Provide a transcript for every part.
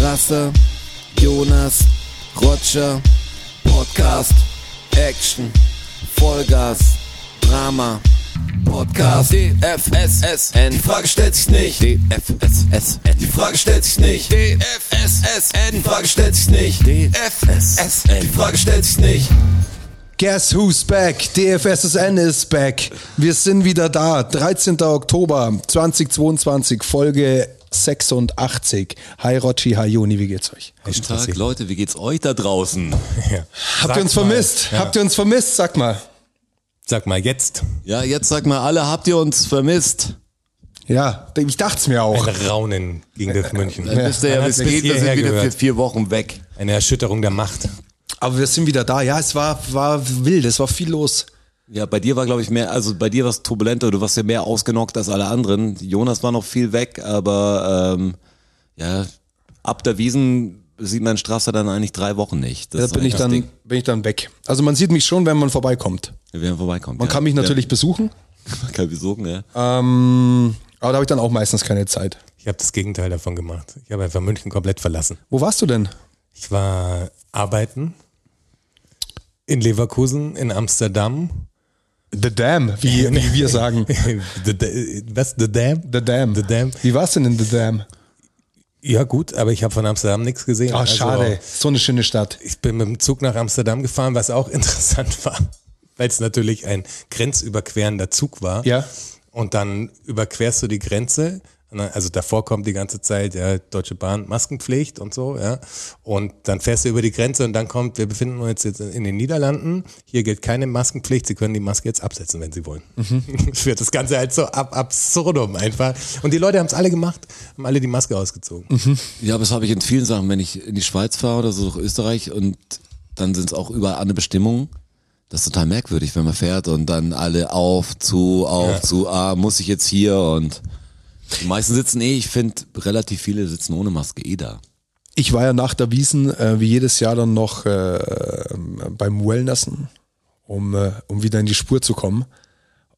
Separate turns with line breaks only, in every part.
Rasse, Jonas, Roger, Podcast, Action, Vollgas, Drama, Podcast, DFSSN, die Frage stellt sich nicht, DFSSN, die Frage stellt sich nicht, DFSSN, die Frage stellt sich nicht, DFSSN, die Frage stellt sich nicht.
Guess who's back? DFSSN is back. Wir sind wieder da. 13. Oktober 2022, Folge 86. Hi Rochi, hi Joni, wie geht's euch?
Guten Tag, Leute, wie geht's euch da draußen?
Habt ihr uns vermisst? Habt ihr uns vermisst? Sag mal.
Sag mal jetzt.
Ja, jetzt sag mal alle, habt ihr uns vermisst?
Ja, ich dacht's mir auch.
Ein Raunen gegen das München.
Dann wisst ihr
Man
ja, wie
hat's
es
bis
geht, wir sind
hierher
wieder für
gehört.
vier Wochen weg.
Eine Erschütterung der Macht.
Aber wir sind wieder da. Ja, es war, war wild, es war viel los.
Ja, bei dir war, glaube ich, mehr, also bei dir war es turbulenter, du warst ja mehr ausgenockt als alle anderen. Jonas war noch viel weg, aber ähm, ja, ab der Wiesen sieht man Strasser dann eigentlich drei Wochen nicht.
Da
Das ist
bin
eigentlich
ich,
das
dann,
Ding.
bin ich dann weg. Also man sieht mich schon, wenn man vorbeikommt.
Wenn er vorbeikommt.
Man
ja.
kann mich natürlich Ah. besuchen,
Ja, man kann besuchen, ja.
ähm, aber da habe ich dann auch meistens keine Zeit.
Ich habe das Gegenteil davon gemacht. Ich habe einfach München komplett verlassen.
Wo warst du denn?
Ich war arbeiten in Leverkusen, in Amsterdam.
The Dam, wie, wie wir sagen.
The Da- Was? The Dam?
The Dam.
The Dam.
Wie war's denn in The Dam?
Ja gut, aber ich habe von Amsterdam nichts gesehen.
Ah,
Also,
schade. So eine schöne Stadt.
Ich bin mit dem Zug nach Amsterdam gefahren, was auch interessant war, weil es natürlich ein grenzüberquerender Zug war.
Ja.
Und dann überquerst du die Grenze. Und dann- Also davor kommt die ganze Zeit ja, Deutsche Bahn, Maskenpflicht und so, ja. Und dann fährst du über die Grenze und dann kommt, wir befinden uns jetzt in den Niederlanden. Hier gilt keine Maskenpflicht. Sie können die Maske jetzt absetzen, wenn sie wollen.
Mhm.
Führt das Ganze halt so ab absurdum einfach. Und die Leute haben es alle gemacht, haben alle die Maske ausgezogen.
Mhm.
Ja, aber das habe ich in vielen Sachen, wenn ich in die Schweiz fahre oder so durch Österreich und dann sind es auch überall andere Bestimmungen. Das ist total merkwürdig, wenn man fährt und dann alle auf, zu, auf, zu, ah, muss ich jetzt hier und die meisten sitzen eh, ich finde relativ viele sitzen ohne Maske eh da.
Ich war ja nach der Wiesen, äh, wie jedes Jahr, dann noch äh, beim Wellnessen, um, äh, um wieder in die Spur zu kommen.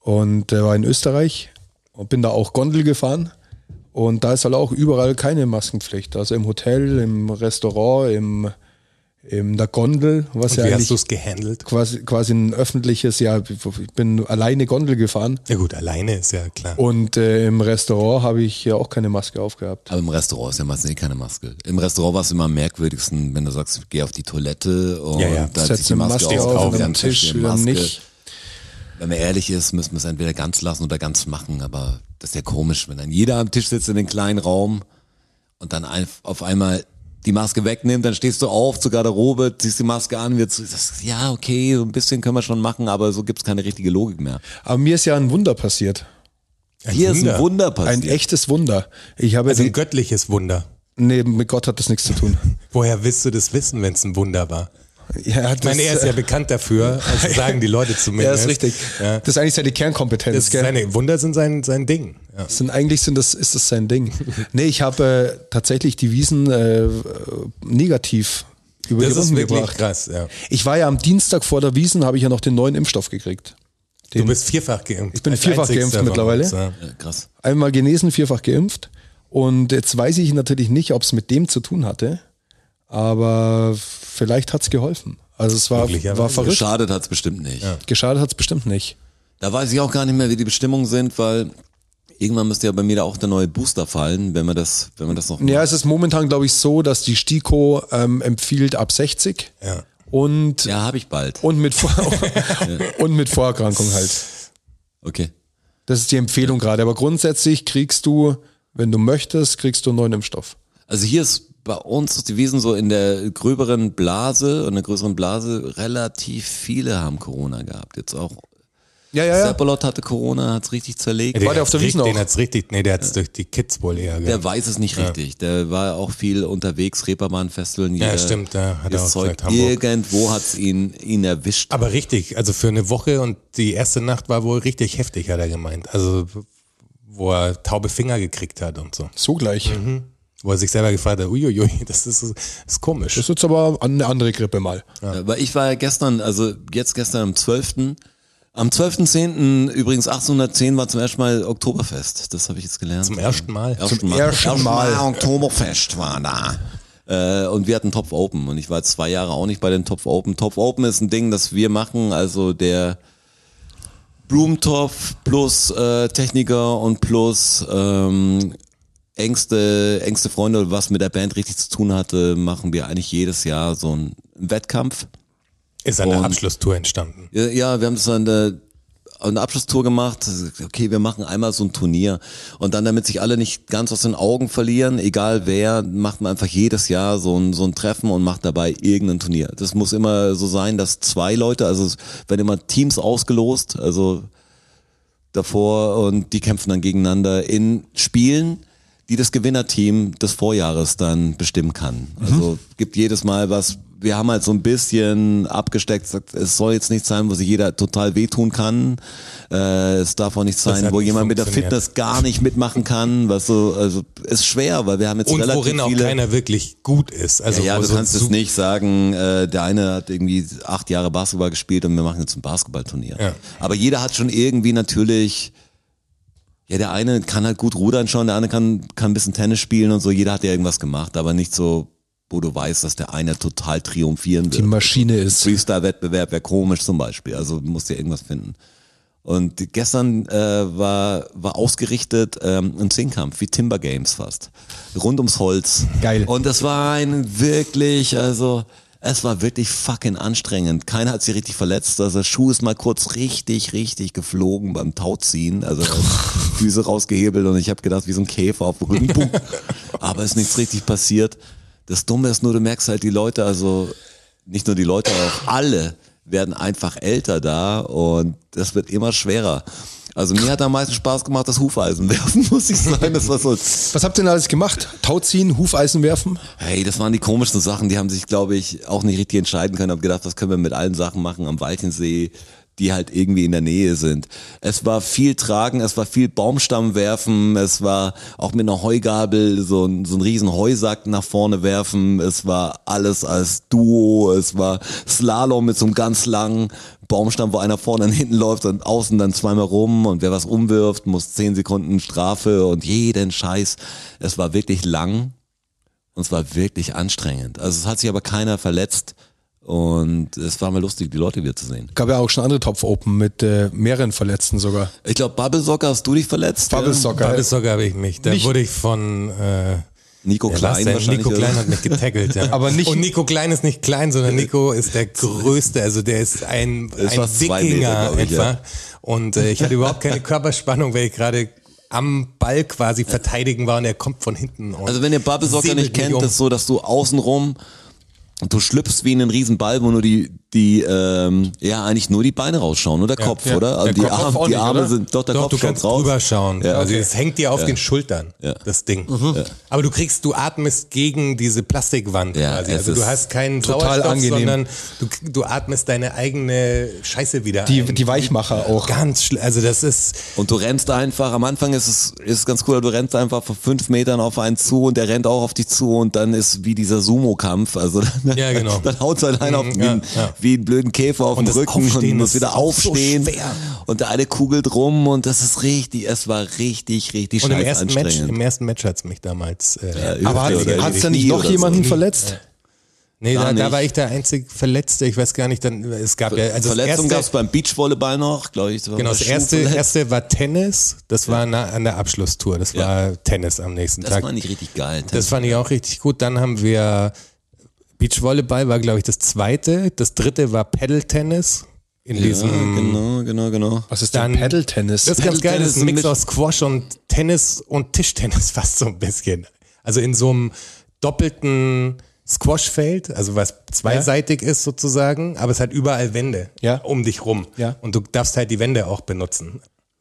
Und äh, war in Österreich und bin da auch Gondel gefahren. Und da ist halt auch überall keine Maskenpflicht. Also im Hotel, im Restaurant, im, in der Gondel, was ja
Wie
eigentlich
hast du es gehandelt?
quasi, quasi ein öffentliches, ja, ich bin alleine Gondel gefahren.
Ja gut, alleine ist ja klar.
Und äh, im Restaurant habe ich ja auch keine Maske aufgehabt.
Aber im Restaurant ist ja meistens eh keine Maske. Im Restaurant war es immer am merkwürdigsten, wenn du sagst, geh auf die Toilette und
Ja, ja.
dann
Setz
setzt die Maske, auf,
und
dann
am
setzt
Tisch
die
wieder
Maske.
nicht.
Wenn man ehrlich ist, müssen wir es entweder ganz lassen oder ganz machen, aber das ist ja komisch, wenn dann jeder am Tisch sitzt in den kleinen Raum und dann ein, auf einmal die Maske wegnimmt, dann stehst du auf zur Garderobe, ziehst die Maske an, wird so- das, ja, okay, so ein bisschen können wir schon machen, aber so gibt's keine richtige Logik mehr.
Aber mir ist ja ein Wunder passiert.
Hier ist ein Wunder
Ein
passiert.
echtes Wunder. Ich habe
Also ein
die,
göttliches Wunder.
nee, mit Gott hat das nichts zu tun.
Woher willst du das wissen, wenn es ein Wunder war?
Ja, das,
Ich meine, er ist ja bekannt dafür, also sagen die Leute
ja,
zumindest.
das ist richtig.
Ja.
Das ist eigentlich seine Kernkompetenz.
Das ist
gell?
seine, Wunder sind sein, sein Ding. Ja.
sind, eigentlich sind das, ist das sein Ding. nee, ich habe äh, tatsächlich die Wiesen äh, äh, negativ über
Das
die
ist
Runden
wirklich
gebracht.
krass. Ja.
Ich war ja am Dienstag vor der Wiesen, habe ich ja noch den neuen Impfstoff gekriegt.
Du bist vierfach geimpft.
Ich bin
Als
vierfach
einzigster
geimpft
von
mittlerweile.
uns, ja.
Ja, Äh, krass.
einmal genesen, vierfach geimpft. Und jetzt weiß ich natürlich nicht, ob es mit dem zu tun hatte, aber vielleicht hat es geholfen. Also es war,
Möglicherweise.
war verrückt.
Geschadet hat's bestimmt nicht.
Geschadet hat es bestimmt nicht.
Da weiß ich auch gar nicht mehr, wie die Bestimmungen sind, weil irgendwann müsste ja bei mir da auch der neue Booster fallen, wenn man das, wenn man das noch
Ja, es ist momentan, glaube ich, so, dass die STIKO ähm, empfiehlt ab 60
Ja.
und,
Ja, habe ich bald.
und, mit Vor und mit Vorerkrankung halt.
Okay.
Das ist die Empfehlung gerade. Aber grundsätzlich kriegst du, wenn du möchtest, kriegst du einen neuen Impfstoff.
Also hier ist bei uns ist die Wiesen so in der gröberen Blase und der größeren Blase relativ viele haben Corona gehabt. Jetzt auch
Ja, ja,
ja.
ja.
Serpolot hatte Corona, hat's richtig zerlegt.
der auf
hat's
der Wiesn
richtig-
auch?
Den hat's richtig, nee, der hat's durch die Kids wohl eher
Der
gehabt.
weiß es nicht richtig. Der war auch viel unterwegs, Reeperbahn-Festival.
Ja,
jeder-
stimmt, ja, hat er
das
auch
Zeug.
gesagt, Hamburg.
Irgendwo hat's ihn, ihn erwischt.
Aber richtig, also für eine Woche und die erste Nacht war wohl richtig heftig, hat er gemeint. Also, wo er taube Finger gekriegt hat und so.
So gleich.
Mhm. Wo er sich selber gefragt hat, uiuiui, das ist, das ist komisch.
Das ist jetzt aber eine andere Grippe mal.
Aber Äh, ich war ja gestern, also jetzt gestern am 12. Am 12.10. übrigens 1810 war zum ersten Mal Oktoberfest. Das habe ich jetzt gelernt.
Zum ersten Mal.
Ersten Mal.
ersten Mal.
Oktoberfest war da. Äh, und wir hatten Topf Open und ich war jetzt zwei Jahre auch nicht bei den Topf Open. Topf Open ist ein Ding, das wir machen, also der Broomtopf plus äh, Techniker und plus ähm, engste, engste Freunde, was mit der Band richtig zu tun hatte, machen wir eigentlich jedes Jahr so einen Wettkampf.
Ist an der
Und-
Abschlusstour entstanden.
Ja, ja, wir haben das an der eine Abschlusstour gemacht, okay, wir machen einmal so ein Turnier und dann, damit sich alle nicht ganz aus den Augen verlieren, egal wer, macht man einfach jedes Jahr so ein, so ein Treffen und macht dabei irgendein Turnier. Das muss immer so sein, dass zwei Leute, also es werden immer Teams ausgelost, also davor und die kämpfen dann gegeneinander in Spielen, die das Gewinnerteam des Vorjahres dann bestimmen kann.
Mhm.
Also gibt jedes Mal was. Wir haben halt so ein bisschen abgesteckt, gesagt, es soll jetzt nicht sein, wo sich jeder total wehtun kann. Äh, es darf auch nicht sein,
hat
wo
nicht
jemand mit der
funktioniert.
Fitness gar nicht mitmachen kann. Was so, also ist schwer, weil wir haben jetzt
Und
relativ
worin auch
viele.
keiner wirklich gut ist. Also
Ja,
wo
du
so
kannst es
super-
nicht sagen, äh, der eine hat irgendwie acht Jahre Basketball gespielt und wir machen jetzt ein Basketballturnier.
Ja.
Aber jeder hat schon irgendwie natürlich, ja, der eine kann halt gut rudern schon, der andere kann, kann ein bisschen Tennis spielen und so. Jeder hat ja irgendwas gemacht, aber nicht so, wo du weißt, dass der eine total triumphieren
Die
Also
wird.
Maschine ist.
Freestyle-Wettbewerb wäre komisch zum Beispiel. Also du musst dir irgendwas finden. Und gestern äh, war, war ausgerichtet ähm, ein Zehnkampf, wie Timber Games fast. Rund ums Holz.
Geil.
Und das war ein wirklich, also es war wirklich fucking anstrengend. Keiner hat sich richtig verletzt. Also der Schuh ist mal kurz richtig, richtig geflogen beim Tauziehen. Also Füße rausgehebelt und ich habe gedacht, wie so ein Käfer auf dem Rücken. Pum. Aber ist nichts richtig passiert. Das Dumme ist nur, du merkst halt die Leute, also nicht nur die Leute, auch alle werden einfach älter da und das wird immer schwerer. Also mir hat am meisten Spaß gemacht, das Hufeisen werfen, muss ich sagen. Das war so,
Was habt ihr denn alles gemacht? Tauziehen, Hufeisen werfen?
hey, das waren die komischsten Sachen, die haben sich, glaube ich, auch nicht richtig entscheiden können. Hab gedacht, was können wir mit allen Sachen machen am Walchensee, die halt irgendwie in der Nähe sind. Es war viel Tragen, es war viel Baumstamm werfen, es war auch mit einer Heugabel so ein, so ein riesen Heusack nach vorne werfen, es war alles als Duo, es war Slalom mit so einem ganz langen Baumstamm, wo einer vorne und hinten läuft und außen dann zweimal rum und wer was umwirft, muss zehn Sekunden Strafe und jeden Scheiß. Es war wirklich lang. Und es war wirklich anstrengend. Also es hat sich aber keiner verletzt und es war mal lustig, die Leute wieder zu sehen.
Gab ja auch schon andere Topf-Open mit äh, mehreren Verletzten sogar.
Ich glaube, Bubblesocker hast du dich verletzt.
Bubble Soccer.
Babelsoccer habe ich mich. Da
Nicht-
wurde ich von äh,
Nico
wer war's
Klein
denn?
wahrscheinlich.
Nico Klein hat mich getaggelt. Ja.
Aber nicht-
Und Nico Klein ist nicht klein, sondern Nico ist der größte. Also der ist ein,
Äh, Es
ein
war zwei Meter,
Wikinger
glaub ich,
etwa.
ja.
Und äh, ich hatte überhaupt keine Körperspannung, weil ich gerade am Ball quasi verteidigen war und er kommt von hinten. und
Also wenn ihr Bubblesocker
säbelt
nicht
mich
kennt,
um.
das ist so, dass du außenrum du schlüpfst wie in einen Riesenball, wo nur die die ähm, ja eigentlich nur die Beine rausschauen oder Kopf,
ja.
oder? Also
Der
die
Kopf
Arme,
auch
die
nicht,
Arme
oder?
sind doch der
Doch,
Kopf
du
schaut
kannst
raus.
drüber schauen.
Ja.
Also es hängt dir auf den Schultern,
Ja.
das Ding. Aber du kriegst, du atmest gegen diese Plastikwand
Ja,
quasi.
es
Also du
ist
hast keinen
total
Sauerstoff,
angenehm.
sondern du, du atmest deine eigene Scheiße wieder
Die,
ein.
die Weichmacher auch.
Ganz schlimm. Also das ist,
Und du rennst einfach, am Anfang ist es ist ganz cool, du rennst einfach von fünf Metern auf einen zu und der rennt auch auf dich zu und dann ist wie dieser Sumo-Kampf. Also dann,
Ja, genau.
dann haut er allein auf
Mhm,
wie,
ja,
einen,
ja.
wie einen blöden Käfer auf
Und
dem
das
Rücken
Aufstehen
und muss
ist
wieder
auch so
aufstehen.
schwer.
und der eine kugelt rum und das ist richtig, es war richtig, richtig
und im
scheiß
ersten Match,
anstrengend.
im ersten Match hat's mich damals, äh,
Ja,
Aber
Hüfte
hat,
oder
hat's
die
da nicht
Knie
noch
oder so.
jemanden verletzt?
nee,
Gar
da, da
nicht.
war ich der einzig Verletzte. Ich weiß gar nicht, dann, es gab ja, also das
Verletzung
erste-
gab es beim Beachvolleyball noch, glaube ich.
Genau, das erste, erste war Tennis, das war na, an der Abschlusstour, das
Ja.
war Tennis am nächsten
Das
Tag.
fand ich richtig geil.
Das fand ich auch richtig gut. Dann haben wir Beachvolleyball war, glaube ich, das zweite. Das dritte war Paddle-Tennis. In
ja,
diesem.
genau, genau, genau.
Was ist denn
Dann-
Paddle-Tennis?
Das ist ganz geil. Das ist ein
Paddle-Tennis
Mix
mit-
aus Squash und Tennis und Tischtennis fast so ein bisschen. Also in so einem doppelten Squashfeld, also was zweiseitig ist sozusagen, aber es hat überall Wände
Ja.
um dich rum.
Ja.
Und du darfst halt die Wände auch benutzen.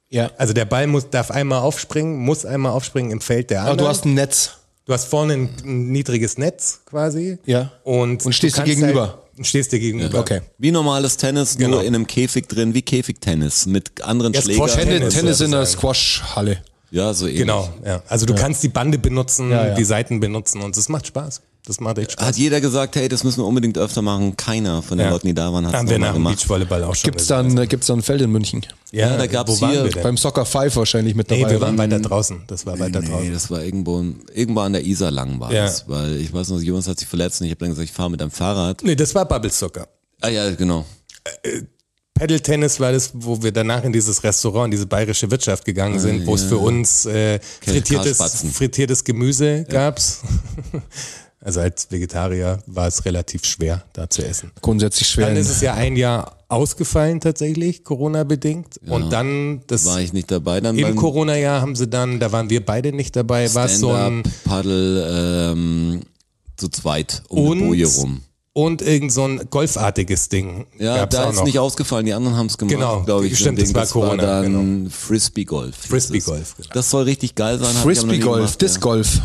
Ja.
Also der Ball muss, darf einmal aufspringen, muss einmal aufspringen im Feld der
Aber
anderen.
Ah, du hast ein Netz.
Du hast vorne ein, ein niedriges Netz quasi.
Ja.
Und,
Und stehst
du
dir
kannst
gegenüber.
Halt, stehst dir gegenüber.
Okay.
Wie normales Tennis,
Genau.
nur in einem Käfig drin, wie Käfigtennis mit anderen
Ja,
Schlägern.
Squash-
Tennis,
Tennis,
Tennis in
ja,
der
das ist
Squash-Halle.
Ja, so ähnlich.
Genau. Ja. Also du kannst die Bande benutzen,
Ja, ja.
die Seiten benutzen und es macht Spaß. Das macht echt Spaß.
Hat jeder gesagt, hey, das müssen wir unbedingt öfter machen. Keiner von den
Ja.
Leuten, die da waren, hat
haben
es
wir nach
nochmal
dem
gemacht.
Beachvolleyball auch schon.
Gibt's dann, äh, gibt's dann ein Feld in München?
Ja,
Ja, da
wo
gab's
waren
hier
wir denn?
Beim Soccer Five wahrscheinlich mit dabei.
Nee, wir
oder?
waren weiter draußen. Das war weiter
Nee,
draußen.
das war irgendwo, irgendwo an der Isar lang war
Ja.
das, weil ich weiß noch, Jonas hat sich verletzt und ich habe dann gesagt, ich fahre mit deinem Fahrrad.
Nee, das war Bubble Soccer.
Ah ja, genau.
Paddle Tennis war das, wo wir danach in dieses Restaurant, in diese bayerische Wirtschaft gegangen sind, wo es
Ah,
für uns äh, frittiertes,
Karlsbatzen.
frittiertes Gemüse gab's. Also als Vegetarier war es relativ schwer, da zu essen.
Grundsätzlich schwer.
Dann
Ähm.
in-
ist es ja ein Jahr ausgefallen tatsächlich, Corona-bedingt. Und dann, das
War ich nicht dabei dann
im
beim
Corona-Jahr haben sie dann, da waren wir beide nicht dabei, war es so ein
Paddel ähm, zu zweit um die
Und-
Boje rum.
und irgend so ein golfartiges Ding.
Ja,
gab's
da
auch
ist
noch.
nicht ausgefallen, die anderen haben es gemacht,
Genau,
glaube ich.
stimmt,
so ein
das
Ding.
war Corona, genau.
War dann Frisbee-Golf. hieß
Frisbee-Golf,
es. Das soll richtig geil sein. hab ich aber noch nie
Frisbee-Golf,
gemacht, ja. Also,
Disc Golf.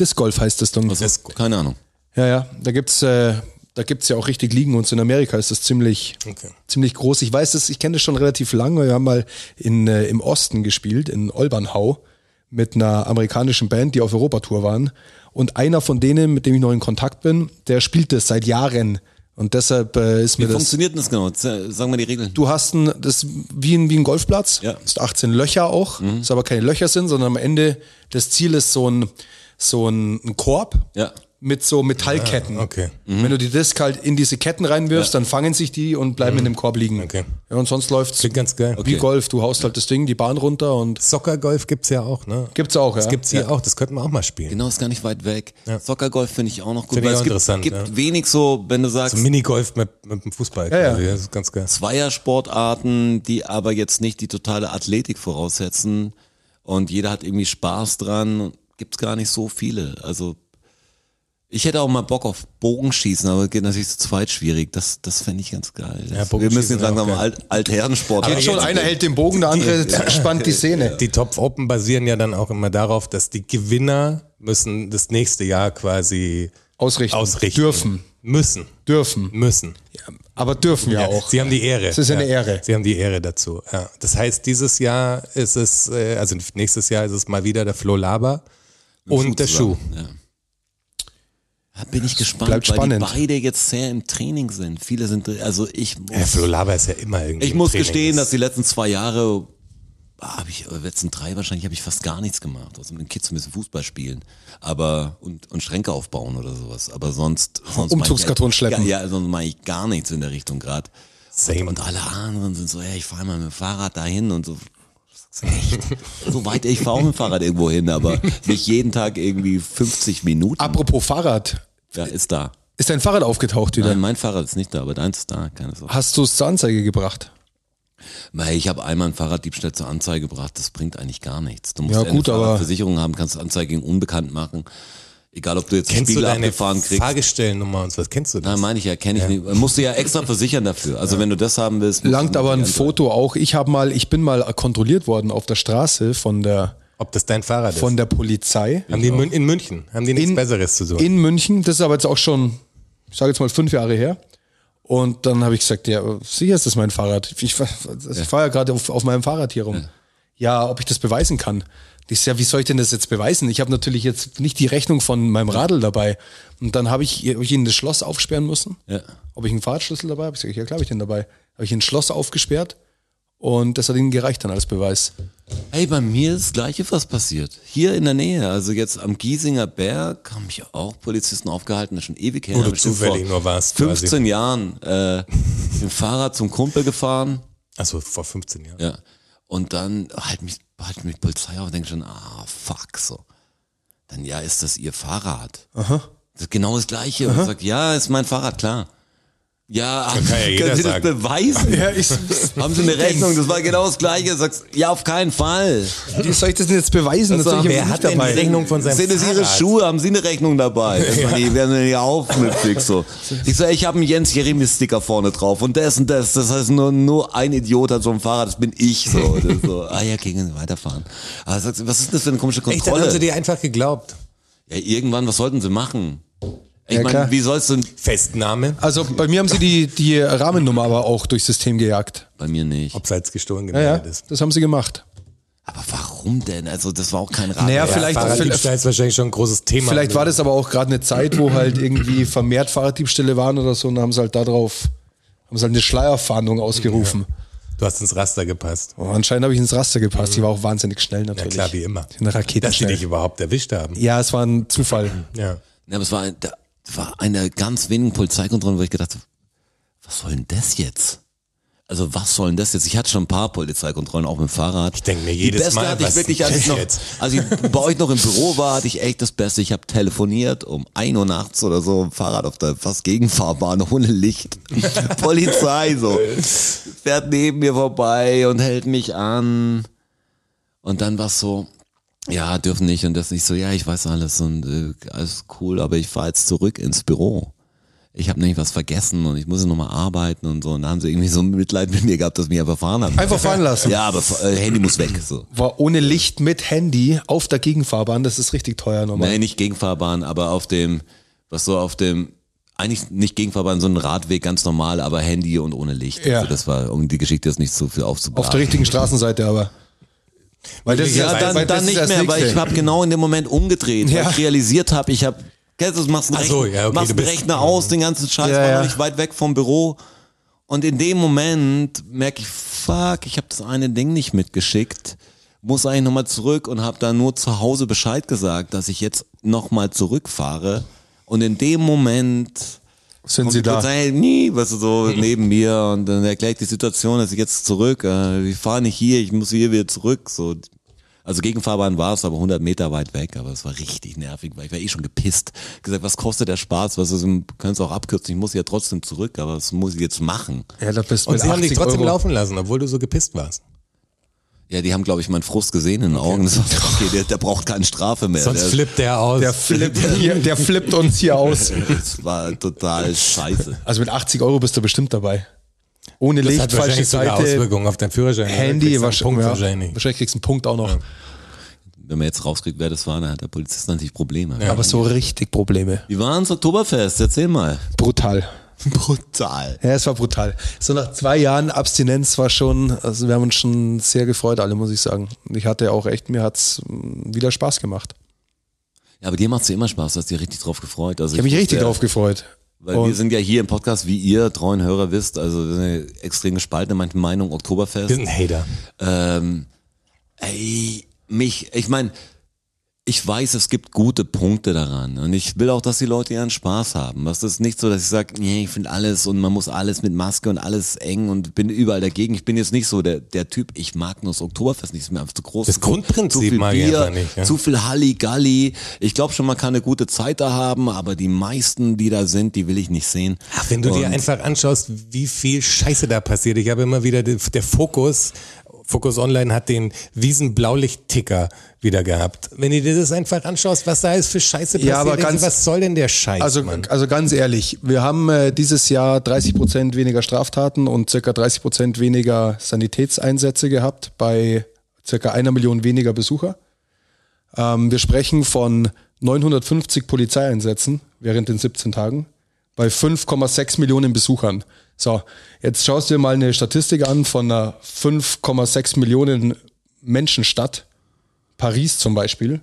Disc Golf heißt das dann.
Das-
Keine Ahnung.
Ja, ja, da gibt's, äh, da gibt's ja auch richtig Ligen und so in Amerika ist das ziemlich,
Okay.
ziemlich groß. Ich weiß das, ich kenne das schon relativ lange. Wir haben mal in, äh, im Osten gespielt, in Olbernhau, mit einer amerikanischen Band, die auf Europatour waren. Und einer von denen, mit dem ich noch in Kontakt bin, der spielt das seit Jahren. Und deshalb äh, ist
Wie
mir das.
funktioniert denn das genau? Z- Sagen wir die Regeln.
Du hast ein, das ist wie ein, wie ein Golfplatz,
Ja. Mhm.
ist 18 Löcher auch, ist aber keine Löcher sind, sondern am Ende das Ziel ist so ein, so ein, ein Korb
Ja. Mhm.
mit so Metallketten.
Ah, Okay.
Wenn du die Disc halt in diese Ketten reinwirfst, dann fangen sich die und bleiben in dem Korb liegen.
Mhm. Okay.
Ja, und sonst läuft's
Klingt ganz geil.
wie Golf. Du haust halt das Ding, die Bahn runter und
Soccer-Golf gibt's ja auch, ne?
gibt's auch, ja.
Das gibt's hier auch, das könnten wir auch mal spielen.
Genau, ist gar nicht weit weg. Soccer-Golf finde ich auch noch gut.
Finde
weil
ich auch
es gibt,
interessant,
gibt
ja.
wenig so, wenn du sagst,
So Minigolf mit, mit dem Fußball.
ja.
quasi, Das ist ganz geil.
Zweiersportarten, die aber jetzt nicht die totale Athletik voraussetzen und jeder hat irgendwie Spaß dran, gibt's gar nicht so viele. Also ich hätte auch mal Bock auf Bogenschießen, aber geht natürlich zu zweit schwierig. Das, das fände ich ganz geil. Das, wir
Bogenschießen
müssen jetzt
wäre auch
langsam
geil.
mal Alt, Altherrensport.
Geht schon, einer hält den Bogen, der andere spannt die Szene.
Die Top Open basieren ja dann auch immer darauf, dass die Gewinner müssen das nächste Jahr quasi
Ausrichten.
ausrichten.
Dürfen.
Müssen.
Dürfen.
Müssen.
Aber dürfen ja,
Ja,
auch.
Sie haben die Ehre.
Es ist eine
ja.
Ehre.
Sie haben die Ehre dazu. Ja. Das heißt, dieses Jahr ist es, äh, also nächstes Jahr ist es mal wieder der Flo Laber und der Schuh.
Ja. Da bin ich gespannt,
bleibt
weil die
spannend.
beide jetzt sehr im Training sind. Viele sind, also ich muss,
Ja, Flo Laber ist ja immer irgendwie.
ich
im
muss
Training.
gestehen,
Das-
dass die letzten zwei Jahre habe ich, oder letzten drei wahrscheinlich, habe ich fast gar nichts gemacht. Also mit den Kids ein bisschen Fußball spielen, aber und, und Schränke aufbauen oder sowas. Aber sonst, sonst
Umzugskarton
mach ich- halt-
schleppen.
Ja, ja, sonst mache ich gar nichts in der Richtung gerade.
Same.
Und alle anderen sind so, ey, ich fahre mal mit dem Fahrrad dahin und so. Das ist Echt? So weit, ich fahre auch mit dem Fahrrad irgendwo hin, aber nicht jeden Tag irgendwie 50 Minuten.
Apropos Fahrrad.
ja, ist da.
Ist dein Fahrrad aufgetaucht wieder?
Nein, mein Fahrrad ist nicht da, aber deins ist da. Keine Sorge.
Hast du es zur Anzeige gebracht?
Weil ich habe einmal einen Fahrraddiebstahl zur Anzeige gebracht, das bringt eigentlich gar nichts. Du musst
Ja,
eine
gut, aber-
Versicherung haben, kannst Anzeige gegen unbekannt machen. Egal, ob du jetzt
Kennst du
Spiegel
deine
abgefahren kriegst.
Fahrgestellnummer und so was? Kennst du das?
Nein, meine ich ja, kenne ich nicht. Musst du ja extra versichern dafür. Also wenn du das haben willst. musst
Langt
du
aber ein
die Anzeige-
Foto auch. Ich habe mal, ich bin mal kontrolliert worden auf der Straße von der
Ob das dein Fahrrad ist?
von der Polizei
Haben die in Mün- in München? Haben die nichts Besseres zu tun?
in München. Das ist aber jetzt auch schon, ich sage jetzt mal fünf Jahre her. Und dann habe ich gesagt, ja, sicher ist das mein Fahrrad. Ich, fahr- ich fahre ja gerade auf, auf meinem Fahrrad hier rum. Ja. ob ich das beweisen kann. Ich sag, ja, wie soll ich denn das jetzt beweisen? Ich habe natürlich jetzt nicht die Rechnung von meinem Radl dabei. Und dann habe ich, hab ich ihnen das Schloss aufsperren müssen.
Ja.
Ob ich einen Fahrradschlüssel dabei habe? Ich sage, ja, klar habe ich den dabei. Habe ich ihnen ein Schloss aufgesperrt und das hat ihnen gereicht dann als Beweis.
Ey, bei mir ist das Gleiche was passiert. Hier in der Nähe, also jetzt am Giesinger Berg, haben mich auch Polizisten aufgehalten, das ist schon ewig her.
Wo du
Bestimmt
zufällig
vor
nur warst, quasi.
15 Jahren äh, im Fahrrad zum Kumpel gefahren.
Achso, vor 15 Jahren.
Ja. Und dann halt mich, halt mich Polizei auf und denke schon, ah, fuck, so. Dann ja, ist das ihr Fahrrad? Aha. Das ist genau das Gleiche. Und sagt, ja, ist mein Fahrrad, klar. Ja,
kann ja
können
jeder
Sie das
sagen.
beweisen?
Ja, ich,
Haben Sie eine Rechnung? Das war genau das Gleiche. Sagst, ja, auf keinen Fall.
wie soll ich das denn jetzt beweisen?
Das
Natürlich
war-
hab ich
Wer hat
das
denn
nicht
die
dabei.
Rechnung von seinem
Sind es Ihre
Fahrrad?
Schuhe? Haben Sie eine Rechnung dabei? Das war die werden ja auf mit Fix so. Ich sage, ich habe einen Jens Jeremy Sticker vorne drauf und das und das. Das heißt, nur, nur ein Idiot hat so ein Fahrrad, das bin ich so. Das ist so. Ah ja, gegen weiterfahren. Aber sagst, du, was ist das für eine komische
Echt, dann haben sie
Kontrolle?
dir einfach geglaubt.
Ja, irgendwann, was sollten sie machen? Ich
Ja,
meine,
klar.
wie sollst du
Festnahme.
Also bei mir haben sie die, die Rahmennummer aber auch durchs System gejagt.
bei mir nicht.
Ob es als gestohlen genau
Ah, Ja, ja,
gemeldet ist.
das haben sie gemacht.
Aber warum denn? Also das war auch kein Rat.
Naja,
Ja,
vielleicht-
Fahrraddiebstahl ist wahrscheinlich schon ein großes Thema.
Vielleicht war das aber auch gerade eine Zeit, wo halt irgendwie vermehrt Fahrraddiebstähle waren oder so und dann haben sie halt darauf, haben sie halt eine Schleierfahndung ausgerufen.
Du hast ins Raster gepasst.
Oh, anscheinend habe ich ins Raster gepasst. Die war auch wahnsinnig schnell
Ja
natürlich.
klar, wie immer.
Eine Rakete
Dass die
schnell.
dich überhaupt erwischt haben.
Ja, es war ein Zufall.
Ja.
Ja, aber es war, ein- da war eine der ganz wenigen Polizeikontrollen, wo ich gedacht habe, was soll denn das jetzt? Also was soll denn das jetzt? Ich hatte schon ein paar Polizeikontrollen, auch mit dem Fahrrad. Ich
denk mir jedes
Die beste
Mal,
hatte ich
was
wirklich,
ist
als ich, noch,
jetzt?
als ich bei euch noch im Büro war, hatte ich echt das Beste. Ich habe telefoniert um 1 Uhr nachts oder so, im Fahrrad auf der fast Gegenfahrbahn ohne Licht. Polizei so. Fährt neben mir vorbei und hält mich an. Und dann war es so, ja, dürfen nicht und das nicht so, ja, ich weiß alles und äh, alles cool, aber ich fahre jetzt zurück ins Büro. Ich habe nämlich was vergessen und ich muss nochmal arbeiten und so. Und da haben sie irgendwie so ein Mitleid mit mir gehabt, dass sie mich einfach fahren haben.
Einfach fahren lassen.
Ja, aber äh, Handy muss weg. So.
War ohne Licht mit Handy auf der Gegenfahrbahn. Das ist richtig teuer normal.
Nee, nicht Gegenfahrbahn, aber auf dem, was so auf dem, eigentlich nicht Gegenfahrbahn, sondern Radweg, ganz normal, aber Handy und ohne Licht.
Ja.
Also das war, um die Geschichte jetzt nicht so viel aufzubauen.
Auf der richtigen Straßenseite aber. Weil das
Ja,
ist
Ja,
erst- weil
dann,
das
dann
ist
nicht
erst
mehr, weil ich
nächste.
habe genau in dem Moment umgedreht,
Ja.
weil ich realisiert habe, ich habe, kennst du, das, machst einen
Ach so,
Rechner,
ja, okay,
machst
du
einen
bist-
Rechner aus, den ganzen Scheiß,
Ja,
war
ja.
noch nicht weit weg vom Büro und in dem Moment merke ich, fuck, ich habe das eine Ding nicht mitgeschickt, muss eigentlich nochmal zurück und habe dann nur zu Hause Bescheid gesagt, dass ich jetzt nochmal zurückfahre und in dem Moment
sind
und
sie
die
da.
Polizei hält nie, weißt du, so neben mir und dann erklärt die Situation, dass ich jetzt zurück, äh, ich fahre nicht hier, ich muss hier wieder zurück, so. Also Gegenfahrbahn war es, aber 100 Meter weit weg, aber es war richtig nervig, weil ich war eh schon gepisst. Gesagt, was kostet der Spaß, was ist, kannst auch abkürzen, ich muss ja trotzdem zurück, aber das muss ich jetzt machen.
Ja, da bist du
Und
mit
sie haben dich
80
trotzdem
Euro.
laufen lassen, obwohl du so gepisst warst.
Ja, die haben, glaube ich, meinen Frust gesehen in den Augen. Das war, okay, der, der braucht keine Strafe mehr.
Sonst
der,
flippt der aus.
Der flippt, hier, der flippt uns hier aus.
das war total scheiße.
Also mit 80 Euro bist du bestimmt dabei. Ohne
das
Licht,
hat
falsche
wahrscheinlich sogar
Seite,
Auswirkungen auf dein Führerschein. Du
Handy,
kriegst einen
wahrscheinlich,
Punkt
ja,
wahrscheinlich.
wahrscheinlich kriegst du einen Punkt auch noch.
Wenn man jetzt rauskriegt, wer das war, dann hat der Polizist natürlich Probleme.
Aber so richtig Probleme.
Wie war ans Oktoberfest? Erzähl mal.
Brutal.
Brutal.
Ja, es war brutal. So nach zwei Jahren Abstinenz war schon, also wir haben uns schon sehr gefreut, alle muss ich sagen. Und Ich hatte auch echt, mir hat's mm, wieder Spaß gemacht.
Ja, aber dir macht's ja immer Spaß, du hast dich richtig drauf gefreut. Also
Ich habe mich
wusste
richtig
ja,
drauf gefreut.
Weil wir sind ja hier im Podcast, wie ihr treuen Hörer wisst, also wir sind ja extrem gespalten in manchen Meinungen,
Wir
Oktoberfest.
sind ein Hater.
Ähm, ey, mich, ich meine, ich weiß, es gibt gute Punkte daran und ich will auch, dass die Leute ihren Spaß haben. Was ist nicht so, dass ich sage, nee, ich finde alles und man muss alles mit Maske und alles eng und bin überall dagegen. Ich bin jetzt nicht so der, der Typ, ich mag nur das Oktoberfest nicht, ist mir einfach zu groß.
Das Grundprinzip
zu viel
mag ich
Bier,
einfach nicht, ja.
zu viel Halligalli. Ich glaube schon, man kann eine gute Zeit da haben, aber die meisten, die da sind, die will ich nicht sehen.
Wenn du
und,
dir einfach anschaust, wie viel Scheiße da passiert. Ich habe immer wieder den- der Fokus, Fokus Online hat den Wiesen-Blaulicht-Ticker wieder gehabt. Wenn du dir das einfach anschaust, was da alles für Scheiße passiert,
Ja, aber
denkst du,
ganz-
was soll denn der Scheiß?
Also,
Mann?
also ganz ehrlich, wir haben äh, dieses Jahr 30 Prozent weniger Straftaten und circa 30 Prozent weniger Sanitätseinsätze gehabt bei circa einer Million weniger Besucher. Ähm, wir sprechen von 950 Polizeieinsätzen während den 17 Tagen bei 5,6 Millionen Besuchern. So, jetzt schaust du dir mal eine Statistik an von einer 5,6 Millionen Menschenstadt, Paris zum Beispiel,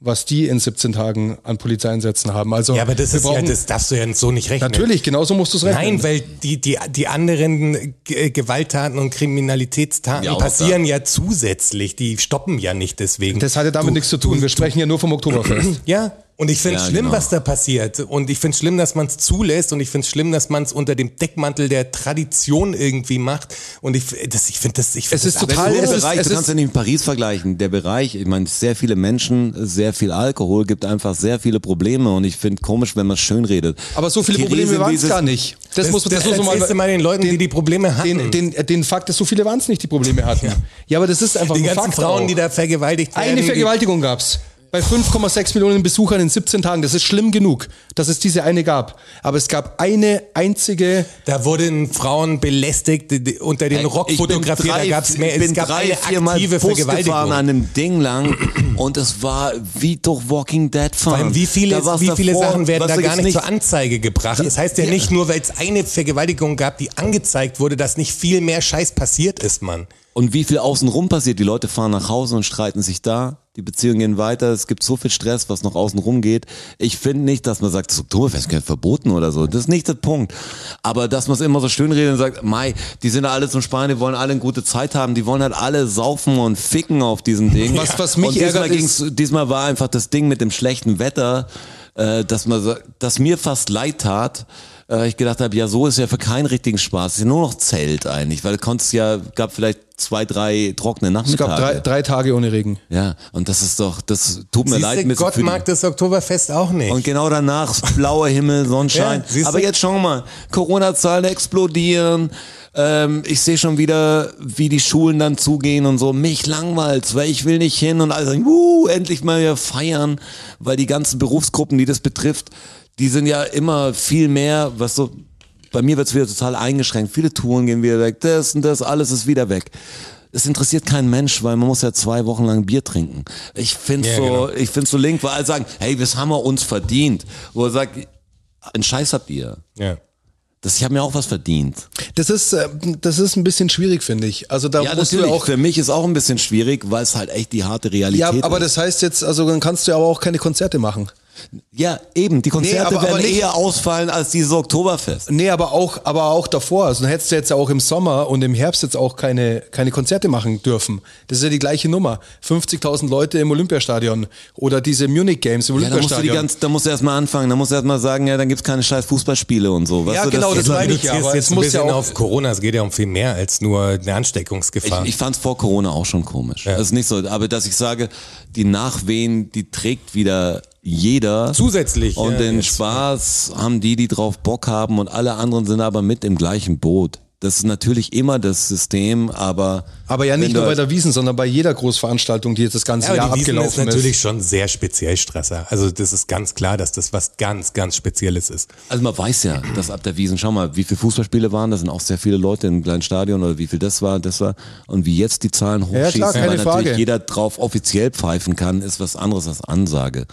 was die in 17 Tagen an Polizeieinsätzen haben. Also
ja, aber das
wir
ist ja,
brauchen-
das darfst du ja so nicht rechnen.
Natürlich, genauso musst du es rechnen.
Nein, weil die, die, die anderen G Gewalttaten und Kriminalitätstaten
Ja, auch
passieren ja zusätzlich. Die stoppen ja nicht deswegen.
das hatte damit
Du-
nichts zu tun. Wir sprechen ja nur vom Oktoberfest.
Ja, und ich finde es
Ja,
schlimm,
genau.
was da passiert. Und ich finde es schlimm, dass man es zulässt. Und ich finde es schlimm, dass man es unter dem Deckmantel der Tradition irgendwie macht. Und ich, f- das, ich finde das, ich
Es
finde
ist
das
total-
absurd.
der
es ist-
Bereich,
es
du kannst
ist-
ja nicht mit Paris vergleichen. Der Bereich, ich meine, sehr viele Menschen, sehr viel Alkohol, gibt einfach sehr viele Probleme und ich finde komisch, wenn man schön redet.
Aber so viele
Therese
Probleme waren es
dieses-
gar nicht. Das, muss man
das,
das muss man
erzählst du mal den Leuten, die die Probleme hatten.
den, den, den Fakt, dass so viele waren es nicht, die Probleme hatten. Ja. aber das ist einfach
die
ein
ganzen
Fakt.
Frauen,
auch.
die da vergewaltigt werden.
eine Vergewaltigung gab es. Bei 5,6 Millionen Besuchern in 17 Tagen. Das ist schlimm genug, dass es diese eine gab. Aber es gab eine einzige.
die- Da wurden Frauen belästigt, die- die- unter den Rock
Ich bin
fotografiert. Da
drei-
gab's mehr,
ich bin
es gab
drei,
eine
viermal
aktive
Bus gefahren
Vergewaltigung.
an einem Ding lang und es war wie durch Walking Dead fahren.
Weil wie viele,
Da war's
wie viele
davor,
Sachen werden
was
da
du
gar
jetzt
nicht, zur Anzeige gebracht? Das heißt ja, nicht nur, weil es eine Vergewaltigung gab, die angezeigt wurde, dass nicht viel mehr Scheiß passiert ist, Mann.
Und wie viel außenrum passiert? Die Leute fahren nach Hause und streiten sich da. Die Beziehungen gehen weiter. Es gibt so viel Stress, was noch außenrum geht. Ich finde nicht, dass man sagt, das Oktoberfest gehört verboten oder so. Das ist nicht der Punkt. Aber dass man es immer so schön redet und sagt, Mai, die sind alle zum Sparen, die wollen alle eine gute Zeit haben. Die wollen halt alle saufen und ficken auf diesem Ding.
Was- was mich
und diesmal,
ärgert, ist-
ging's, diesmal war einfach das Ding mit dem schlechten Wetter, äh, dass, man, so- dass mir fast leid tat. Äh, ich gedacht habe, ja, so ist ja für keinen richtigen Spaß. Es ist ja nur noch Zelt eigentlich, weil du konntest ja, gab vielleicht zwei, drei trockene
Es
Nachmittage.
gab drei, drei Tage ohne Regen.
Ja, und das ist doch, das tut mir leid.
Siehste,
ein bisschen
Gott
für die-
mag das Oktoberfest auch nicht.
und genau danach blauer Himmel, Sonnenschein.
Ja, siehst
Aber
du?
jetzt schauen wir mal, Corona-Zahlen explodieren. Ähm, ich sehe schon wieder, wie die Schulen dann zugehen und so. Mich langweilt's, weil ich will nicht hin und alle sagen, uh, endlich mal wieder feiern, weil die ganzen Berufsgruppen, die das betrifft, die sind ja immer viel mehr, was so, bei mir wird's wieder total eingeschränkt. Viele Touren gehen wieder weg, das und das, alles ist wieder weg. Es interessiert keinen Mensch, weil man muss ja zwei Wochen lang Bier trinken. Ich finde
Ja,
so,
genau.
ich finde so link, weil alle sagen, hey, das haben wir uns verdient. Wo er sagt, einen Scheiß habt ihr.
ja.
Das, ich habe mir auch was verdient.
Das ist, äh, das ist ein bisschen schwierig, finde ich. Also da
Ja,
musst du
natürlich.
ja auch.
Für mich ist auch ein bisschen schwierig, weil es halt echt die harte
Ja,
Realität
aber
ist.
das heißt jetzt, also dann kannst du ja aber auch keine Konzerte machen.
Ja, eben. Die Konzerte
aber- aber
werden
nicht-
eher ausfallen als dieses Oktoberfest.
Nee, aber auch, aber auch davor. Also dann hättest du jetzt ja auch im Sommer und im Herbst jetzt auch keine, keine Konzerte machen dürfen. Das ist ja die gleiche Nummer. 50.000 Leute im Olympiastadion oder diese Munich Games im
Ja, da musst du die
Olympiastadion.
ganz, da musst du erstmal anfangen. Da musst du erstmal sagen, ja, dann gibt's keine scheiß Fußballspiele und so. Weißt
Ja,
du, halt
genau, das
ist-
meine ich ja,
reduzierst
aber
jetzt
es
ein
muss ja
bisschen
auch-
auf Corona, es geht ja um viel mehr als nur eine Ansteckungsgefahr.
Ich, ich fand es vor Corona auch schon komisch. Das ist nicht so, aber dass ich sage, die Nachwehen, die trägt wieder jeder.
Zusätzlich,
Und
ja,
den
jetzt.
Spaß haben die, die drauf Bock haben und alle anderen sind aber mit im gleichen Boot. Das ist natürlich immer das System, aber.
Aber ja
wenn
nicht
du
nur bei
halt-
der Wiesen, sondern bei jeder Großveranstaltung, die jetzt das ganze
Ja, aber
Jahr
die Wiesn ist
abgelaufen
natürlich schon sehr speziell Stresser. Also das ist ganz klar, dass das was ganz, ganz Spezielles ist.
Also man weiß ja, dass ab der Wiesen, schau mal, wie viele Fußballspiele waren, da sind auch sehr viele Leute im kleinen Stadion oder wie viel das war, das war. Und wie jetzt die Zahlen
klar,
hochschießen, weil
keine
natürlich
Frage.
jeder drauf offiziell pfeifen kann, ist was anderes als Ansage.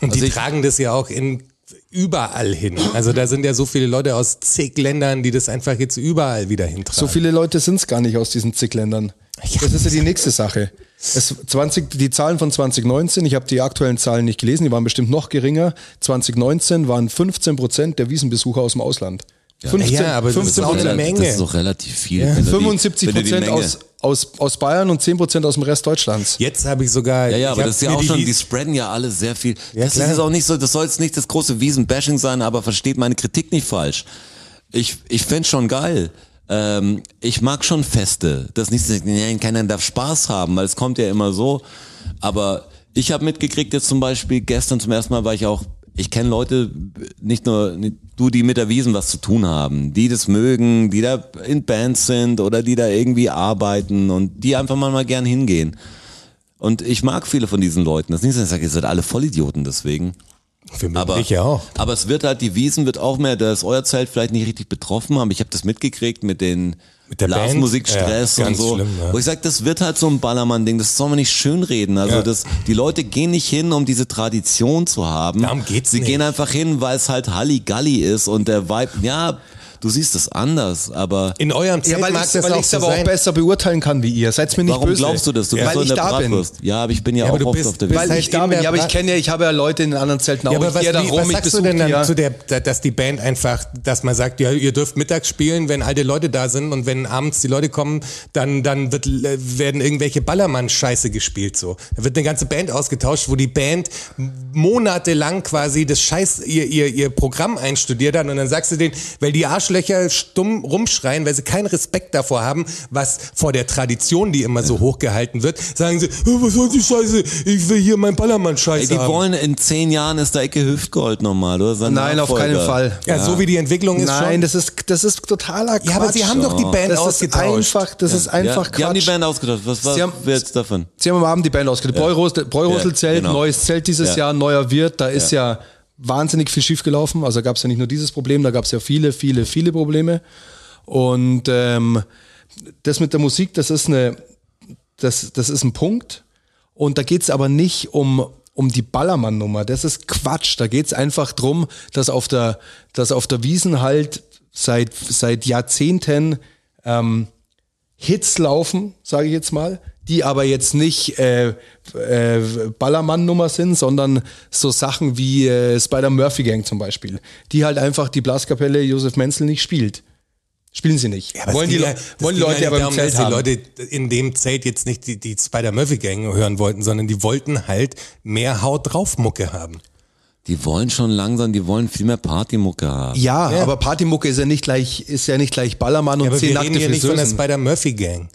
Und
Also
die
ich-
tragen das ja auch in überall hin. Also da sind ja so viele Leute aus zig Ländern, die das einfach jetzt überall wieder hintragen.
So viele Leute sind es gar nicht aus diesen Zickländern. Das ist ja die nächste Sache. Es 20, die Zahlen von 2019, ich habe die aktuellen Zahlen nicht gelesen, die waren bestimmt noch geringer. 2019 waren 15 Prozent der Wiesenbesucher aus dem Ausland. 15,
Ja, aber das ist
15
auch eine
Rela-
Prozent.
Menge.
Das ist doch relativ viel. wenn du die-
75
wenn du die
Prozent
Menge-
aus, aus, aus Bayern und 10 Prozent aus dem Rest Deutschlands.
Jetzt habe ich sogar.
Ja, ja, aber
ich
das ist
hab
ja
mir
auch schon, die
Wies-
spreaden ja alle sehr viel.
Ja,
das
klar.
ist auch nicht so, das soll jetzt nicht das große Wiesenbashing sein, aber versteht meine Kritik nicht falsch. Ich, ich find's schon geil. Ähm, ich mag schon Feste. Das nicht, nein, keiner darf Spaß haben, weil es kommt ja immer so. Aber ich habe mitgekriegt jetzt zum Beispiel, gestern zum ersten Mal war ich auch, ich kenne Leute, nicht nur nicht- du, die mit der Wiesen was zu tun haben, die das mögen, die da in Bands sind oder die da irgendwie arbeiten und die einfach mal, mal gern hingehen. Und ich mag viele von diesen Leuten. Das ist nicht so, dass ich sage, ihr seid alle Vollidioten deswegen.
Für mich
Aber,
ich ja auch.
aber es wird halt, die Wiesen wird auch mehr, da ist euer Zelt vielleicht nicht richtig betroffen, aber ich habe das mitgekriegt mit den
Mit der Band?
Blasmusikstress
Ja,
und
ganz
so.
schlimm, ja.
Wo ich sage, das wird halt so ein Ballermann-Ding, das soll man nicht schönreden. Also
Ja.
das, die Leute gehen nicht hin, um diese Tradition zu haben.
Darum geht's
Sie
nicht.
gehen einfach hin, weil es halt Halligalli ist und der Vibe, ja, du siehst es anders, aber
In eurem Zelt
Ja, weil
mag
ich
das auch
es
so
aber
sein.
auch besser beurteilen kann wie ihr. Seid mir nicht
warum
böse.
glaubst du das? Du
weil
bist so in
ich
der
da bin.
Bratwurst. Ja, aber ich bin ja,
aber
auch
du
oft
bist-
auf der
bist
Wiesen.
Weil
halt
ich da bin.
in der
Ja, aber ich
Brat-
kenne ja, ich habe ja Leute in anderen Zelten auch.
Ja, aber
ich
was,
gehe da
wie,
rum,
was
ich
sagst du
besuche
denn
die
dann
ja.
zu der, da- dass die Band einfach, dass man sagt, ja, ihr dürft mittags spielen, wenn alte Leute da sind und wenn abends die Leute kommen, dann, dann wird, äh, werden irgendwelche Ballermann-Scheiße gespielt so. Da wird eine ganze Band ausgetauscht, wo die Band monatelang quasi das Scheiß, ihr, ihr, ihr Programm einstudiert hat und dann sagst du denen, weil die Arschlöcher stumm rumschreien, weil sie keinen Respekt davor haben, was vor der Tradition, die immer so hochgehalten wird, sagen sie, "Oh, was soll die Scheiße? Ich will hier mein Ballermann-Scheiß
Ey, die
haben.
wollen in zehn Jahren ist der Ecke Hüftgold normal, oder? Sein
Nein, auf
Nachfolger.
keinen Fall.
Ja, so wie die Entwicklung ist schon.
Nein, das ist, das ist totaler Quatsch.
ja, aber sie haben doch die Band
das ist
ausgetauscht.
einfach, das ist einfach
Oh. Die haben die
Quatsch.
Band ausgetauscht. Was war
Sie haben-
jetzt davon?
Sie haben am Abend die Band ausgetauscht. Bräurosel- Bräurosel-Zelt,
Ja, genau.
neues Zelt dieses
Ja.
Jahr, neuer Wirt. Da ist ja, wahnsinnig viel schiefgelaufen. Also gab es ja nicht nur dieses Problem, da gab es ja viele, viele, viele Probleme. Und ähm, das mit der Musik, das ist eine, das, das ist ein Punkt. Und da geht's aber nicht um, um die Ballermann-Nummer. Das ist Quatsch. Da geht's einfach drum, dass auf der, dass auf der Wiesen halt seit, seit Jahrzehnten ähm, Hits laufen, sage ich jetzt mal, die aber jetzt nicht äh, äh, Ballermann-Nummer sind, sondern so Sachen wie äh, Spider-Murphy-Gang zum Beispiel, die halt einfach die Blaskapelle Josef Menzel nicht spielt. Spielen sie nicht.
aber es
wollen die,
ging
Le-
ja- es
wollen
ging ja
Leute
nicht
aber im
darum,
Zelt
dass die
haben.
Leute in dem Zelt jetzt nicht die, die Spider-Murphy-Gang hören wollten, sondern die wollten halt mehr Haut drauf Mucke haben.
Die wollen schon langsam, die wollen viel mehr Partymucke haben.
ja, aber Partymucke ist ja nicht gleich, ist ja nicht gleich Ballermann und
Aber
zehn
wir reden
nackte
hier nicht von der
Friseusen.
Spider-Murphy-Gang.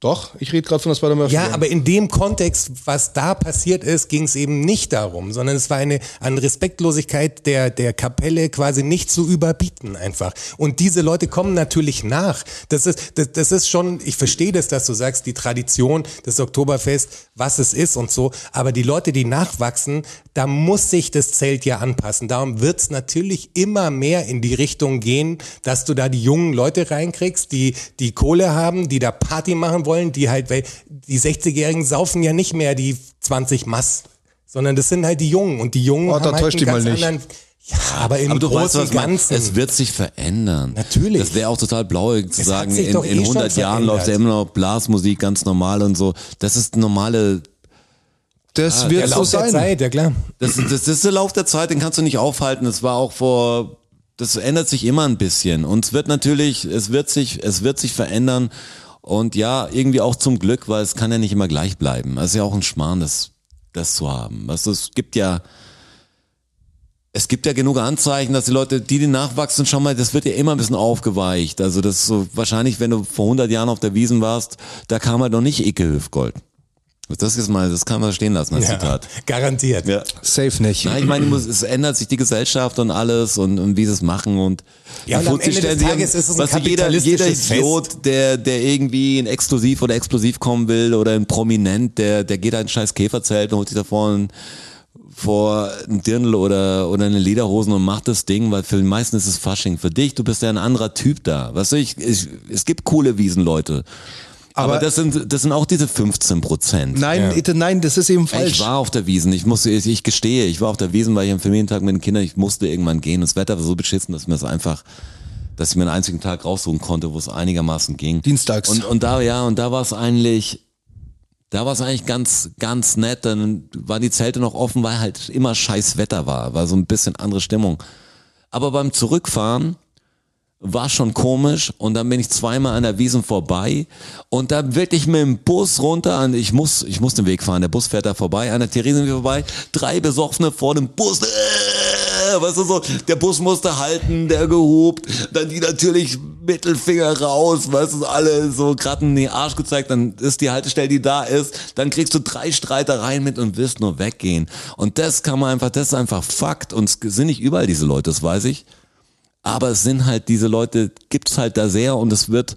Doch, ich rede gerade von der Spider-Murphy.
Ja, aber in dem Kontext, was da passiert ist, ging es eben nicht darum, sondern es war eine an Respektlosigkeit der, der Kapelle quasi nicht zu überbieten einfach. Und diese Leute kommen natürlich nach. Das ist, das, das ist schon, ich verstehe das, dass du sagst, die Tradition des Oktoberfest, was es ist und so, aber die Leute, die nachwachsen, da muss sich das Zelt ja anpassen. Darum wird's natürlich immer mehr in die Richtung gehen, dass du da die jungen Leute reinkriegst, die die Kohle haben, die da Party machen wollen, die halt, weil die 60-Jährigen saufen ja nicht mehr die 20 Mass, sondern das sind halt die Jungen und die Jungen
Oh,
haben
da
halt
täuscht die
einen
mal
ganz
nicht.
anderen, ja, aber im
Aber du weißt,
großen
was man,
Ganzen.
es wird sich verändern.
Natürlich.
Das wäre auch total blauäugig zu
Es hat
sagen,
sich
in,
doch eh
in
schon
100 Jahren
verändert.
läuft ja immer noch Blasmusik ganz normal und so. Das ist normale,
das
Ah, der
wird so
Lauf der
sein.
Zeit, ja klar.
das, das ist der Lauf der Zeit, den kannst du nicht aufhalten. Das war auch vor, das ändert sich immer ein bisschen. Und es wird natürlich, es wird sich, es wird sich verändern. Und ja, irgendwie auch zum Glück, weil es kann ja nicht immer gleich bleiben. Es ist ja auch ein Schmarrn, das, das zu haben. Weißt du, es gibt ja, es gibt ja genug Anzeichen, dass die Leute, die, die nachwachsen, schon mal, das wird ja immer ein bisschen aufgeweicht. Also das ist so, wahrscheinlich, wenn du vor 100 Jahren auf der Wiesen warst, da kam halt noch nicht Icke Hüfgold. Das ist mal, das kann man stehen lassen als
Ja,
Zitat.
garantiert.
Ja.
Safe nicht.
Ja, ich meine, die muss- es ändert sich die Gesellschaft und alles und, und wie sie es machen und
Ja,
die
und am
Fuzzi
Ende des
stellen sich
Tages
an,
ist es ein
weißt du, jeder, jeder
kapitalistisches
Idiot, der, der irgendwie in Exklusiv oder Explosiv kommen will oder in Prominent, der, der geht an ein scheiß Käferzelt und holt sich da vorne vor ein Dirndl oder, oder eine Lederhosen und macht das Ding, weil für den meisten ist es Fasching. Für dich, du bist ja ein anderer Typ da. Weißt du, ich, ich, es gibt coole Wiesenleute. Aber,
Aber-
das sind, das sind auch diese 15 Prozent.
Nein, it- nein, das ist eben falsch.
Ich war auf der Wiesen. Ich musste, ich, ich gestehe, ich war auf der Wiesen, weil ich am Familientag mit den Kindern, ich musste irgendwann gehen. Das Wetter war so beschissen, dass mir das einfach, dass ich mir einen einzigen Tag raussuchen konnte, wo es einigermaßen ging.
Dienstags.
Und, und da, ja, und da war es eigentlich, da war es eigentlich ganz, ganz nett. Dann waren die Zelte noch offen, weil halt immer scheiß Wetter war, war so ein bisschen andere Stimmung. Aber beim Zurückfahren war schon komisch und dann bin ich zweimal an der Wiesen vorbei und dann wirklich mit dem Bus runter an ich muss ich muss den Weg fahren der Bus fährt da vorbei an der Theresienwiese vorbei drei besoffene vor dem Bus äh, weißt du so der Bus musste halten der gehupt dann die natürlich Mittelfinger raus weißt du alle so gerade in den Arsch gezeigt dann ist die Haltestelle die da ist dann kriegst du drei Streitereien mit und willst nur weggehen und das kann man einfach das ist einfach Fakt und es sind nicht überall diese Leute das weiß ich aber es sind halt diese Leute, gibt's halt da sehr und es wird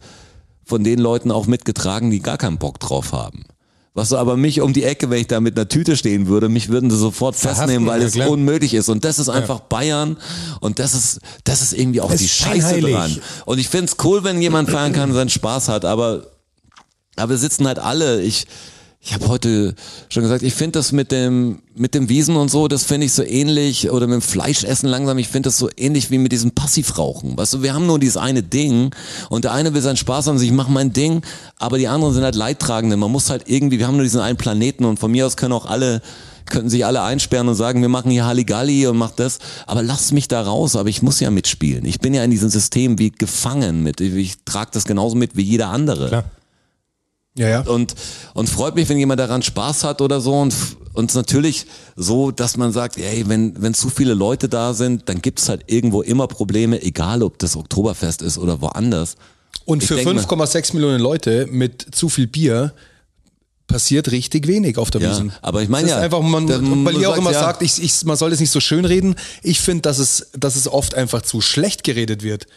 von den Leuten auch mitgetragen, die gar keinen Bock drauf haben. Was so aber mich um die Ecke, wenn ich da mit einer Tüte stehen würde, mich würden sie sofort festnehmen, weil
ja,
es
klar.
unmöglich ist. Und das ist einfach Bayern und das ist, das ist irgendwie auch
Es
die
ist
Scheiße
scheinheilig.
dran. Und ich find's cool, wenn jemand feiern kann und seinen Spaß hat, aber, aber wir sitzen halt alle. Ich, ich habe heute schon gesagt, ich finde das mit dem mit dem Wiesen und so, das finde ich so ähnlich oder mit dem Fleischessen langsam, ich finde das so ähnlich wie mit diesem Passivrauchen. Weißt du, wir haben nur dieses eine Ding und der eine will seinen Spaß haben, sich ich mach mein Ding, aber die anderen sind halt Leidtragende. Man muss halt irgendwie, wir haben nur diesen einen Planeten und von mir aus können auch alle könnten sich alle einsperren und sagen, wir machen hier Halligalli und macht das, aber lasst mich da raus, aber ich muss ja mitspielen. Ich bin ja in diesem System wie gefangen mit. Ich, ich trage das genauso mit wie jeder andere
Klar.
ja, ja.
und, und freut mich, wenn jemand daran Spaß hat oder so. Und, und natürlich so, dass man sagt, ey, wenn, wenn zu viele Leute da sind, dann gibt's halt irgendwo immer Probleme, egal ob das Oktoberfest ist oder woanders.
Und
Ich
für
denk mal-
5,6 Millionen Leute mit zu viel Bier passiert richtig wenig auf der
Ja,
Wiesn.
aber ich meine
Das ist
ja,
einfach, man,
da-
weil
man
ihr auch
sagt,
immer
ja.
sagt, ich, ich, man soll das nicht so schön reden. Ich finde, dass es, dass es oft einfach zu schlecht geredet wird.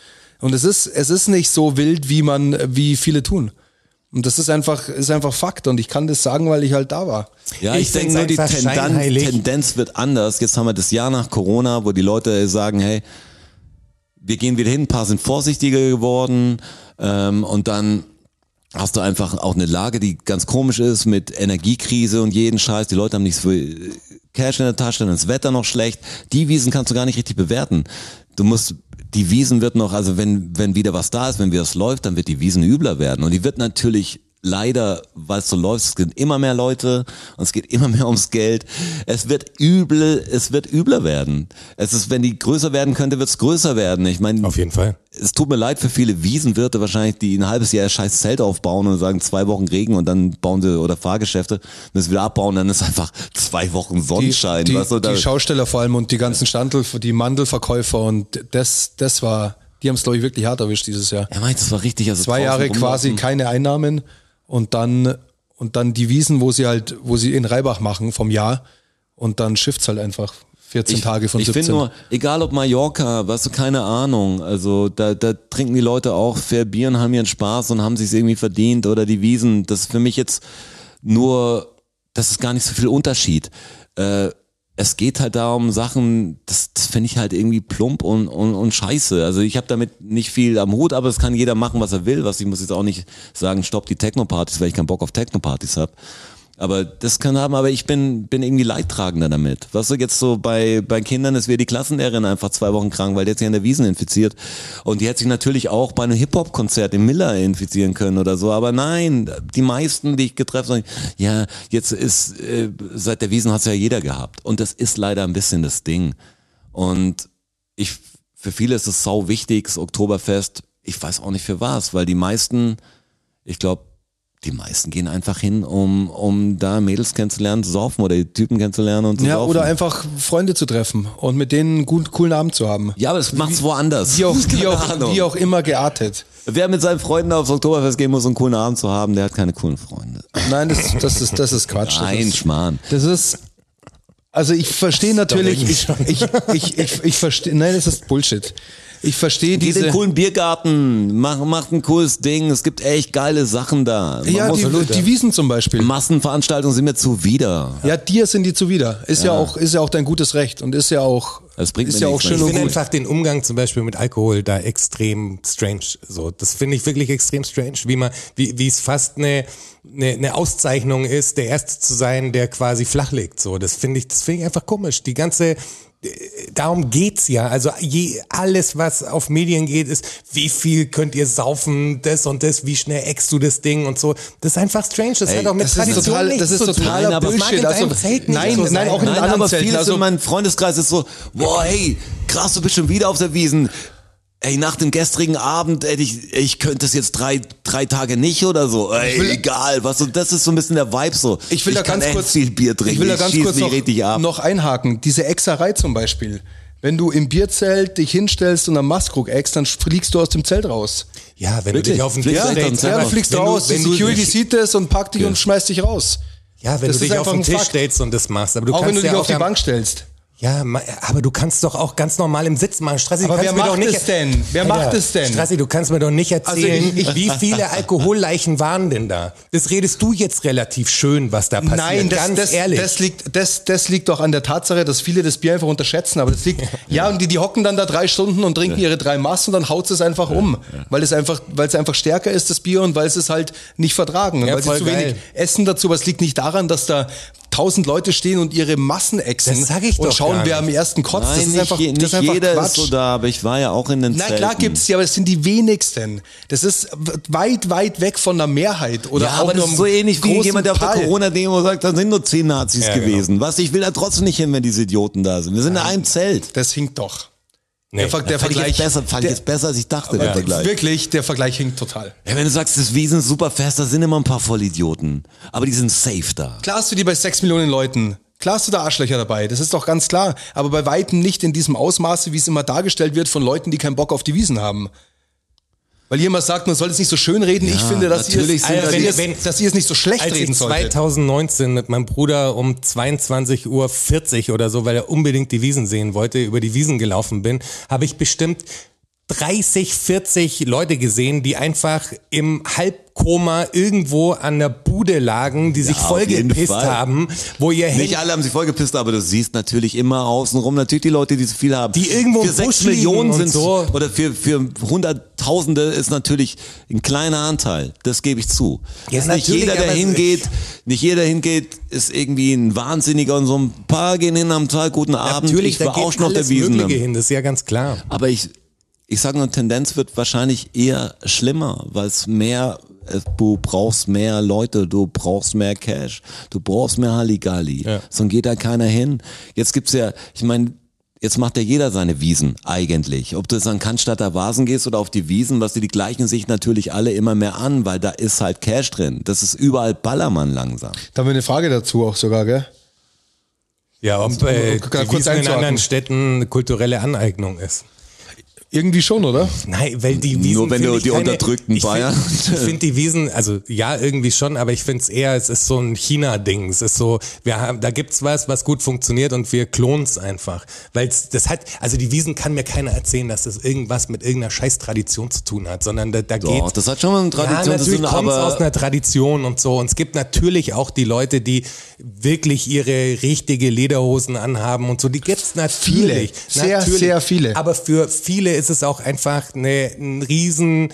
Und es ist, es ist nicht so wild, wie man, wie viele tun. Und das ist einfach, ist einfach Fakt. Und ich kann das sagen, weil ich halt da war.
Ja,
Ich
ich, denke
find's
nur, die
einfach
Tendenz,
scheinheilig.
Tendenz wird anders. Jetzt haben wir das Jahr nach Corona, wo die Leute sagen, hey, wir gehen wieder hin, ein paar sind vorsichtiger geworden ähm, und dann hast du einfach auch eine Lage, die ganz komisch ist mit Energiekrise und jeden Scheiß. Die Leute haben nicht so viel Cash in der Tasche, dann ist das Wetter noch schlecht. Die Wiesen kannst du gar nicht richtig bewerten. Du musst, die Wiesen wird noch, also wenn, wenn wieder was da ist, wenn wieder was läuft, dann wird die Wiesen übler werden. Und die wird natürlich leider, weil es so läuft, es gibt immer mehr Leute und es geht immer mehr ums Geld. Es wird übel, es wird übler werden. Es ist, wenn die größer werden könnte, wird es größer werden. Ich meine,
Auf jeden Fall.
es tut mir leid für viele Wiesenwirte wahrscheinlich, die ein halbes Jahr scheiß Zelt aufbauen und sagen zwei Wochen Regen und dann bauen sie oder Fahrgeschäfte, müssen wieder abbauen, dann ist einfach zwei Wochen Sonnenschein.
die, die,
weißt du, da,
die Schausteller vor allem und die ganzen Standel, die Mandelverkäufer und das, das war, die haben es glaube ich wirklich hart erwischt dieses Jahr.
er meint, das war richtig. Also
Zwei
draußen
Jahre
rumlaufen.
quasi keine Einnahmen und dann und dann die Wiesen, wo sie halt, wo sie in Reibach machen vom Jahr und dann schifft's halt einfach 14 Tage von
ich
17.
finde nur, egal ob Mallorca, weißt du, keine Ahnung. Also da, da trinken die Leute auch fair Bier und haben ihren Spaß und haben sich's irgendwie verdient oder die Wiesen. Das ist für mich jetzt nur, das ist gar nicht so viel Unterschied. Äh, es geht halt darum, Sachen, das, das finde ich halt irgendwie plump und, und, und scheiße. Also ich habe damit nicht viel am Hut, aber es kann jeder machen, was er will. Was ich muss jetzt auch nicht sagen, stopp die Techno-Partys, weil ich keinen Bock auf Techno-Partys habe. Aber das kann haben, aber ich bin, bin irgendwie leidtragender damit. Weißt du, jetzt so bei, bei Kindern ist wieder die Klassenlehrerin einfach zwei Wochen krank, weil die hat sich an der Wiesen infiziert. Und die hätte sich natürlich auch bei einem Hip-Hop-Konzert im Miller infizieren können oder so. Aber nein, die meisten, die ich getroffen habe, ja, jetzt ist, äh, seit der Wiesen hat es ja jeder gehabt. Und das ist leider ein bisschen das Ding. Und ich, für viele ist es sau wichtig, das Oktoberfest. Ich weiß auch nicht für was, weil die meisten, ich glaube, die meisten gehen einfach hin, um, um da Mädels kennenzulernen, zu saufen oder die Typen kennenzulernen und zu
ja,
saufen.
oder einfach Freunde zu treffen und mit denen einen guten, coolen Abend zu haben.
ja, aber das macht's woanders.
Wie auch, wie,
Keine
auch,
Ahnung.
wie auch immer geartet.
Wer mit seinen Freunden aufs Oktoberfest gehen muss, um einen coolen Abend zu haben, der hat keine coolen Freunde.
Nein, das, das, ist, das ist Quatsch.
Nein,
das ist,
Schmarrn.
das ist also ich verstehe natürlich,
irgendwie
ich, ich, ich, ich, ich verstehe, nein, das ist Bullshit. Ich verstehe
Geht in
diese,
den coolen Biergarten, macht, macht ein cooles Ding, es gibt echt geile Sachen da. Man
ja,
muss-
die, die Wiesen zum Beispiel.
Massenveranstaltungen sind mir zuwider.
Ja, dir sind die zuwider. Ist ja, auch, ist ja auch dein gutes Recht und ist ja auch,
Das bringt
ist
mir
ja auch
nichts, wenn
schön
Ich
und
finde
gut.
einfach den Umgang zum Beispiel mit Alkohol da extrem strange. So, das finde ich wirklich extrem strange, wie man, wie, wie es fast eine, eine, eine Auszeichnung ist, der Erste zu sein, der quasi flach liegt. So, das finde ich, das finde ich einfach komisch. Die ganze, darum geht's ja. Also je, alles, was auf Medien geht, ist, wie viel könnt ihr saufen, das und das, wie schnell eckst du das Ding und so. Das ist einfach strange. Das hat auch mit
das ist
Tradition
total,
nichts
das ist
zu tun.
totaler
Nein, aber es mag in
Bullshit. Also,
deinem Zelt nicht
nein,
so
nein,
sein.
auch in
Nein,
anderen
aber
Zelten.
vieles
Also,
in meinem Freundeskreis ist so, boah, hey, krass, du bist schon wieder auf der Wiesen. Ey, nach dem gestrigen Abend, hätte ich, ich könnte es jetzt drei, drei Tage nicht oder so. Ey,
will-
egal, was und das ist so ein bisschen der Vibe so.
ich will da
kann
ganz
echt
kurz,
viel Bier trinken.
ich will da ganz
schieß
kurz
mich
noch,
richtig ab.
noch einhaken. Diese Exerei zum Beispiel. Wenn du im Bierzelt dich hinstellst und am Maskrug eckst, dann fliegst du aus dem Zelt raus.
Ja, wenn
Wirklich?
du dich auf den
Fliegst
Tisch
du echt
legst,
aus dem Zelt
Ja,
raus?
dann fliegst du
Wenn
raus. Die
wenn
Security sieht das und packt dich und schmeißt dich raus.
Ja, wenn
Das
du
ist
dich auf
einfach
den
ein
Tisch
Fakt.
stellst und das machst. Aber du
Auch wenn
kannst
du dich
ja
auf die
am-
Bank stellst.
Ja, ma- aber du kannst doch auch ganz normal im Sitzen machen. Strassi, du
Aber
kannst
wer
mir doch
macht
nicht
es denn? Wer macht es denn?
Strassi, du kannst mir doch nicht erzählen,
Also ich- ich-
wie viele Alkoholleichen waren denn da? Das redest du jetzt relativ schön, was da passiert.
Nein, das,
ganz
das,
ehrlich.
Das, liegt, das, das liegt doch an der Tatsache, dass viele das Bier einfach unterschätzen. Aber das liegt, ja, und die, die hocken dann da drei Stunden und trinken ihre drei Maß und dann haut es einfach um. Weil es einfach, weil es einfach stärker ist, das Bier, und weil sie es halt nicht vertragen. Und
Ja,
weil sie
voll
zu
geil.
wenig essen dazu. Aber es liegt nicht daran, dass da tausend Leute stehen und ihre Massen exen
Das sag ich
und
doch
schauen,
gar
wer am
nicht.
ersten kotzt.
Nein,
das ist
nicht,
einfach,
je,
das
nicht
ist einfach
jeder
Quatsch.
ist so da, aber ich war ja auch in den
Na
Zelten.
klar gibt's sie, aber es sind die wenigsten. Das ist weit, weit weg von der Mehrheit. Oder
ja,
auch
aber
nur
das ist
einem
so ähnlich wie
großen
jemand, der auf der
Teil.
Corona-Demo sagt, da sind nur zehn Nazis
Ja, genau.
gewesen. Was? Ich will da trotzdem nicht hin, wenn diese Idioten da sind. Wir sind in einem Zelt.
Das hinkt doch.
Nee.
Der, Ver der
fand ich
Vergleich.
jetzt besser, fand
der,
ich jetzt besser, als ich dachte, der
aber
Vergleich.
Wirklich, der Vergleich hinkt total.
Ja, wenn du sagst, das Wiesen ist super fest, da sind immer ein paar Vollidioten. Aber die sind safe da.
Klar hast du die bei 6 Millionen Leuten. Klar hast du da Arschlöcher dabei, das ist doch ganz klar. Aber bei weitem nicht in diesem Ausmaße, wie es immer dargestellt wird von Leuten, die keinen Bock auf die Wiesen haben. Weil ihr immer sagt, man soll es nicht so schön reden. ich finde, dass ihr,
natürlich
es,
sind
dass,
da die-
ihr es,
wenn-
dass ihr es nicht so schlecht
als
reden
ich
solltet.
2019 mit meinem Bruder um 22.40 Uhr oder so, weil er unbedingt die Wiesen sehen wollte, über die Wiesen gelaufen bin, habe ich bestimmt 30, 40 Leute gesehen, die einfach im Halbkoma irgendwo an der Bude lagen, die sich
auf jeden
vollgepisst
Fall.
haben, wo ihr
Nicht alle haben sich vollgepisst, aber du siehst natürlich immer außenrum natürlich die Leute, die so viel haben.
Die irgendwo im
für
Busch
sechs
liegen
Millionen
und
sind
so.
oder für für Hunderttausende ist natürlich ein kleiner Anteil. Das gebe ich zu.
Ja,
Ist nicht
natürlich,
jeder, der
aber-
hingeht, nicht jeder hingeht, ist irgendwie ein Wahnsinniger und so ein paar gehen hin am Tag, guten Abend.
Natürlich,
ich
da
war
geht
auch schon auf der
alles
Wiesn. ne?
Mögliche hin, das ist ja ganz klar.
Aber ich, ich sage nur, Tendenz wird wahrscheinlich eher schlimmer, weil es mehr, äh, du brauchst mehr Leute, du brauchst mehr Cash, du brauchst mehr Halligalli.
Ja.
Sonst geht da keiner hin. Jetzt gibt's ja, ich meine, jetzt macht ja jeder seine Wiesen eigentlich. Ob du jetzt an Cannstatter Vasen gehst oder auf die Wiesen, was die, die gleichen sich natürlich alle immer mehr an, weil da ist halt Cash drin. Das ist überall Ballermann langsam.
Da haben wir eine Frage dazu auch sogar, gell?
Ja, ob
Also,
äh,
kurz
die Wiesn in
einzuordnen.
anderen Städten kulturelle Aneignung ist.
Irgendwie schon, oder?
Nein, weil die Wiesen.
Nur wenn
find
du
ich
die
keine-
unterdrückten
ich find-
Bayern-
Ich finde die Wiesen, also ja, irgendwie schon, aber ich finde es eher, es ist so ein China-Ding. Es ist so, wir haben, da gibt's was, was gut funktioniert und wir klonen's einfach. Weil das hat, also die Wiesen kann mir keiner erzählen, dass das irgendwas mit irgendeiner Scheiß-Tradition zu tun hat, sondern da, da
Doch,
geht's.
das hat schon mal eine Tradition
Ja,
zu
natürlich
tun,
kommt
aber-
aus einer Tradition und so. Und es gibt natürlich auch die Leute, die wirklich ihre richtige Lederhosen anhaben und so. Die gibt's
Viele.
natürlich.
Sehr,
natürlich.
sehr viele.
Aber für viele ist es auch einfach eine, ein riesen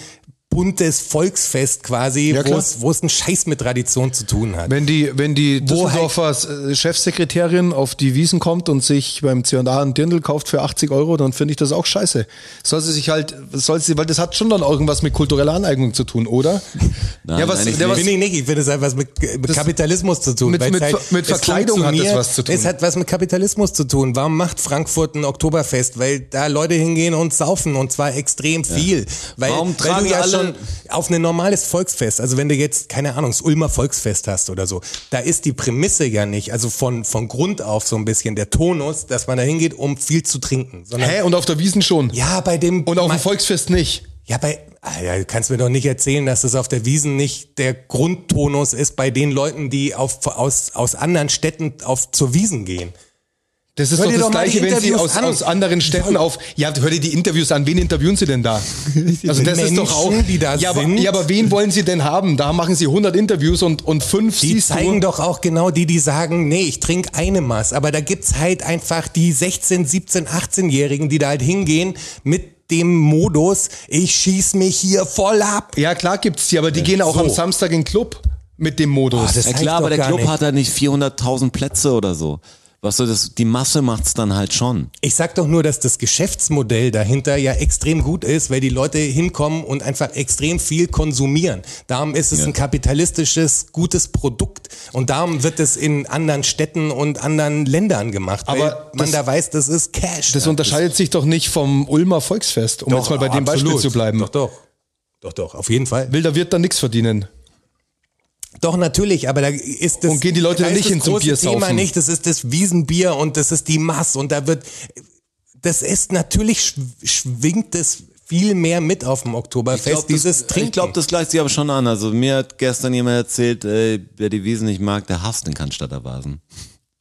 buntes Volksfest quasi,
Ja,
wo
klar.
es wo es einen Scheiß mit Tradition zu tun hat.
Wenn die, wenn die
Wo
Düsseldorfer äh, Chefsekretärin auf die Wiesen kommt und sich beim C&A einen Dirndl kauft für 80 Euro, dann finde ich das auch scheiße. Soll sie sich halt, soll sie, weil das hat schon dann irgendwas mit kultureller Aneignung zu tun, oder?
Nein, nein, ich-
was-
Finde ich nicht. Ich finde, es hat was mit, mit
Das-
Kapitalismus zu tun.
mit-
weil's
mit
halt,
Ver- mit
es
Verkleidung hat das
funktioniert.
was zu tun.
Es hat was mit Kapitalismus zu tun. Warum macht Frankfurt ein Oktoberfest? Weil da Leute hingehen und saufen und zwar extrem viel. Weil,
Warum
weil
tragen
du ja
alle-
schon auf ein normales Volksfest, also wenn du jetzt, keine Ahnung, das Ulmer Volksfest hast oder so, da ist die Prämisse ja nicht, also von, von Grund auf so ein bisschen der Tonus, dass man da hingeht, um viel zu trinken. Sondern,
Hä? Und auf der Wiesen schon.
ja, bei dem...
Und auf
Ma-
dem Volksfest nicht.
ja, bei, Alter, du kannst mir doch nicht erzählen, dass das auf der Wiesen nicht der Grundtonus ist bei den Leuten, die auf, aus, aus anderen Städten auf, zur Wiesen gehen.
Das ist
Hör
doch
dir
das
doch mal die
Gleiche, wenn sie
Interviews
aus,
an.
aus anderen Städten auf. Ja, hör dir die Interviews an. Wen interviewen sie denn da? Also das ist doch auch.
Menschen, die da
ja, aber,
sind.
ja, aber wen wollen sie denn haben? Da machen sie 100 Interviews und, und fünf
Die
siehst
zeigen
du.
doch auch genau die, die sagen, nee, ich trinke eine Maß. Aber da gibt's halt einfach die 16, 17, 18-Jährigen, die da halt hingehen mit dem Modus, ich schieß mich hier voll ab.
Ja, klar gibt's die, aber die gehen auch
So.
am Samstag in den Club mit dem Modus.
Ah, das-
Ja
reicht
klar, aber
doch
der
gar
Club
nicht.
hat da nicht 400.000 Plätze oder so. Was so das, die Masse macht's dann halt schon.
Ich sag doch nur, dass das Geschäftsmodell dahinter ja extrem gut ist, weil die Leute hinkommen und einfach extrem viel konsumieren. Darum ist es
Ja.
ein kapitalistisches, gutes Produkt. Und darum wird es in anderen Städten und anderen Ländern gemacht.
Aber
weil
das-
man da weiß, das ist Cash.
das unterscheidet sich doch nicht vom Ulmer Volksfest, um jetzt mal bei dem Beispiel zu bleiben.
Doch, doch. Doch, doch, auf jeden Fall.
Wilder wird da nichts verdienen.
Doch, natürlich, aber da ist das.
Und gehen die Leute
da
dann
ist
nicht
das
hin zum
große
Bier
Thema
saufen?
nicht, das ist das Wiesenbier und das ist die Mass und da wird, das ist natürlich schw- schwingt das viel mehr mit auf dem Oktoberfest,
Ich glaub,
dieses
das, äh,
Trinken.
ich glaube, das gleicht sich aber schon an. Also mir hat gestern jemand erzählt, ey, wer die Wiesen nicht mag, der hasst den Cannstatter Vasen.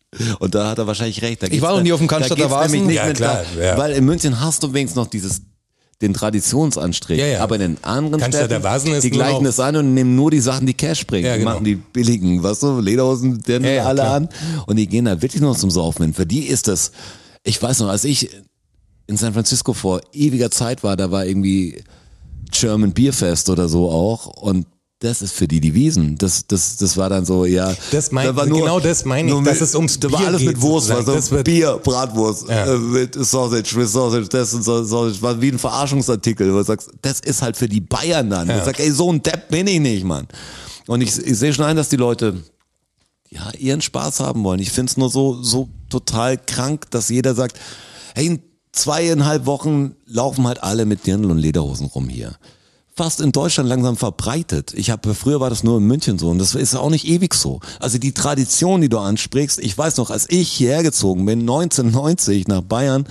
Und da hat er wahrscheinlich recht. Da geht's
war noch
dann-
nie auf dem
da
Cannstatter
geht's nämlich
Vasen.
Nicht
Ja,
mit,
klar,
da,
ja.
Weil in München hast du wenigstens noch dieses den Traditionsanstrich.
Ja, ja.
Aber in den anderen
Cannstatter
Städten,
Vasen ist
die
nur noch-
gleichen das an und nehmen nur die Sachen, die Cash bringen.
Ja,
Die
genau.
machen die billigen, weißt du, Lederhosen, der
Ja, ja,
alle
klar.
an. Und die gehen da wirklich noch zum Saufen hin. Für die ist das, ich weiß noch, als ich in San Francisco vor ewiger Zeit war, da war irgendwie German Beer Fest oder so auch und das ist für die die Wiesen. Das, das, das war dann so, ja.
Das mein-
da war
genau das meine ich,
nur
dass es ums
Da war
Bier
alles
geht
mit Wurst,
sozusagen.
also
Das wird-
Bier, Bratwurst,
Ja.
äh, mit Sausage, mit Sausage, das und so- Sausage. War wie ein Verarschungsartikel, wo du sagst, das ist halt für die Bayern dann.
Ja.
Ich sag, ey, so ein Depp bin ich nicht, Mann. Und ich, ich sehe schon ein, dass die Leute ja, ihren Spaß haben wollen. Ich find's nur so, so total krank, dass jeder sagt, hey, in zweieinhalb Wochen laufen halt alle mit Dirndl und Lederhosen rum hier. fast in Deutschland langsam verbreitet. Ich habe früher war das nur in München so und das ist auch nicht ewig so. Also die Tradition, die du ansprichst, ich weiß noch, als ich hierher gezogen bin, 1990 nach Bayern,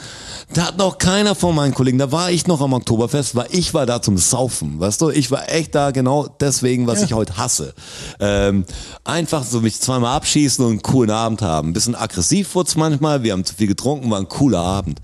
da hat noch keiner von meinen Kollegen, da war ich noch am Oktoberfest, weil ich war da zum Saufen, weißt du? Ich war echt da genau deswegen, was ich heute hasse. Ähm, einfach so mich zweimal abschießen und einen coolen Abend haben. Ein bisschen aggressiv wurde manchmal, wir haben zu viel getrunken, war ein cooler Abend.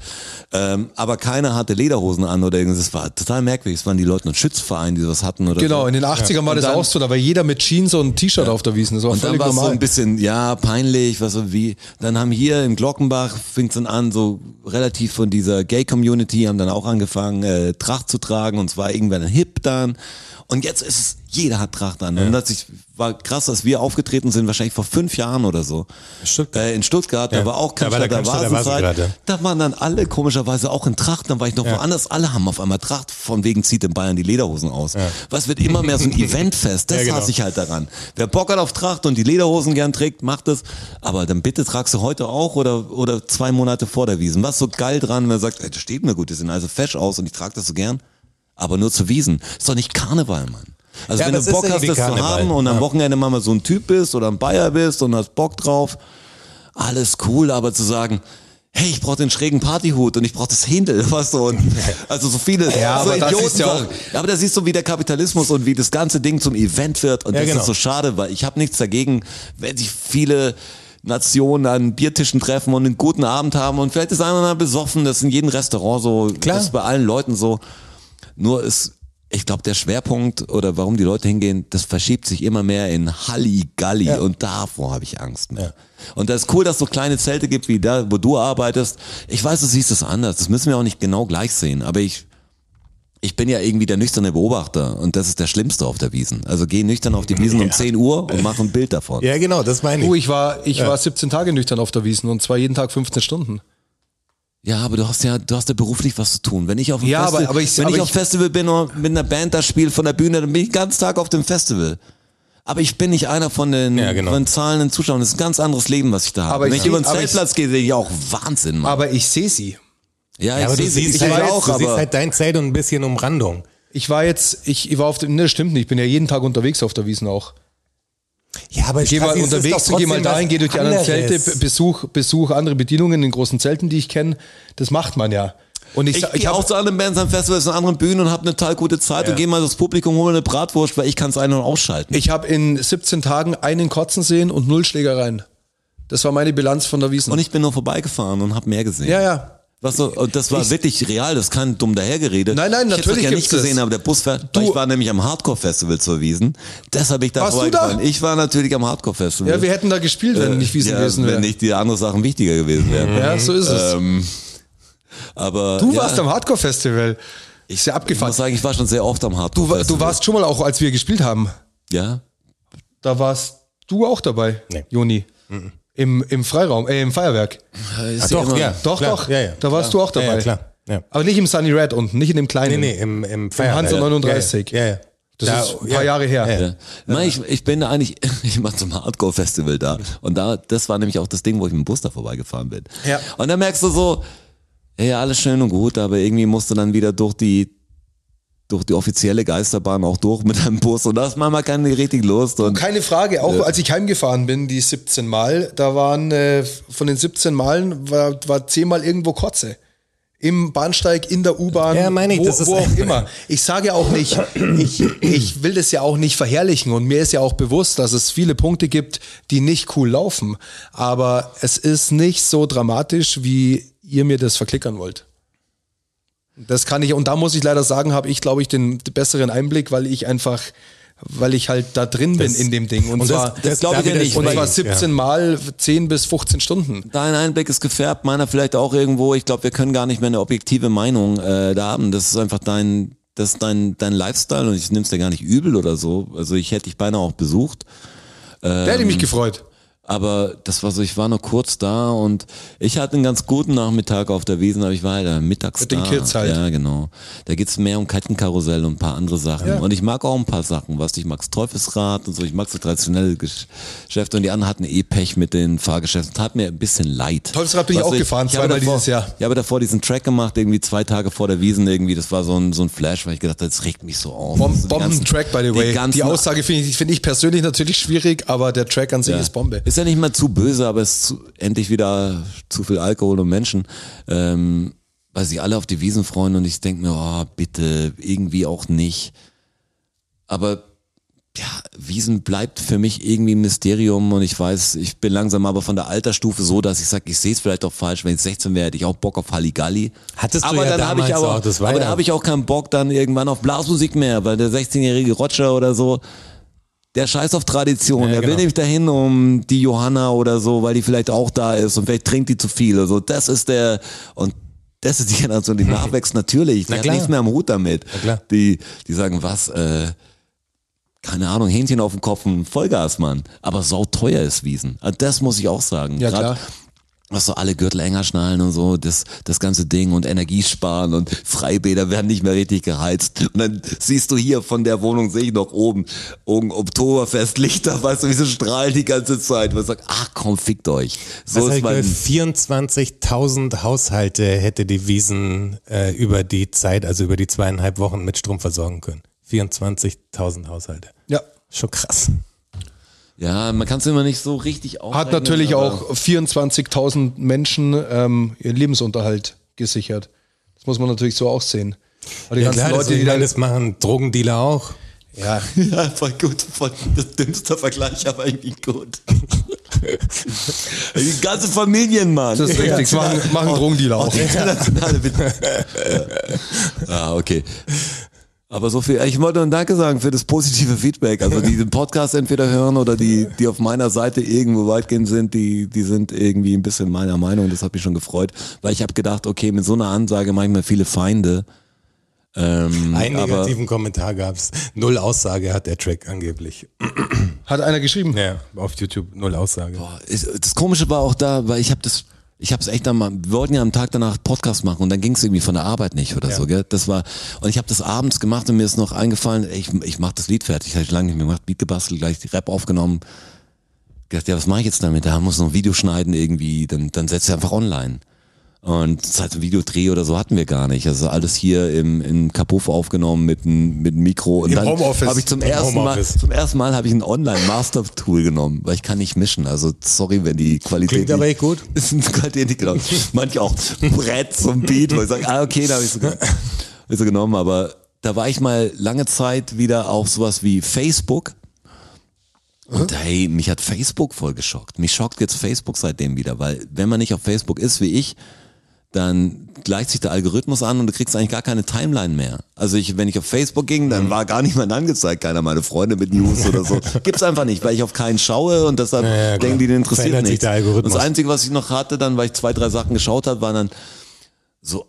Ähm, aber keiner hatte Lederhosen an oder irgendwas. Es war total merkwürdig. Es waren die Leute in Schützvereinen, die sowas hatten oder
Genau,
so.
in den 80ern war das auch so, da war jeder mit Jeans und einem T-Shirt auf der Wiesn. Das war
Und dann
völlig
war es so
normal.
ein bisschen, ja, peinlich, was so wie. Dann haben hier in Glockenbach fing es dann an, so relativ von dieser Gay-Community haben dann auch angefangen, äh, Tracht zu tragen und zwar irgendwann dann hip dann. Und jetzt ist es, jeder hat Tracht an. Und das ich, war krass, dass wir aufgetreten sind, wahrscheinlich vor fünf Jahren oder so.
Stuttgart.
Äh, in Stuttgart,
Ja.
da war auch
Da war der
Cannstatter
Cannstatter
Vasenzeit.
Vasen gerade.
Da waren dann alle komischerweise auch in Tracht, dann war ich noch woanders, alle haben auf einmal Tracht, von wegen zieht in Bayern die Lederhosen aus. Was wird immer mehr so ein Eventfest, das
Ja, genau.
hasse ich halt daran. Wer Bock hat auf Tracht und die Lederhosen gern trägt, macht es, aber dann bitte tragst du heute auch oder, oder zwei Monate vor der Wiesen. Was so geil dran, wenn man sagt, ey, das steht mir gut, die sehen also fesch aus und ich trage das so gern, aber nur zur Wiesen. Ist doch nicht Karneval, Mann. Also
Ja,
wenn
aber
du
es ist
Bock hast,
irgendwie
das zu
Karneval.
haben und am
Ja.
Wochenende mal so ein Typ bist oder ein Bayer bist und hast Bock drauf, alles cool, aber zu sagen, hey, ich brauche den schrägen Partyhut und ich brauche das Händel, was so und also so viele
Ja,
so
aber das
Idioten-
ist ja auch-
Ja, aber da siehst du, wie der Kapitalismus und wie das ganze Ding zum Event wird und
Ja,
das
genau.
ist so schade, weil ich habe nichts dagegen, wenn sich viele Nationen an Biertischen treffen und einen guten Abend haben und vielleicht ist einer mal besoffen, das ist in jedem Restaurant so,
Klar.
das ist bei allen Leuten so. Nur ist, ich glaube, der Schwerpunkt oder warum die Leute hingehen, das verschiebt sich immer mehr in Halligalli und davor habe ich Angst. Mehr. Und das ist cool, dass es so kleine Zelte gibt, wie da, wo du arbeitest. Ich weiß, du siehst das anders. Das müssen wir auch nicht genau gleich sehen, aber ich, ich bin ja irgendwie der nüchterne Beobachter und das ist der Schlimmste auf der Wiesen. Also geh nüchtern auf die Wiesen um 10 Uhr und mach ein Bild davon.
Ja, genau, das meine ich.
Oh, ich war, ich war 17 Tage nüchtern auf der Wiesn und zwar jeden Tag 15 Stunden.
Ja, aber du hast ja, du hast ja beruflich was zu tun. Wenn ich auf dem
Ja,
Festival,
aber- aber ich-
wenn
aber
ich
ich-
auf Festival bin und mit einer Band da spiele von der Bühne, dann bin ich den ganzen Tag auf dem Festival. Aber ich bin nicht einer von den,
Ja, genau.
von den zahlenden Zuschauern. Das ist ein ganz anderes Leben, was ich da habe.
Aber
Wenn
ich
ich
seh-
über den
aber ich-
Zeltplatz gehe, sehe ich auch Wahnsinn, Mann.
Aber ich sehe sie.
ja,
ja,
ich
aber du
sehe
siehst,
ich
halt,
sehe auch,
du siehst
aber
halt dein Zelt und ein bisschen Umrandung.
Ich war jetzt, ich, ich war auf dem, ne, stimmt nicht, ich bin ja jeden Tag unterwegs auf der Wiesn auch.
Ja, aber
Ich gehe mal
Strassi, es ist
unterwegs,
doch
gehe mal
trotzdem
dahin,
was
gehe durch die anderen
anderes.
Zelte, be- besuch, besuch andere Bedienungen in großen Zelten, die ich kenne. Das macht man ja. Und ich,
ich,
sa-
gehe
hab-
auch zu anderen Bands am Festival, zu anderen Bühnen und habe eine total gute Zeit und gehe mal das Publikum holen eine Bratwurst, weil ich kann es ein- und ausschalten.
Ich habe in 17 Tagen einen Kotzen sehen und null Schlägereien. Das war meine Bilanz von der Wiesn.
und ich bin nur vorbeigefahren und habe mehr gesehen.
ja, ja.
Was so, und das war wirklich real, das ist kein dumm dahergerede.
Nein, nein,
ich hätt's
natürlich
ja nicht
gibt's das.
gesehen, aber der Bus fährt. Ich war nämlich am Hardcore-Festival zur Wiesen. Das habe ich da
Warst du
vorbeigefahren.
da?
Ich war natürlich am Hardcore-Festival.
Ja, wir hätten da gespielt, wenn nicht Wiesn
Äh, ja,
gewesen wäre.
Wenn nicht die anderen Sachen wichtiger gewesen wären.
Ja, so ist es.
Ähm, aber
Mhm. du
ja,
warst am Hardcore-Festival. Ist
Ich
ja
muss
abgefahren.
sagen, ich war schon sehr oft am
Du, wa-
Hardcore-Festival.
du warst schon mal auch, als wir gespielt haben,
Ja.
da warst du auch dabei,
Nee.
Joni.
Mhm.
Im, Im Freiraum, äh, im Feuerwerk.
Äh, Ist
doch,
immer-
ja.
Ah, Doch,
Klar,
doch.
ja, ja,
da warst du
klar.
auch dabei.
Ja, ja, klar. Ja.
Aber nicht im Sunny Red unten, nicht in dem kleinen.
Nee, nee, im, im Feier.
Hans
ja.
39.
Ja, ja.
Das ist ein paar Jahre her.
Ja.
Ja. Nein, ich, ich bin eigentlich, ich war zum Hardcore-Festival da. Und da, das war nämlich auch das Ding, wo ich mit dem Bus da vorbeigefahren bin.
Ja.
Und dann merkst du so, ey, alles schön und gut, aber irgendwie musst du dann wieder durch die, durch die offizielle Geisterbahn auch durch mit deinem Bus. Und da ist manchmal keine richtig Lust. Und
Keine Frage, auch als ich heimgefahren bin, die 17 Mal, da waren äh, von den 17 Malen war, war 10 Mal irgendwo Kotze. Im Bahnsteig, in der U-Bahn,
Ja, meine ich,
wo,
das ist
wo auch
einfach-
immer. Ich sage ja auch nicht, ich, ich will das ja auch nicht verherrlichen und mir ist ja auch bewusst, dass es viele Punkte gibt, die nicht cool laufen. Aber es ist nicht so dramatisch, wie ihr mir das verklickern wollt. Das kann ich, und da muss ich leider sagen, habe ich, glaube ich, den besseren Einblick, weil ich einfach, weil ich halt da drin bin
Das-
in dem Ding. Und,
Und
zwar,
das, das
glaub
glaube ich ja Ähm, nicht.
und
weil-
zwar 17 Mal 10 bis 15 Stunden.
Dein Einblick ist gefärbt, meiner vielleicht auch irgendwo. Ich glaube, wir können gar nicht mehr eine objektive Meinung äh, da haben. Das ist einfach dein, das ist dein, dein Lifestyle und ich nehme es dir gar nicht übel oder so. Also ich hätte dich beinahe auch besucht.
Da hätte ich mich gefreut.
Aber das war so, ich war nur kurz da und ich hatte einen ganz guten Nachmittag auf der Wiesen, aber ich war halt äh, mittags
Mit den
da.
Kids halt.
Ja, genau. Da geht's mehr um Kettenkarussell und ein paar andere Sachen.
Ja.
Und ich mag auch ein paar Sachen, was ich mag's Teufelsrad und so, ich mag so traditionelle Gesch- Geschäfte und die anderen hatten eh Pech mit den Fahrgeschäften. Tat mir ein bisschen leid.
Teufelsrad bin ich
Was
auch gefahren,
habe
zweimal
davor,
dieses Jahr.
Ich habe davor diesen Track gemacht, irgendwie zwei Tage vor der Wiesen irgendwie, das war so ein, so ein Flash, weil ich gedacht habe, das regt mich so auf.
Bom
Das sind die ganzen-
Bomben-Track, by the
die
way. Die,
ganzen-
Aussage finde ich, finde ich persönlich natürlich schwierig, aber der Track an sich ist Bombe.
Ist ja nicht mal zu böse, aber es ist zu, endlich wieder zu viel Alkohol und Menschen, ähm, weil sie alle auf die Wiesen freuen und ich denke mir, oh, bitte, irgendwie auch nicht. Aber ja, Wiesen bleibt für mich irgendwie ein Mysterium und ich weiß, ich bin langsam aber von der Altersstufe so, dass ich sage, ich sehe es vielleicht auch falsch, wenn ich 16 wäre, hätte ich auch Bock auf Halligalli.
Hattest du
aber
ja
dann habe ich
damals
aber,
auch, das war
aber
ja-
da habe ich auch keinen Bock dann irgendwann auf Blasmusik mehr, weil der 16-jährige Roger oder so, der scheiß auf Tradition.
Ja,
der
genau.
will nämlich dahin um die Johanna oder so, weil die vielleicht auch da ist und vielleicht trinkt die zu viel. Also das ist der und das ist die Generation, die nachwächst natürlich. Die
Na
hat
klar.
nichts mehr am Hut damit.
klar.
Die, die sagen, was, äh, keine Ahnung, Hähnchen auf dem Kopf, ein Vollgas, Mann. Aber sauteuer ist Wiesen. Also das muss ich auch sagen.
Ja,
Grad-
klar.
was so alle Gürtel enger schnallen und so, das, das ganze Ding und Energiesparen und Freibäder werden nicht mehr richtig geheizt. Und dann siehst du hier von der Wohnung, sehe ich noch oben, oben Oktoberfestlichter, weißt du, wie sie strahlen die ganze Zeit. Man sagt, ach komm, fickt euch. So
Das
ist
heißt,
mein,
24.000 Haushalte hätte die Wiesen äh, über die Zeit, also über die zweieinhalb Wochen mit Strom versorgen können. 24.000 Haushalte.
Ja.
Schon krass.
ja, man kann es immer nicht so richtig aufrechnen.
Hat natürlich
aber-
auch 24.000 Menschen ähm, ihren Lebensunterhalt gesichert. Das muss man natürlich so auch sehen. Aber die
Ja,
ganzen
klar,
Leute, die
das,
da,
das machen Drogendealer auch.
ja,
Ja, voll gut. Voll, das dümmste Vergleich, aber irgendwie gut. Die ganze Familien, Mann.
das ist richtig. Das machen, machen Drogendealer auch.
Internationale Witze. ja. Ah, okay. Aber so viel. Ich wollte nur Danke sagen für das positive Feedback. Also die den Podcast entweder hören oder die, die auf meiner Seite irgendwo weitgehend sind, die, die sind irgendwie ein bisschen meiner Meinung. Das hat mich schon gefreut, weil ich habe gedacht, okay, mit so einer Ansage mache ich mir viele Feinde. Ähm,
Einen
aber
negativen Kommentar gab's. Null Aussage hat der Track angeblich.
Hat einer geschrieben.
Ja, auf YouTube null Aussage.
Boah, ist- das Komische war auch da, weil ich habe das, ich habe es echt dann mal, wir wollten ja am Tag danach Podcast machen und dann ging es irgendwie von der Arbeit nicht oder so, gell? Das war und ich habe das abends gemacht und mir ist noch eingefallen, ey, ich, ich mache das Lied fertig, habe ich lange nicht mehr gemacht, Beat gebastelt, gleich die Rap aufgenommen. Gedacht, ja, was mache ich jetzt damit? Da muss noch ein Video schneiden irgendwie, dann dann setz ich einfach online. Und das heißt, ein Videodreh oder so hatten wir gar nicht. Also alles hier im, im Kapuff aufgenommen mit einem mit einem Mikro. Und
Im
dann
Homeoffice.
habe ich zum
Im
ersten Mal,
Homeoffice.
zum ersten Mal habe ich ein Online-Master-Tool genommen, weil ich kann nicht mischen. Also sorry, wenn die Qualität.
Klingt aber echt gut.
Ist eine Qualität nicht genau. Manche auch Brett zum Beat, wo ich sage, ah, okay, da habe ich so genommen. Hab ich so genommen. Aber da war ich mal lange Zeit wieder auf sowas wie Facebook. Und hey, mich hat Facebook voll geschockt. Mich schockt jetzt Facebook seitdem wieder, weil wenn man nicht auf Facebook ist wie ich, dann gleicht sich der Algorithmus an und du kriegst eigentlich gar keine Timeline mehr. Also ich, wenn ich auf Facebook ging,
Mhm.
dann war gar niemand angezeigt, keiner meiner Freunde mit News oder so. Gibt's einfach nicht, weil ich auf keinen schaue und deshalb
Ja, ja,
denken
klar.
die, den interessiert
Verändert sich
nichts.
der Algorithmus.
Und das Einzige, was ich noch hatte, dann, weil ich zwei, drei Sachen geschaut habe, waren dann so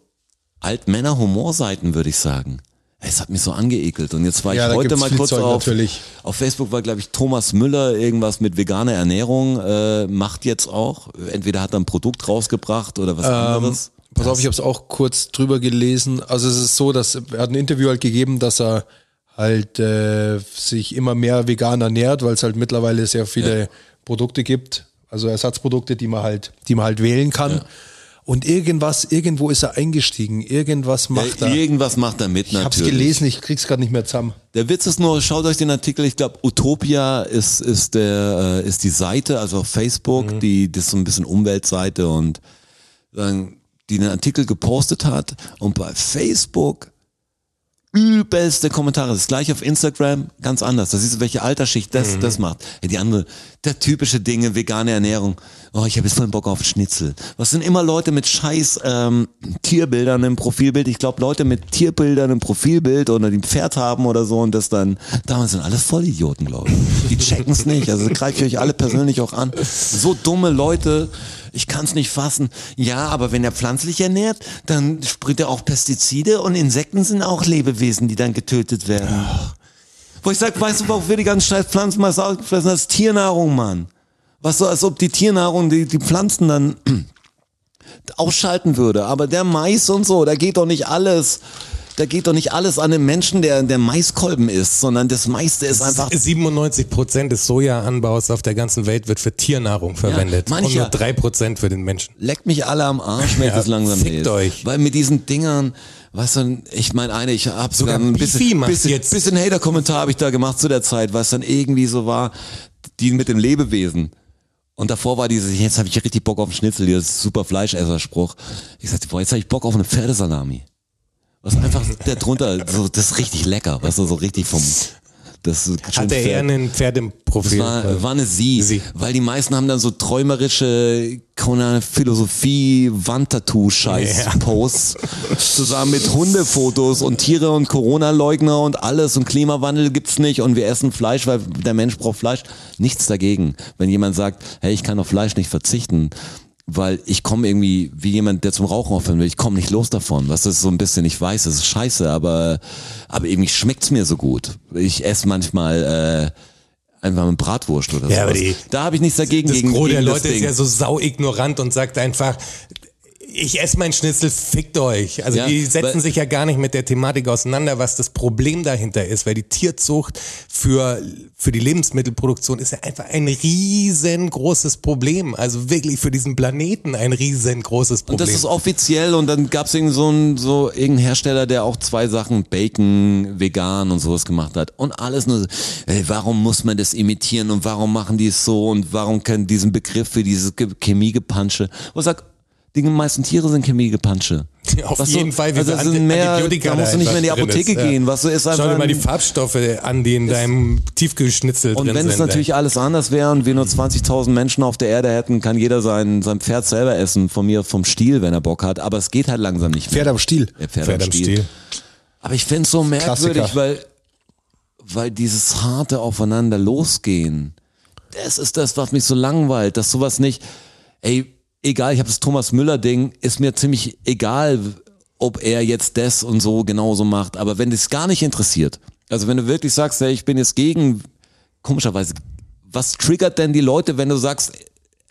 Altmänner-Humorseiten, würde ich sagen. Es hat mich so angeekelt. Und jetzt war
Ja,
ich
da
heute
gibt's
mal
viel
kurz
Zeug
auf,
natürlich.
auf Facebook war, glaube ich, Thomas Müller irgendwas mit veganer Ernährung äh, macht jetzt auch. Entweder hat er ein Produkt rausgebracht oder
Ähm,
was anderes.
Pass auf, ich habe es auch kurz drüber gelesen. Also es ist so, dass er hat ein Interview halt gegeben, dass er halt äh, sich immer mehr vegan ernährt, weil es halt mittlerweile sehr viele Produkte gibt, also Ersatzprodukte, die man halt, die man halt wählen kann. Und irgendwas, irgendwo ist er eingestiegen, irgendwas macht
Ja,
er. Ich
Irgendwas macht er mit
habe es
natürlich.
gelesen, ich krieg's gerade nicht mehr zusammen.
Der Witz ist nur, schaut euch den Artikel, ich glaube, Utopia ist, ist, der, äh, ist die Seite, also auf Facebook, die, das ist so ein bisschen Umweltseite und sagen, die den Artikel gepostet hat und bei Facebook übelste Kommentare. Das gleiche auf Instagram, ganz anders. Da siehst du, welche Altersschicht das, das macht. Ja, die andere, der typische Dinge, vegane Ernährung. Oh, ich habe jetzt voll Bock auf Schnitzel. Was sind immer Leute mit scheiß ähm, Tierbildern im Profilbild? Ich glaube, Leute mit Tierbildern im Profilbild oder die ein Pferd haben oder so und das dann, damals sind alles Vollidioten, glaube ich. Die checken es nicht. Also greife ich euch alle persönlich auch an. So dumme Leute, ich kann es nicht fassen. Ja, aber wenn er pflanzlich ernährt, dann sprüht er auch Pestizide und Insekten sind auch Lebewesen, die dann getötet werden. Wo ich sage, weißt du, warum wir die ganzen scheiß Pflanzen mal gefressen hast? Tiernahrung, Mann. Was so, als ob die Tiernahrung die, die Pflanzen dann ausschalten würde. Aber der Mais und so, da geht doch nicht alles. Da geht doch nicht alles an den Menschen, der, der Maiskolben ist, sondern das meiste ist einfach
97 Prozent des Sojaanbaus auf der ganzen Welt wird für Tiernahrung verwendet.
mancher-
und nur 3 Prozent für den Menschen.
leckt mich alle am Arsch, wenn ich
Ja,
das langsam
fickt
lese.
euch.
Weil mit diesen Dingern, weißt du, ich meine eine, ich hab sogar ein
Bifi
bisschen,
macht
bisschen,
jetzt-
bisschen Hater-Kommentar habe ich da gemacht zu der Zeit, was dann irgendwie so war, die mit dem Lebewesen. Und davor war dieses, jetzt habe ich richtig Bock auf einen Schnitzel, dieses super Fleischesserspruch. Ich sagte, boah, jetzt habe ich Bock auf eine Pferdesalami. Was einfach der drunter, so, das ist richtig lecker, weißt du, so richtig vom, das ist schön
Hat der eher
Pferd-
einen Pferdeprofil?
es war, war eine Sie,
Sie.
weil die meisten haben dann so träumerische keine Philosophie Wandtattoo Scheiß Posts zusammen mit Hundefotos und Tiere und Corona Leugner und alles und Klimawandel gibt's nicht und wir essen Fleisch, weil der Mensch braucht Fleisch. Nichts dagegen, wenn jemand sagt, hey, ich kann auf Fleisch nicht verzichten. Weil ich komme irgendwie, wie jemand, der zum Rauchen aufhören will, ich komme nicht los davon. Was ist so ein bisschen, ich weiß, es ist scheiße, aber, aber irgendwie schmeckt's mir so gut. Ich esse manchmal äh, einfach mit Bratwurst oder
Ja, aber
sowas.
die-
da habe ich nichts dagegen.
das
gegen,
Gros der
gegen das
Leute ist
Ding.
ja so sau ignorant und sagt einfach, ich esse meinen Schnitzel, fickt euch. Also
Ja,
die setzen
weil-
sich ja gar nicht mit der Thematik auseinander, was das Problem dahinter ist, weil die Tierzucht für, für die Lebensmittelproduktion ist ja einfach ein riesengroßes Problem. Also wirklich für diesen Planeten ein riesengroßes
und
Problem.
das ist offiziell und dann gab's irgendwie so einen so irgendeinen Hersteller, der auch zwei Sachen Bacon, vegan und sowas gemacht hat und alles nur, so, ey, warum muss man das imitieren und warum machen die es so und warum können diesen Begriff für dieses Ge- Chemiegepansche, wo ich sag, die meisten Tiere sind Chemiegepansche.
Auf
Was
jeden
so,
Fall, wie
also
viel
es
Anti-
sind mehr,
Antibiotika
da musst du nicht mehr in die
einfach drin
Apotheke
ist, ja.
gehen, was so ist einfach
Schau dir mal die
ein-
Farbstoffe an, die in deinem Tiefkühlschnitzel
Und
drin
wenn
sind.
es natürlich alles anders wäre und wir nur 20.000 Menschen auf der Erde hätten, kann jeder sein, sein Pferd selber essen, von mir vom Stiel, wenn er Bock hat. Aber es geht halt langsam nicht mehr.
Pferd am Stiel.
Der Pferd,
Pferd am Stiel.
Aber ich find's so merkwürdig,
Klassiker.
weil weil dieses harte Aufeinander losgehen, das ist das, was mich so langweilt, dass sowas nicht, ey, egal, ich habe das Thomas Müller-Ding, ist mir ziemlich egal, ob er jetzt das und so genauso macht, aber wenn es gar nicht interessiert, also wenn du wirklich sagst, ey, ich bin jetzt gegen, komischerweise, was triggert denn die Leute, wenn du sagst,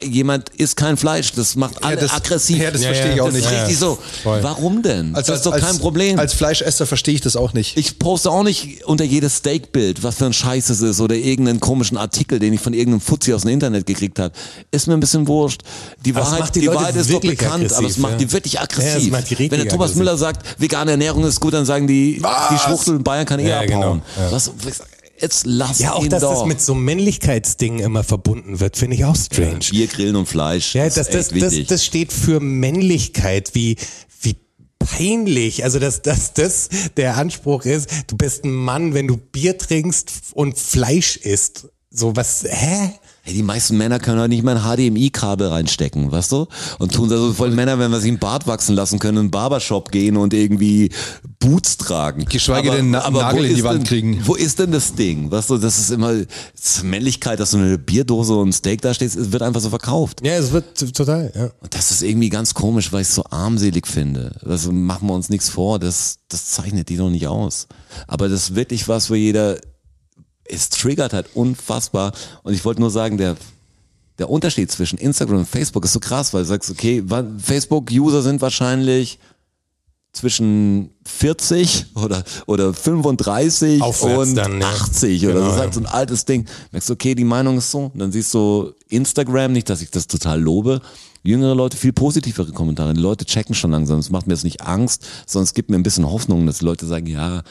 jemand isst kein Fleisch, das macht alle
das-
aggressiv.
ja, das Ja, verstehe ja, ich auch
das
nicht.
Ist richtig
Ja,
so.
voll.
Warum denn?
Also,
das ist doch
als,
kein Problem
Als Fleischesser verstehe ich das auch nicht.
ich poste auch nicht unter jedes Steakbild, was für ein Scheiß es ist oder irgendeinen komischen Artikel, den ich von irgendeinem Fuzzi aus dem Internet gekriegt habe. Ist mir ein bisschen wurscht. Die
Aber es
Wahrheit,
macht die
die
Leute
Wahrheit ist doch
wirklich
bekannt,
aggressiv,
aber es macht
ja.
die wirklich
Ja, es
aggressiv.
macht die richtig
Wenn der Thomas
aggressiv.
Müller sagt, vegane Ernährung ist gut, dann sagen die, die Schwuchtel in Bayern kann eh
Ja, genau,
abhauen.
ja.
Was, jetzt lass
Ja, auch
ihn
dass
doch.
das mit so Männlichkeitsdingen immer verbunden wird, finde ich auch strange.
Bier, Grillen und Fleisch.
Ja, das,
ist
das,
echt
das,
wichtig.
das steht für Männlichkeit, wie, wie peinlich. Also, dass, dass das der Anspruch ist, du bist ein Mann, wenn du Bier trinkst und Fleisch isst. So was, hä?
Hey, die meisten Männer können halt nicht mal ein HDMI-Kabel reinstecken, weißt du? Und tun da so voll Männer, wenn wir sich einen Bart wachsen lassen können, in einen Barbershop gehen und irgendwie Boots tragen.
Geschweige
Aber-
denn Na-
aber
Nagel
wo
in die
ist
Wand
denn,
kriegen.
Wo ist denn das Ding? Weißt du, das ist immer das ist Männlichkeit, dass du eine Bierdose und ein Steak da stehst, es wird einfach so verkauft.
Ja, es wird t- total, ja.
Und das ist irgendwie ganz komisch, weil ich es so armselig finde. Also machen wir uns nichts vor, das, das zeichnet die doch nicht aus. Aber das ist wirklich was, wo jeder, es triggert halt unfassbar. Und ich wollte nur sagen, der, der Unterschied zwischen Instagram und Facebook ist so krass, weil du sagst, okay, wa- Facebook-User sind wahrscheinlich zwischen 40 oder, oder 35
Aufwärts
und
dann, ja.
80 oder
Genau,
so.
ja.
Sagst, so ein altes Ding. Merkst, okay, die Meinung ist so. Und dann siehst du Instagram, nicht, dass ich das total lobe. Jüngere Leute viel positivere Kommentare. Die Leute checken schon langsam. Es macht mir jetzt nicht Angst, sondern es gibt mir ein bisschen Hoffnung, dass die Leute sagen, ja,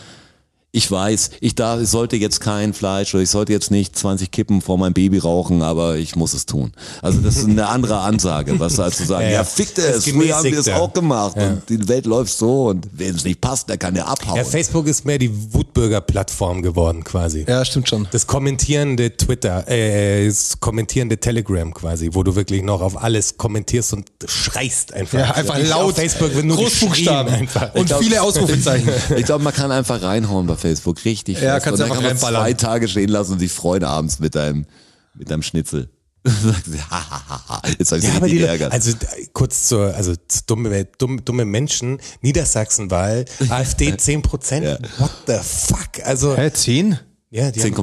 ich weiß, ich darf, ich sollte jetzt kein Fleisch oder ich sollte jetzt nicht 20 Kippen vor meinem Baby rauchen, aber ich muss es tun. Also das ist eine andere Ansage, was als zu sagen,
Ja,
ja,
ja.
fickt
Das
es, früher haben wir es
Gemäßigte.
auch gemacht
Ja.
und die Welt läuft so und wem es nicht passt, der kann ja abhauen.
Ja, Facebook ist mehr die Wutbürger-Plattform geworden, quasi.
Ja, stimmt schon.
Das kommentierende Twitter, äh, das kommentierende Telegram quasi, wo du wirklich noch auf alles kommentierst und schreist einfach.
Ja, einfach
Nicht
laut.
Auf Facebook wird nur
Großbuchstaben.
geschrien Einfach.
Und viele Ausrufezeichen.
Ich glaube, man kann einfach reinhauen bei Facebook, richtig.
Ja,
fest.
kannst
und dann
einfach
kann man
reinballern.
zwei Tage stehen lassen und sich freuen abends mit deinem, mit deinem Schnitzel. Sagst du, hahaha, Jetzt habe ich
Ja,
ja,
aber
richtig
die,
geärgert.
also äh, kurz zur, also zu dumme, dumme, dumme Menschen, Niedersachsenwahl, AfD 10 Prozent,
Ja.
what the fuck, also,
Hä, 10?
ja, die haben
10,6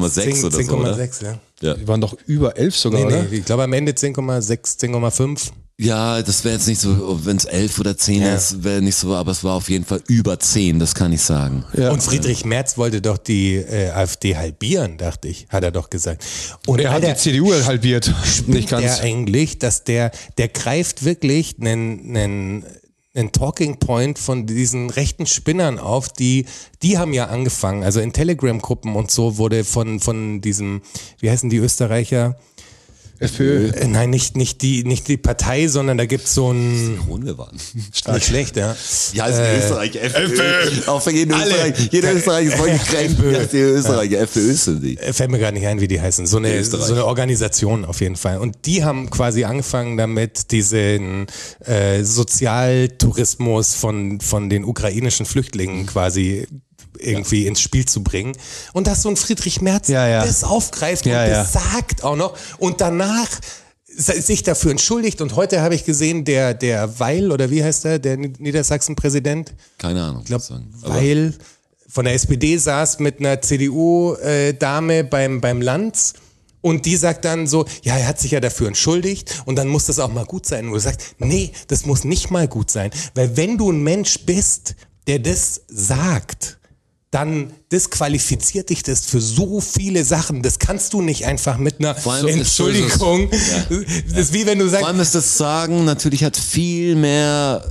oder so,
10,6, ja.
Ja.
Die waren doch über elf sogar,
Nee,
oder?
nee, ich glaube am Ende 10,6, 10,5.
Ja, das wäre jetzt nicht so, wenn es elf oder zehn ist, wäre nicht so, aber es war auf jeden Fall über zehn, das kann ich sagen.
Ja.
Und Friedrich Merz wollte doch die äh, AfD halbieren, dachte ich, hat er doch gesagt. Und
Er hat die
Alter,
CDU halbiert. Nicht ganz.
der eigentlich, dass der, der greift wirklich einen, einen, einen Talking Point von diesen rechten Spinnern auf, die, die haben ja angefangen. Also in Telegram-Gruppen und so wurde von, von diesem, wie heißen die Österreicher?
FPÖ.
Äh, nein, nicht, nicht die, nicht die Partei, sondern da gibt's so ein,
Runde waren.
nicht schlecht, ja.
Ja, ist äh, Österreich, FPÖ. Auch für jeden Österreich. Jeder Österreich ist voll gekränkt, dass die Österreicher FPÖ sind. Die.
Äh, Fällt mir gar nicht ein, wie die heißen. So eine,
Österreich.
so eine Organisation auf jeden Fall. Und die haben quasi angefangen damit, diesen äh, Sozialtourismus von, von den ukrainischen Flüchtlingen quasi irgendwie ins Spiel zu bringen. Und dass so ein Friedrich Merz
Ja, ja.
das aufgreift
Ja,
und
ja.
das sagt auch noch. Und danach se- sich dafür entschuldigt. Und heute habe ich gesehen, der, der Weil, oder wie heißt der, der Niedersachsen-Präsident,
Keine Ahnung. Ich
glaub, weil von der SPD saß mit einer CDU-Dame äh, beim, beim Lanz und die sagt dann so, ja, er hat sich ja dafür entschuldigt und dann muss das auch mal gut sein. Und du sagst, nee, das muss nicht mal gut sein, weil wenn du ein Mensch bist, der das sagt, dann disqualifiziert dich das für so viele Sachen. Das kannst du nicht einfach mit einer
Vor allem ist-
Entschuldigung. Das ist wie wenn du sagst,
Vor allem ist das Sagen natürlich hat viel mehr,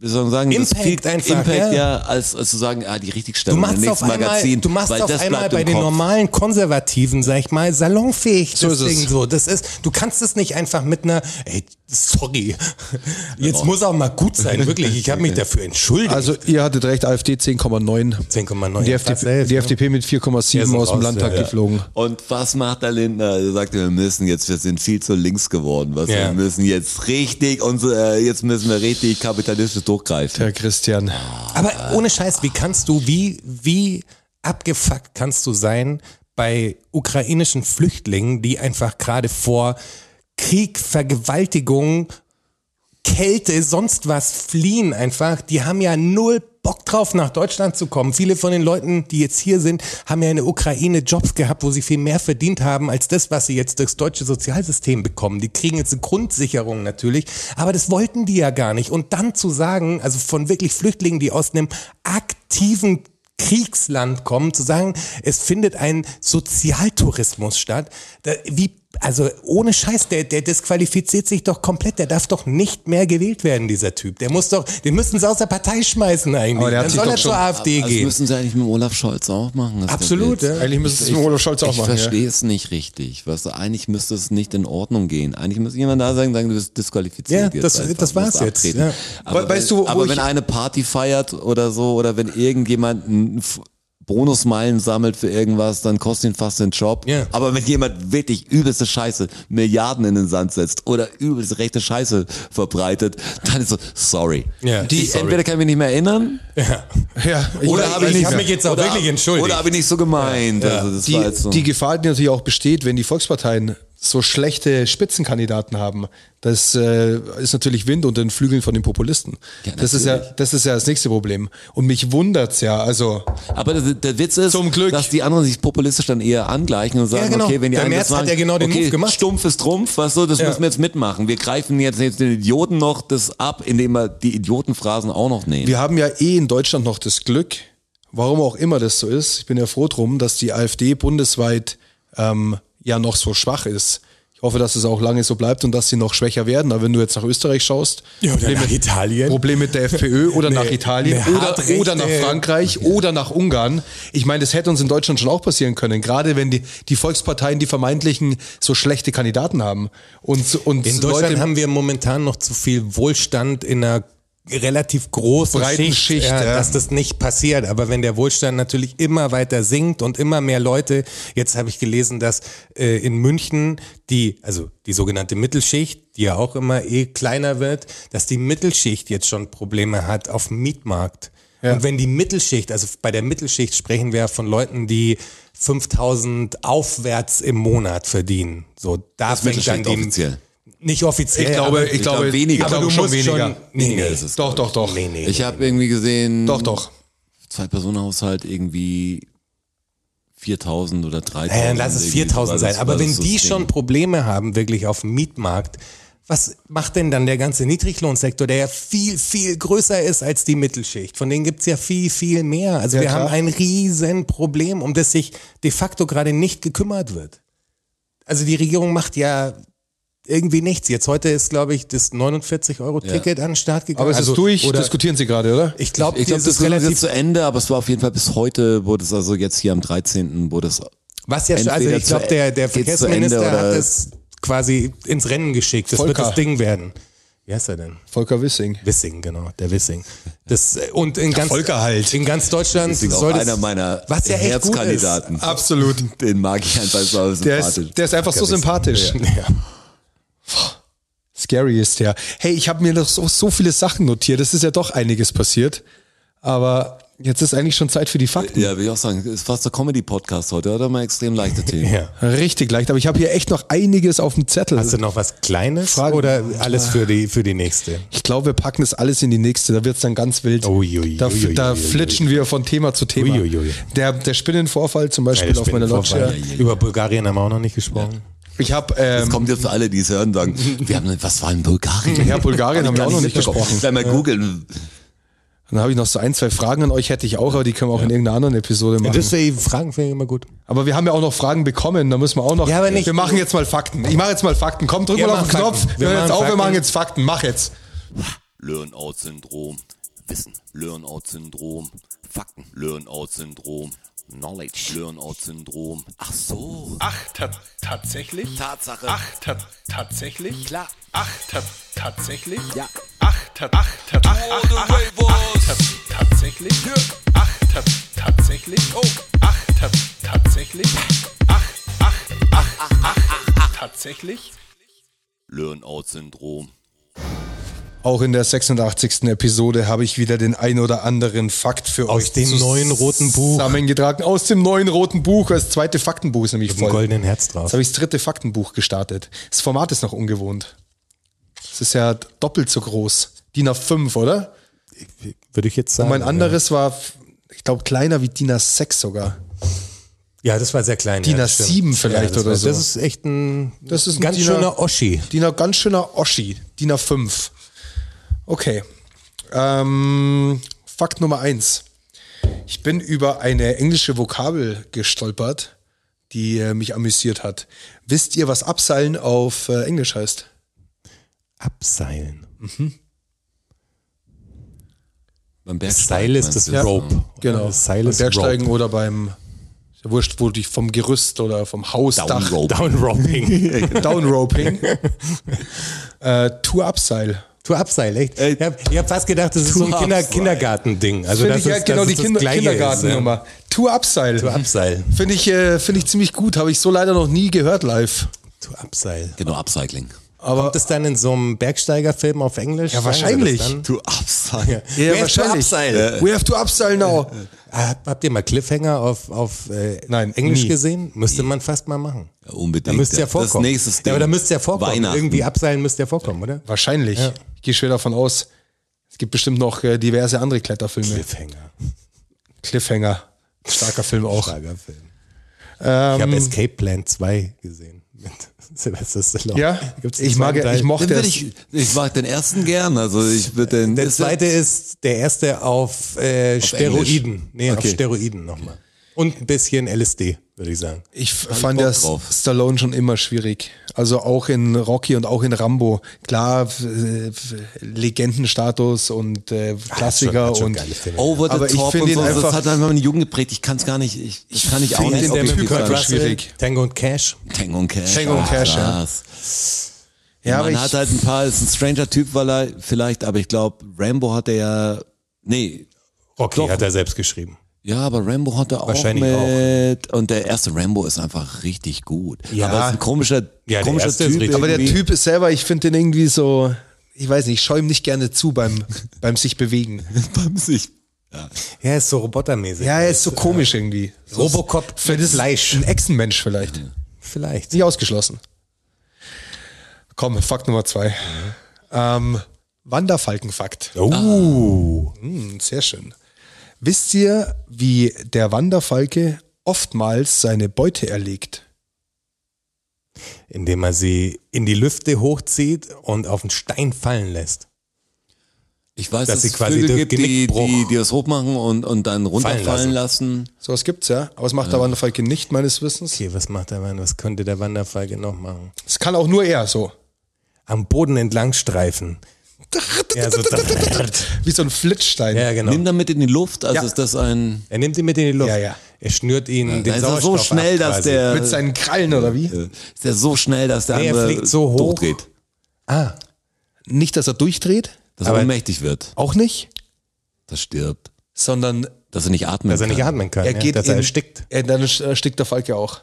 wie soll man sagen, das
Impact
viel
einfach,
Impact,
ja.
ja, als, als zu sagen, ah, die
Du
Richtigstellung im
machst auf
nächsten
einmal,
Magazin.
du machst
weil
auf
das
einmal
bleibt im
bei den
Kopf.
normalen Konservativen, sag ich mal, salonfähig.
So ist es.
Ding so. Das ist, du kannst es nicht einfach mit einer, ey, sorry, jetzt muss auch mal gut sein, wirklich. Ich habe mich dafür entschuldigt.
Also ihr hattet recht, AfD 10,9.
10,9.
Die,
Fast
FDP,
elf,
die
ne?
FDP mit
Ja,
4,7
sind
aus dem
raus,
Landtag
ja, ja.
geflogen.
Und was macht der Lindner? Er sagte, wir müssen jetzt, wir sind viel zu links geworden. Was
Ja.
Wir müssen jetzt richtig, unsere, äh, jetzt müssen wir richtig kapitalistisch durchgreifen.
Herr Christian.
Aber ohne Scheiß, wie kannst du, wie, wie abgefuckt kannst du sein bei ukrainischen Flüchtlingen, die einfach gerade vor Krieg, Vergewaltigung, Kälte, sonst was fliehen einfach. Die haben ja null Bock drauf, nach Deutschland zu kommen. Viele von den Leuten, die jetzt hier sind, haben ja in der Ukraine Jobs gehabt, wo sie viel mehr verdient haben als das, was sie jetzt durchs deutsche Sozialsystem bekommen. Die kriegen jetzt eine Grundsicherung natürlich, aber das wollten die ja gar nicht. Und dann zu sagen, also von wirklich Flüchtlingen, die aus einem aktiven Kriegsland kommen, zu sagen, es findet ein Sozialtourismus statt. Da, wie, also ohne Scheiß, der, der disqualifiziert sich doch komplett. Der darf doch nicht mehr gewählt werden, dieser Typ. Der muss doch, den müssten sie aus der Partei schmeißen eigentlich.
Aber der hat
Dann
sich
soll
doch
er zur
schon- also
AfD
Das
gehen.
Also müssen sie eigentlich mit dem Olaf Scholz auch machen. dass
Absolut,
der
ja.
Eigentlich müsste es mit Olaf Scholz auch
ich
machen. Ja.
verstehe es nicht richtig. Weißt du, eigentlich müsste es nicht in Ordnung gehen. Eigentlich müsste jemand da sagen, sagen, du bist disqualifiziert.
Ja,
jetzt
das-
einfach,
das war's
musst
jetzt,
abtreten.
ja.
Aber,
We- weißt du,
wenn,
wo
aber
ich-
wenn eine Party feiert oder so, oder wenn irgendjemand einen F- Bonusmeilen sammelt für irgendwas, dann kostet ihn fast den Job.
Ja.
Aber wenn jemand wirklich übelste Scheiße, Milliarden in den Sand setzt oder übelste rechte Scheiße verbreitet, dann ist so, sorry.
Ja,
Die,
sorry.
Entweder kann ich mich nicht mehr erinnern,
Ja, ich
oder
weiß-
habe ich,
ich
nicht
hab
mehr-
mich jetzt auch
oder-
wirklich entschuldigt.
Oder habe ich nicht so gemeint. Also das war
die,
jetzt so.
die Gefahr, die natürlich auch besteht, wenn die Volksparteien so schlechte Spitzenkandidaten haben, das äh, ist natürlich Wind unter den Flügeln von den Populisten. das ist ja, das ist ja das nächste Problem. Und mich wundert's ja, also
Aber der, der Witz ist,
Zum Glück.
dass die anderen sich populistisch dann eher angleichen und sagen,
genau.
okay, wenn die
Der
einen
Merz
das
hat
machen,
ja genau den
okay,
Move gemacht.
Stumpf ist Trumpf, weißt du, das müssen wir jetzt mitmachen. Wir greifen jetzt, jetzt den Idioten noch das ab, indem wir die Idiotenphrasen auch noch nehmen.
wir haben ja eh in Deutschland noch das Glück, warum auch immer das so ist. Ich bin ja froh drum, dass die AfD bundesweit ähm, ja noch so schwach ist. Ich hoffe, dass es auch lange so bleibt und dass sie noch schwächer werden. Aber wenn du jetzt nach Österreich schaust,
Ja, oder
Probleme-
nach Italien.
Problem mit der FPÖ oder
Nee,
nach Italien
eine
oder,
Hartrechte.
oder nach Frankreich oder nach Ungarn. Ich meine, das hätte uns in Deutschland schon auch passieren können, gerade wenn die, die Volksparteien die vermeintlichen so schlechte Kandidaten haben. Und, und
In Deutschland
Leute,
haben wir momentan noch zu viel Wohlstand in einer relativ großen
Breiten
Schicht,
Schicht,
ja,
ja.
dass das nicht passiert. Aber wenn der Wohlstand natürlich immer weiter sinkt und immer mehr Leute, jetzt habe ich gelesen, dass äh, in München die, also die sogenannte Mittelschicht, die ja auch immer eh kleiner wird, dass die Mittelschicht jetzt schon Probleme hat auf dem Mietmarkt. Und wenn die Mittelschicht, also bei der Mittelschicht sprechen wir von Leuten, die 5000 aufwärts im Monat verdienen. So, da fängt dann
Mittelschicht
die,
offiziell.
nicht offiziell.
ich glaube,
aber-
ich glaube,
weniger.
ich
aber
glaube
du
schon
musst
weniger.
schon. Nee, nee.
es ist-
doch, doch, doch.
Nee, nee.
ich habe irgendwie gesehen,
Doch, doch.
zwei Personenhaushalt irgendwie 4000 oder 3000.
Naja, dann lass es
irgendwie,
4000
weil das-
sein. Aber
weil
wenn
das so
die
das Ding
schon
ist.
Probleme haben, wirklich auf dem Mietmarkt, was macht denn dann der ganze Niedriglohnsektor, der ja viel, viel größer ist als die Mittelschicht? Von denen gibt's ja viel, viel mehr. Also
Ja,
wir
klar.
haben ein riesen Problem, um das sich de facto gerade nicht gekümmert wird. Also die Regierung macht ja irgendwie nichts. Jetzt heute ist, glaube ich, das 49-Euro-Ticket an den Start gegangen.
Aber es
also,
ist durch,
Oder
diskutieren sie gerade, oder?
ich glaube,
Ich glaube,
das ist
relativ
relativ
zu Ende, aber es war auf jeden Fall bis heute, wurde es also jetzt hier am 13. wurde es
Was ja, schon- also
Entweder
ich glaube,
zu-
der, der
geht's zu
Verkehrsminister
Ende
hat
oder-
es quasi ins Rennen geschickt. Das
Volker.
wird das Ding werden. Wie heißt er denn?
Volker Wissing.
Wissing, genau, der Wissing. Das, äh, und in ganz,
Volker halt.
in ganz Deutschland
Deswegen auch
soll das,
einer meiner
was ja echt gut ist.
Herzkandidaten.
Absolut.
Den mag ich einfach so sympathisch.
Der ist, der ist einfach so sympathisch.
Ja.
Scary ist der. Hey, ich habe mir noch so, so viele Sachen notiert. Es ist ja doch einiges passiert. Aber jetzt ist eigentlich schon Zeit für die Fakten.
Ja, will ich auch sagen, ist fast der Comedy-Podcast heute, oder? Mal extrem leichte Themen.
ja. Also,
Richtig leicht. Aber ich habe hier echt noch einiges auf dem Zettel.
Hast du noch was Kleines
Fragen.
oder alles für die, für die nächste?
ich glaube, wir packen das alles in die nächste. Da wird's dann ganz wild.
Uiuiui,
da
uiuiui,
da
uiuiui.
flitschen wir von Thema zu Thema.
Uiuiui.
Der, der Spinnenvorfall zum Beispiel
Ja, das
auf meiner
Spinnenvorfall.
Lodge.
Über Bulgarien haben wir auch noch nicht gesprochen.
Ich habe ähm,
Kommt jetzt für alle, die es hören, sagen, wir haben, was war in Bulgarien?
Ja, Bulgarien haben wir auch noch nicht gesprochen.
Gleich mal googeln.
Dann habe ich noch so ein, zwei Fragen an euch, hätte ich auch, aber die können wir auch in irgendeiner anderen Episode machen.
Deswegen Fragen finde ich immer gut.
aber wir haben ja auch noch Fragen bekommen, da müssen wir auch noch.
Ja, aber nicht-
wir machen jetzt mal Fakten. Ich mache jetzt mal Fakten. Komm, drück
Ja,
mal auf den
mach
Knopf.
Fakten.
Wir
Wir
hören jetzt
machen
auf, wir
Fakten.
machen jetzt Fakten. Mach jetzt.
Learn-out-Syndrom. Wissen. Learn-out-Syndrom. Fakten. Learn-out-Syndrom. Knowledge. Learn-out-Syndrom. Ach so.
Ach, ta tatsächlich?
Tatsache.
Ach, ta tatsächlich?
Klar.
Ach, ta tatsächlich?
Ja.
Ach, ta ach, ta ach, ach, ach, ach, ach, ta tatsächlich? Ach, ta tatsächlich? Oh. Ach, ta tatsächlich? Ach, ach, ach, ach, ach, ach, tatsächlich?
Learn-out-Syndrom.
Auch in der 86. Episode habe ich wieder den ein oder anderen Fakt für
Aus
euch
dem neuen roten Buch.
zusammengetragen. Aus dem neuen roten Buch. Das zweite Faktenbuch ist nämlich
Mit dem
voll.
goldenen Herz drauf.
Jetzt habe ich das dritte Faktenbuch gestartet. Das Format ist noch ungewohnt. Es ist ja doppelt so groß. DIN A5, oder?
Würde ich jetzt sagen.
Mein anderes war, ich glaube, kleiner wie DIN A6 sogar.
Ja, das war sehr klein.
DIN
ja, das
A7
stimmt.
vielleicht
das
oder so.
Das ist echt ein,
Das ist ein
ganz
DIN A-
schöner Oschi.
DIN A, ganz schöner Oschi. DIN A5. Okay. Ähm, Fakt Nummer eins. Ich bin über eine englische Vokabel gestolpert, die äh, mich amüsiert hat. Wisst ihr, was Abseilen auf äh, Englisch heißt?
Abseilen.
Beim Bergsteigen.
Seil ist das
meinst du?
Rope.
Genau.
Das Seil
Beim
ist
Bergsteigen
Rope.
oder beim, ist ja wurscht, wo die vom Gerüst oder vom Hausdach.
Downrope.
Downroping.
Downroping. äh, Tour Abseil.
Du Abseil, echt? Ich habe hab fast gedacht, das ist so ein
Du
Kinder
Abseil.
Kindergarten-Ding. Also
Finde
das
ich ja
ist,
genau
das
die
ist das
Kinder
Gleiche
Kindergartennummer. Tour Abseil.
Ist, ja. Du Abseil.
Finde ich, äh, finde ich ziemlich gut. Habe ich so leider noch nie gehört live.
Du Abseil.
Genau, Upcycling.
Aber
Kommt das dann in so einem Bergsteigerfilm auf Englisch?
Ja,
Sagen sie
wahrscheinlich.
das dann?
Du Upcycling.
ja,
Where's the
wahrscheinlich.
Abseil?
We have to Abseil now.
Ah, Habt ihr mal Cliffhanger auf, auf äh,
Nein,
Englisch
nie.
gesehen? Müsste man fast mal machen.
Ja, unbedingt.
Da müsste ja vorkommen.
Das nächste Ding.
Ja, aber da müsste ja vorkommen.
Weihnachten.
Irgendwie Abseilen müsste ja vorkommen, oder?
Wahrscheinlich. Ich gehe schwer davon aus. Es gibt bestimmt noch äh, diverse andere Kletterfilme.
Cliffhanger.
Cliffhanger. Starker Film auch.
Starker Film. ich habe Escape Plan 2 gesehen mit Sylvester Stallone.
Ja,
Gibt's einen
ich mag,
zweiten Teil?
ich mochte
Den würd
es.
ich, ich mag den ersten gern. Also ich würde den.
Der
ist ja-
zweite ist der erste auf, äh, Steroiden. Nee, auf
Okay.
Steroiden nochmal. Und ein bisschen LSD, würde ich sagen.
Ich f- fand
Bock
ja
drauf.
Stallone schon immer schwierig. Also auch in Rocky und auch in Rambo. Klar, f- f- Legendenstatus und äh, Klassiker
Hat schon
und
geile Filme.
Over the
Aber ich
top
find
und
ihn
so.
einfach-
das hat einfach meine Jugend geprägt. Ich kann es gar nicht. Ich, das kann ich, auch
find
nicht.
den, der mit
objektiv
Kurt
sagen.
Russell- schwierig.
Tango und Cash.
Tango und Cash.
Tango und
Ah,
Cash, ja.
krass.
Ja, aber
Man
ich-
hat halt ein paar, ist ein stranger Typ, weil er vielleicht, aber ich glaube, Rambo hat er ja, nee,
Rocky
Doch.
hat er selbst geschrieben.
ja, aber Rambo hat er auch
Wahrscheinlich
mit, und der erste Rambo ist einfach richtig gut.
Ja.
aber ist ein komischer,
Ja, der
komischer
erste ist
Typ.
richtig
Aber der
irgendwie.
Typ ist selber, ich finde den irgendwie so, ich weiß nicht, ich schaue ihm nicht gerne zu beim, beim sich bewegen.
beim sich,
Ja, ist so robotermäßig.
Ja, er ist so komisch irgendwie. So
Robocop Mhm.
ist- vielleicht ist Fleisch. Ein Echsenmensch vielleicht.
Vielleicht.
Nicht ausgeschlossen. Komm, Fakt Nummer
Mhm.
zwei. Ähm, Wanderfalkenfakt. Mhm,
Oh.
Hm, sehr schön. Wisst ihr, wie der Wanderfalke oftmals seine Beute erlegt.
indem er sie in die Lüfte hochzieht und auf den Stein fallen lässt.
Ich weiß,
Dass
dass,
sie
es
quasi
Vögel
durch
gibt, die,
Genickbruch-
die, die das hochmachen und, und dann runterfallen
Fallen
lassen.
So was gibt's ja, aber es macht der Wanderfalke nicht, meines Wissens.
Okay, was macht der Wanderer? Was könnte der Wanderfalke noch machen?
Es kann auch nur er so.
Am Boden entlang streifen. Ja, so
genau. Wie so ein Flitzstein.
ja genau.
Nimm damit in die Luft, also
Ja.
ist das ein.
Er nimmt ihn mit in die Luft.
Ja, ja.
Er schnürt ihn
Da ist
den
er
Sauerstoff
so schnell,
ab,
dass
quasi.
der.
Mit seinen Krallen oder wie?
äh, ist er so schnell, dass der
Nee, er
andere
fliegt so hoch.
durchdreht.
Ah,
Nicht, dass er durchdreht,
Dass er
Aber-
ohnmächtig wird.
auch nicht,
Das stirbt.
sondern
Dass er nicht atmen
dass er
kann.
nicht atmen kann.
er
ja,
geht
dass
in,
er erstickt.
Er, dann erstickt der Falke auch,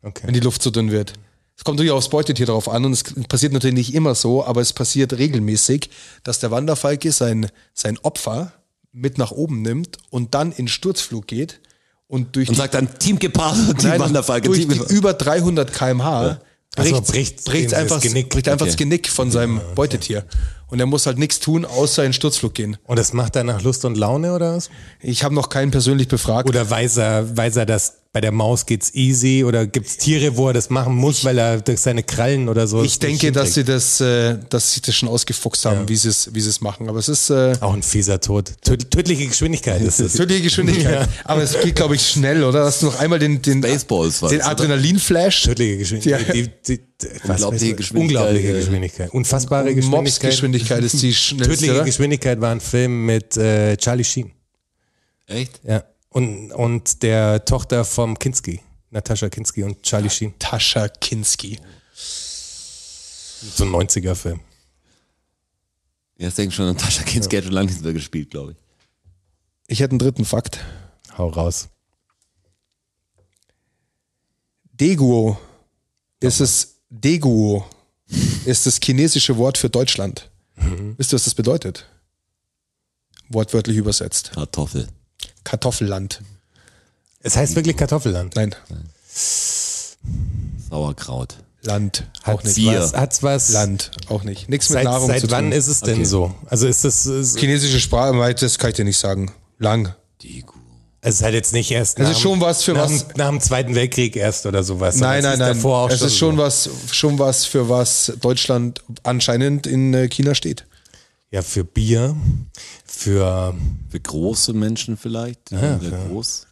wenn
Okay.
die Luft zu dünn wird. Es kommt natürlich aufs Beutetier drauf an und es passiert natürlich nicht immer so, aber es passiert regelmäßig, dass der Wanderfalke sein, sein Opfer mit nach oben nimmt und dann in Sturzflug geht und durch
Und
die
sagt dann Team Gepard und Team
Nein,
Wanderfalke.
durch
Team
die über 300 km/h
Ach so,
bricht,
bricht's
bricht's
ihm das
einfach,
Genick.
bricht einfach das
Okay.
Genick von seinem Beutetier. Und er muss halt nichts tun, außer in Sturzflug gehen.
Und das macht er nach Lust und Laune oder was?
Ich habe noch keinen persönlich befragt.
Oder weiß er, weiß er, dass bei der Maus geht's easy oder gibt's Tiere, wo er das machen muss, weil er durch seine Krallen oder so.
ich
es nicht
denke, dass sie
hinkriegt?
das, äh, dass sie das schon ausgefuchst haben, wie sie es, wie sie es machen. Aber es ist äh,
auch ein fieser Tod. Töd tödliche Geschwindigkeit ist es.
tödliche Geschwindigkeit. Aber es geht, glaube ich, schnell, oder? Dass du noch einmal den, den,
Baseballs war
den
das, oder?
Adrenalinflash,
Tödliche
Ja.
Geschwindigkeit. Die, die, die, was
Unglaubliche
weiß ich.
Geschwindigkeit.
Unglaubliche Geschwindigkeit. Unfassbare Geschwindigkeit.
Mobs-Geschwindigkeit ist die
Tödliche
schnellste. oder?
Geschwindigkeit war ein Film mit äh, Charlie Sheen.
Echt?
Ja. Und, und der Tochter vom Kinski. Natascha Kinski und Charlie Sheen.
Tascha Kinski.
So ein 90er-Film.
Jetzt denken schon an Tascha Kinski hat schon lange nicht mehr gespielt, glaube ich.
Ich hätte einen dritten Fakt.
Hau raus.
Deguo ist es Deguo ist das chinesische Wort für Deutschland. Wisst ihr, was das bedeutet? Wortwörtlich übersetzt.
Kartoffel.
Kartoffelland.
Es heißt wirklich Kartoffelland.
Nein,
Sauerkraut.
Land auch
Hat's
nicht.
Bier.
Was, hat's was?
Land auch nicht. Nichts mit
Seit,
Nahrung zu
seit
tun.
wann ist es denn
Okay.
so? Also ist das, ist,
chinesische Sprache, weil das kann ich dir nicht sagen. Lang.
Degu.
es ist halt jetzt nicht erst.
Es
nach
ist
dem-
schon was für
nach,
was-
dem- Nach dem Zweiten Weltkrieg erst oder sowas. sondern
Nein,
es
nein,
ist
nein.
Davor auch
es ist schon
so.
was, schon was, für was Deutschland anscheinend in äh, China steht.
Ja, für Bier, für
Für große Menschen vielleicht. Ja, groß.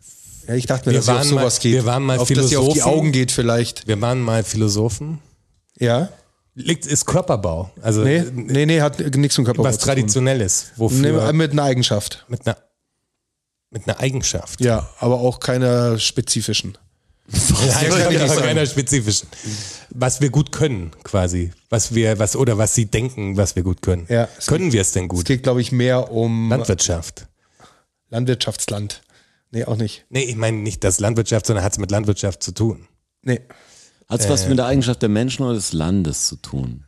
Ja, ich dachte mir,
Wir
dass ihr auf
waren mal-
sowas geht.
wir waren mal
auf, dass ihr auf die
Philosophen.
Augen geht vielleicht.
wir waren mal Philosophen.
Ja.
Liegt ist Körperbau, also
Nee, nee, nee hat nichts mit Körperbau
was
zu tun.
traditionelles,
Nee,
wofür
mit einer Eigenschaft.
mit einer mit einer Eigenschaft.
Ja, aber auch keiner spezifischen.
Nein,
kann ich nicht
aber
sagen.
keiner spezifischen. Was wir gut können, quasi, was wir was oder was sie denken, was wir gut können.
Ja.
können wir es denn
Es
gut?
geht, glaube ich, mehr um
Landwirtschaft.
Landwirtschaftsland. Nee, auch nicht.
Nee, ich meine nicht das Landwirtschaft, sondern hat es mit Landwirtschaft zu tun.
Nee.
Hat es was mit der Eigenschaft der Menschen oder des Landes zu tun?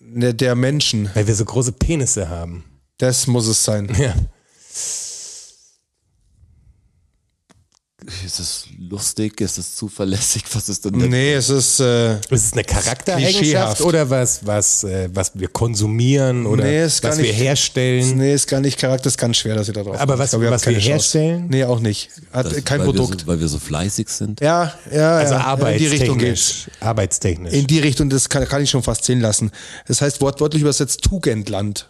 Ne, Der Menschen,
Weil wir so große Penisse haben.
das muss es sein.
Ja.
Ist es lustig? Ist es zuverlässig? Was ist denn
Nee, es ist. Äh,
Ist es eine
Klischeehaft.
Charaktereigenschaft oder was, was, äh, was wir konsumieren oder
Nee, ist gar
was wir
nicht-
herstellen?
nee, ist gar nicht Charakter, ist ganz schwer, dass ihr da drauf
Aber
kommt.
was-
Ich glaub, ihr
was
habt keine
wir
Chance.
herstellen?
Nee, auch nicht. Hat
das?
äh, kein
weil Wir
Produkt.
so, weil wir so fleißig sind?
ja, ja,
Also
ja. in die Richtung geht's.
arbeitstechnisch. Arbeitstechnisch.
In die Richtung, das kann, kann ich schon fast zählen lassen. Das heißt wortwörtlich übersetzt Tugendland,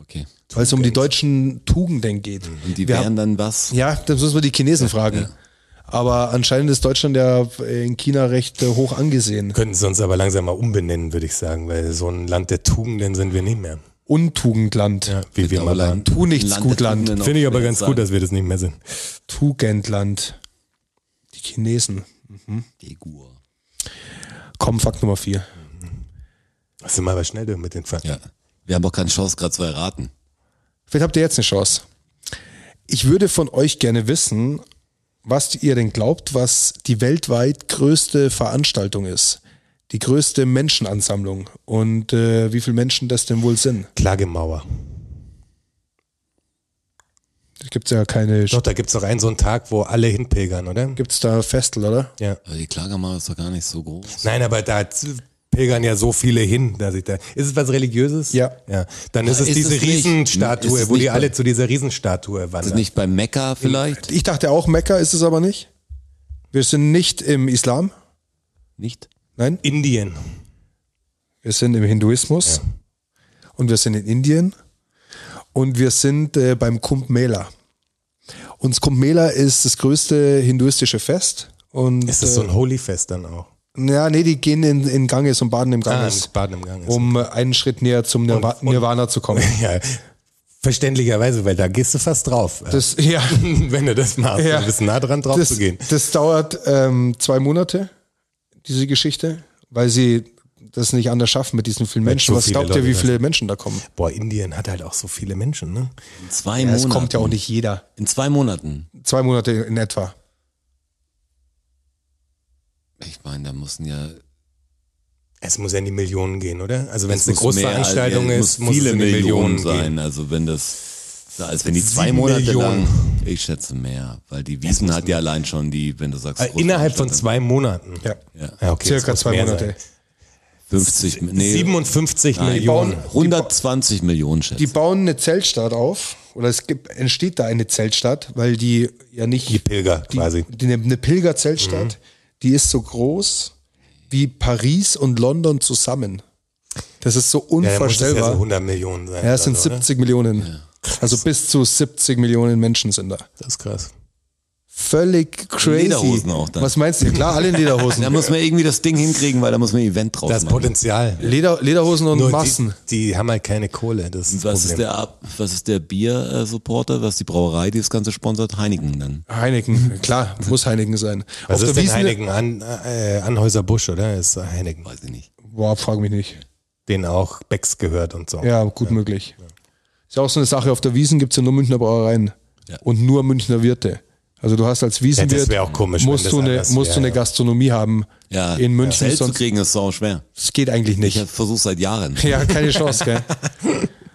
Okay.
weil es um die deutschen Tugenden geht.
Mhm.
Und die
Wir
wären dann was?
Ja, das müssen wir die Chinesen fragen. Aber anscheinend ist Deutschland ja in China recht äh, hoch angesehen.
Könnten sie uns aber langsam mal umbenennen, würde ich sagen, weil so ein Land der Tugenden sind wir nicht mehr.
Untugendland.
Ja, wie wir mal waren.
Tu nichts, gut Land.
Finde ich aber ganz gut, dass wir das nicht mehr sind.
Tugendland. Die Chinesen.
Figur.
Komm, Fakt Nummer vier.
Das sind wir aber schnell durch mit den Fakten.
Ja. Wir haben auch keine Chance, gerade zu erraten.
Vielleicht habt ihr jetzt eine Chance. Ich würde von euch gerne wissen, was ihr denn glaubt, was die weltweit größte Veranstaltung ist. Die größte Menschenansammlung und äh, wie viele Menschen das denn wohl sind.
Klagemauer.
Da gibt's ja keine.
Doch, da gibt es doch einen so einen Tag, wo alle hinpilgern, oder?
Gibt's da Festel, oder?
Ja.
Aber die Klagemauer ist doch gar nicht so groß.
Nein, aber da z- pilgern ja so viele hin, dass ich da. Ist es was Religiöses?
Ja.
ja. Dann ist es
ist
diese
es nicht.
Riesenstatue,
Ist es
wo
nicht
die
bei-
alle zu dieser Riesenstatue
Ist
wandern.
es nicht bei Mekka vielleicht?
Ich dachte auch Mekka, ist es aber nicht. Wir sind nicht im Islam,
Nicht?
nein,
Indien.
wir sind im Hinduismus und wir sind in Indien und wir sind äh, beim Kumbh Mela. Und das Kumbh Mela ist das größte hinduistische Fest. Und,
Ist das so ein Holy Fest dann auch?
äh, ja, nee, die gehen in, in Ganges und baden im
Ah,
Ganges,
mit Baden im Gang. Ist.
um äh, einen Schritt näher zum Nirva Nirvana zu kommen.
Ja, verständlicherweise, weil da gehst du fast drauf.
Das, ja,
Wenn du das machst,
Ja.
du bist nah dran drauf
das,
zu gehen.
das dauert ähm, zwei Monate, diese Geschichte, weil sie das nicht anders schaffen mit diesen vielen Menschen.
so
Was
viele
glaubt ihr, wie
Leute,
viele Menschen da kommen?
Boah, Indien hat halt auch so viele Menschen, ne?
In zwei
Ja, es
Monaten.
kommt ja auch nicht jeder.
In zwei Monaten.
Zwei Monate in etwa.
Ich meine, da müssen ja
Es muss ja in die Millionen gehen, oder? Also wenn es
Es
eine
muss
große
mehr-
Veranstaltung
also,
ist, muss es in die Millionen, gehen.
sein. Also wenn das, da- als wenn die zwei
Sieben
Monate
Millionen.
lang, ich schätze mehr, weil die Wiesen hat ja allein schon die, wenn du sagst,
Äh,
große
Innerhalb von
Veranstaltung.
zwei Monaten.
Ja.
Ja, okay, es
Circa
muss
zwei
mehr
Monate.
sein.
50, nee,
57
nein,
Millionen.
120 Millionen schätze
Die
ich.
bauen eine Zeltstadt auf oder es gibt, entsteht da eine Zeltstadt, weil die ja nicht
Die Pilger
die,
quasi. Mhm.
Die, eine, eine Pilgerzeltstadt, die ist so groß wie Paris und London zusammen. Das ist so
Ja, da muss es ja so
unvorstellbar.
100 Millionen sein.
Ja, es sind
oder so, ne?
70 Millionen. Also bis zu 70 Millionen Menschen sind da.
Das ist krass.
Völlig crazy.
Lederhosen auch dann.
Was meinst du? Klar, alle in
Da
Lederhosen.
muss man irgendwie das Ding hinkriegen, weil da muss man ein Event draus
Das
machen.
Potenzial.
Leder, Lederhosen und
Nur
Massen.
Die, die haben halt keine Kohle. Das ist das
Was ist
Problem.
der, Ab- was ist der Bier-Supporter, was die Brauerei, die das Ganze sponsert? Heineken dann.
Heineken, klar, muss Heineken sein.
Was
Auf
ist
der
denn
Wiesn-
Heineken? An, äh, Anhäuser Busch, oder? Ist Heineken.
Weiß ich nicht.
Boah, frag mich nicht.
Den auch Becks gehört und so.
Ja, gut möglich. Ist ja auch so eine Sache, auf der Wiesen gibt es ja nur Münchner Brauereien
Ja.
und nur Münchner Wirte. Also du hast als
Ja, das
Wiesenwirt,
wäre auch komisch. wenn
musst,
das
du eine,
anders
musst
wär,
du eine
ja.
Gastronomie haben
Ja,
in München,
Zelt zu
sonst
kriegen ist sau schwer.
das geht eigentlich
Ich
nicht.
versuche seit Jahren.
Ja, keine Chance, gell?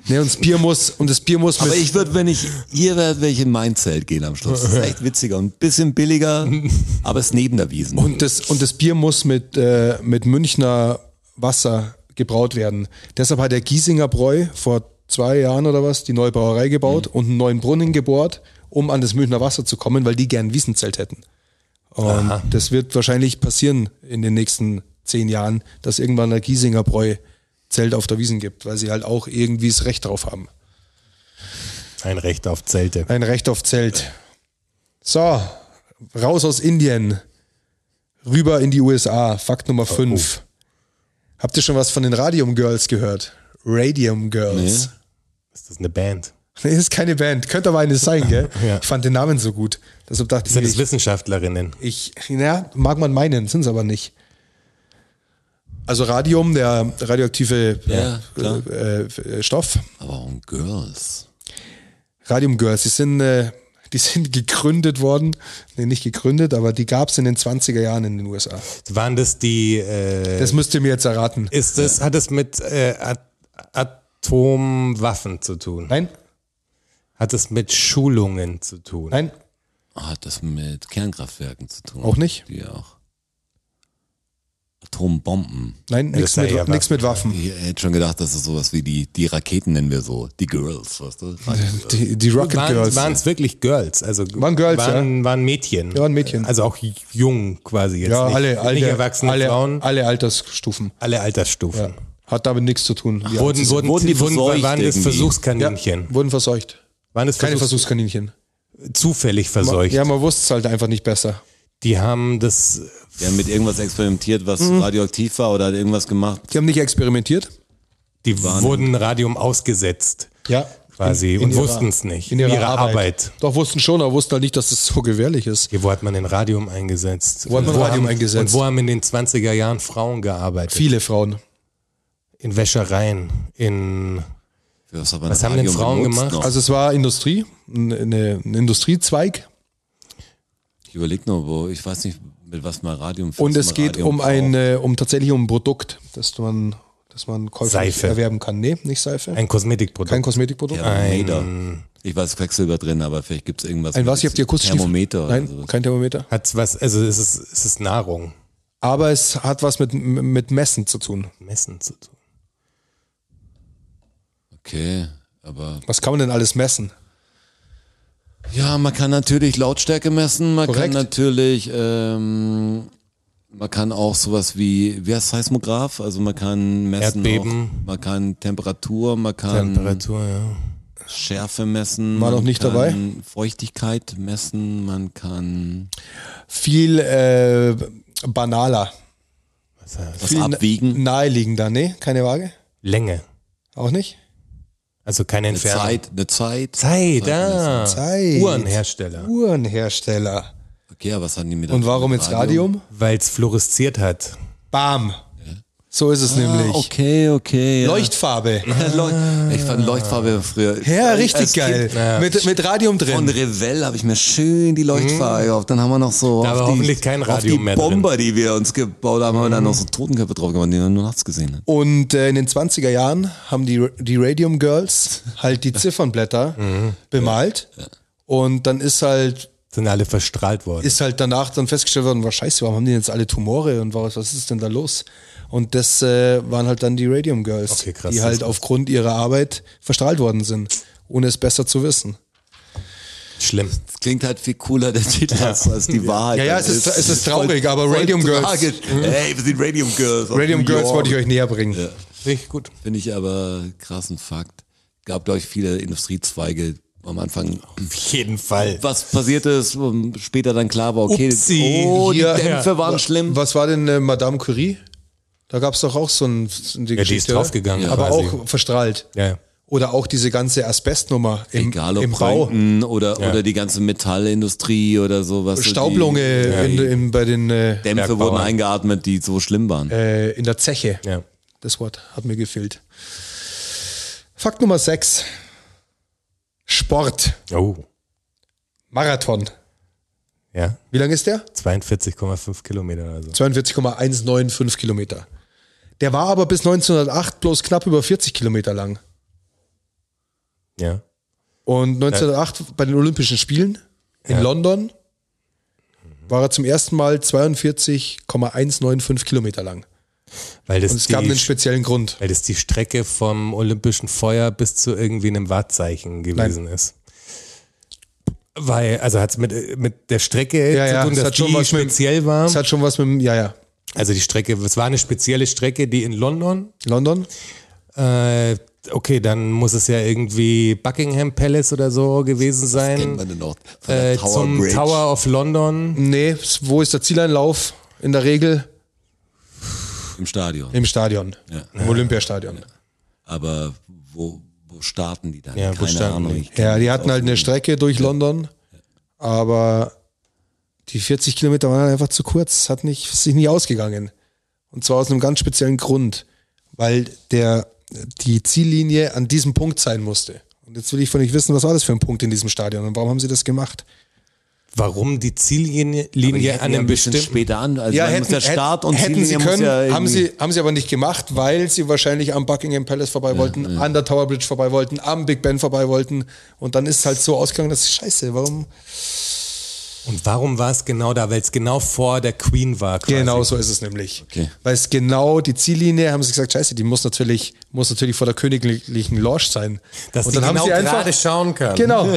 Nee, und das Bier muss, und das Bier muss
Aber
mit,
ich würde, wenn ich hier wäre, wäre ich in mein Zelt gehen am Schluss. Das ist echt witziger und ein bisschen billiger, aber es ist neben der Wiesen.
und das, und das Bier muss mit, äh, mit Münchner Wasser gebraut werden. Deshalb hat der Giesinger Bräu vor zwei Jahren oder was die neue Brauerei gebaut und einen neuen Brunnen gebohrt, um an das Münchner Wasser zu kommen, weil die gern Wiesenzelt hätten. Und das wird wahrscheinlich passieren in den nächsten zehn Jahren, dass irgendwann der Giesinger Bräu Zelt auf der Wiesen gibt, weil sie halt auch irgendwie das Recht drauf haben.
Ein Recht auf Zelte.
Ein Recht auf Zelt. So, raus aus Indien. Rüber in die USA. Fakt Nummer 5. Habt ihr schon was von den Radium Girls gehört? Radium Girls.
Ist das eine Band?
Nee. ist keine Band. Könnte aber eine sein, gell?
Ja.
Ich fand den Namen so gut. Deshalb dachte
Sind
ich,
es
mir,
Wissenschaftlerinnen?
ich, ich, na, mag man meinen, sind es aber nicht. Also Radium, der radioaktive
Ja, klar.
äh, äh, Stoff,
Aber warum Girls?
Radium Girls, die sind, äh, die sind gegründet worden. Nee, nicht gegründet, aber die gab es in den 20er Jahren in den USA.
Waren das die, äh,
Das müsst ihr mir jetzt erraten.
ist das, hat das mit äh, At Atomwaffen zu tun?
Nein?
Hat das mit Schulungen zu tun?
Nein?
Hat das mit Kernkraftwerken zu tun?
Auch nicht?
Die auch. Atombomben.
Nein,
Ja,
nichts
das
mit,
sei ja
nix mit Waffen.
Ich hätte schon gedacht, das ist sowas wie die, die Raketen nennen wir so. Die Girls, weißt du?
Die, die Rocket Girls.
Waren es wirklich Girls? Also
Waren Girls,
waren, waren Mädchen.
Ja, waren Mädchen.
Also auch jung quasi jetzt.
ja,
nicht,
alle, alle,
nicht erwachsene
alle,
Frauen,
alle Altersstufen.
alle Altersstufen.
Ja. Hat damit nichts zu tun. Die
Wurden,
Altersstufen.
wurden,
wurden die verseucht
waren das
irgendwie?
Versuchskaninchen?
wurden verseucht.
Waren das
Keine
Versuchs-
Versuchskaninchen.
zufällig verseucht?
Ja, man wusste es halt einfach nicht besser.
Die haben das
Die haben mit irgendwas experimentiert, was
Mhm.
radioaktiv war oder hat irgendwas gemacht.
Die haben nicht experimentiert.
Die wurden Radium ausgesetzt,
Ja.
quasi,
In
und
ihrer-
wussten es nicht.
In ihrer, Arbeit. Doch, wussten schon, aber wussten halt nicht, dass es das so gefährlich ist.
Ja, wo hat man denn Radium eingesetzt?
Wo hat
Und
man Radium
haben,
eingesetzt?
Und wo haben in den 20er Jahren Frauen gearbeitet?
Viele Frauen.
In Wäschereien, in.
Was, hat man
Was haben denn
Radio
Frauen
benutzt
gemacht?
Noch?
Also es war Industrie, ein- eine, ein Industriezweig
ich überlege nur, wo, ich weiß nicht, mit was man Radium für
und
was
es
man
geht
Radium
um ein,
braucht.
äh, um tatsächlich um ein Produkt, das man, das man käuflich
Seife.
erwerben kann. Nee, nicht Seife.
Ein Kosmetikprodukt.
Kein Kosmetikprodukt.
Ja, Thermometer. Ich weiß Quecksilber drin, aber vielleicht gibt es irgendwas.
Ein
mit
was? Ich habe die akustisch.
Thermometer oder
Nein,
sowas.
kein Thermometer.
Hat's was, also es ist, es ist Nahrung,
Aber es hat was mit, mit Messen zu tun.
Messen zu tun.
Okay, aber
Was kann man denn alles messen?
Ja, man kann natürlich Lautstärke messen, man
Korrekt.
kann natürlich, ähm, man kann auch sowas wie, wie heißt Seismograph? Also man kann messen,
Erdbeben.
Auch, man kann Temperatur, man
Hm.
kann
Temperatur, ja.
Schärfe messen.
War
man
noch nicht
kann
dabei?
Feuchtigkeit messen, man kann
Viel äh, banaler.
Was heißt?
was
Viel ne- na-
abwiegen,
Naheliegender, nee, keine Waage?
Länge.
Auch nicht?
Also keine
eine
Entfernung.
Zeit, eine Zeit.
Zeit, ah.
Zeit.
Uhrenhersteller.
Uhrenhersteller.
Okay, aber was haben die mit
Und warum ins Radium?
Weil es fluoresziert hat.
Bam. So ist es nämlich.
Ah, Okay, okay. Ja.
Leuchtfarbe.
Leucht- Ich fand Leuchtfarbe früher.
Ja,
Als
richtig
Kind
geil. Mit, mit Radium drin.
Von Revell habe ich mir schön die Leuchtfarbe
Mhm.
gekauft. Dann haben wir noch so
Da war
auf die,
hoffentlich kein
auf die
Radium mehr drin.
Bomber, die wir uns gebaut haben, haben wir dann
Mhm.
noch so Totenköpfe drauf gemacht, die man nur nachts gesehen hat.
Und äh, in den 20er Jahren haben die, die Radium Girls halt die Ziffernblätter bemalt. Und dann ist halt,
Sind alle verstrahlt worden.
ist halt danach dann festgestellt worden, was scheiße, warum haben die jetzt alle Tumore und was, was ist denn da los? Und das äh, waren halt dann die Radium Girls,
Okay, krass,
die
das
halt
ist-
aufgrund ihrer Arbeit verstrahlt worden sind, ohne es besser zu wissen.
Schlimm.
Das klingt halt viel cooler, der Titel, als, als die Wahrheit.
Ja, ja, es
dann
ist- es ist traurig, aber Radium Girls- Mhm.
tragisch. Hey, wir sind Radium Girls. aus
Radium
New
Girls
York.
wollte ich euch näher bringen.
Richtig gut.
Finde ich aber krassen Fakt. Gab, glaube ich, viele Industriezweige am Anfang.
Auf jeden Fall.
Was passiert ist, um, später dann klar war, okay,
Upsi,
oh, die
hier,
Dämpfe waren schlimm.
Was war denn äh, Madame Curie? Da gab es doch auch so ein, die
Ja, die ist
Geschichte, oder?
draufgegangen
Aber
quasi.
auch verstrahlt.
Ja, ja.
Oder auch diese ganze Asbestnummer im,
Egal ob
im Bau.
Röntgen oder,
Ja.
oder die ganze Metallindustrie oder sowas.
Staublunge
Die
in, in, bei den, äh,
Dämpfe
Bergbauern.
wurden eingeatmet, die so schlimm waren.
äh, in der Zeche.
Ja.
Das Wort hat mir gefehlt. Fakt Nummer 6. Sport.
Oh.
Marathon.
Ja.
Wie lang ist der?
42,5 Kilometer oder so.
42,195 Kilometer. Der war aber bis 1908 bloß knapp über 40 Kilometer lang.
Ja.
Und 1908 bei den Olympischen Spielen in
Ja.
London war er zum ersten Mal 42,195 Kilometer lang.
Weil das,
Und es gab
die,
einen speziellen Grund.
weil das die Strecke vom Olympischen Feuer bis zu irgendwie einem Wahrzeichen gewesen ist. Weil, also hat es mit, mit der Strecke
Ja,
zu
ja,
tun,
es
dass
hat schon
die
was mit-
speziell war.
Das hat schon was mit dem, ja, ja,
Also die Strecke, es war eine spezielle Strecke, die in London
London.
Äh, okay, dann muss es ja irgendwie Buckingham Palace oder so gewesen
Kennt
sein.
man denn noch? Von der
Äh, zum
Bridge.
Tower of London.
Nee, s- wo ist der Zieleinlauf? In der Regel
im Stadion.
im Stadion,
Ja.
im Olympiastadion.
Aber wo, wo starten die dann?
Ja, wo
Keine
starten
Ahnung.
die?
Ich kenn
Ja, die
das
hatten
auch
halt eine
nicht.
Strecke durch London, aber die 40 Kilometer waren halt einfach zu kurz. Es hat nicht, ist sich nicht ausgegangen. Und zwar aus einem ganz speziellen Grund, weil der, die Ziellinie an diesem Punkt sein musste. Und jetzt will ich von euch wissen, was war das für ein Punkt in diesem Stadion und warum haben sie das gemacht?
Warum die Ziellinie
Aber die
Linie
hätten
an
ja
einem
ein bisschen
bestimmten.
später an. Also dann muss der Start und
hätten sie
Ziellinie
können,
muss ja
haben,
irgendwie-
sie, haben sie aber nicht gemacht, weil sie wahrscheinlich am Buckingham Palace vorbei wollten, an der Tower Bridge vorbei wollten, am Big Ben vorbei wollten. Und dann ist es halt so ausgegangen, dass scheiße, warum?
Und warum war es genau da? Weil es genau vor der Queen war. Quasi.
Genau so ist es nämlich.
Okay.
Weil es genau die Ziellinie, haben sie gesagt, scheiße, die muss natürlich, muss natürlich vor der königlichen Lounge sein.
Dass die genau gerade schauen kann.
Genau.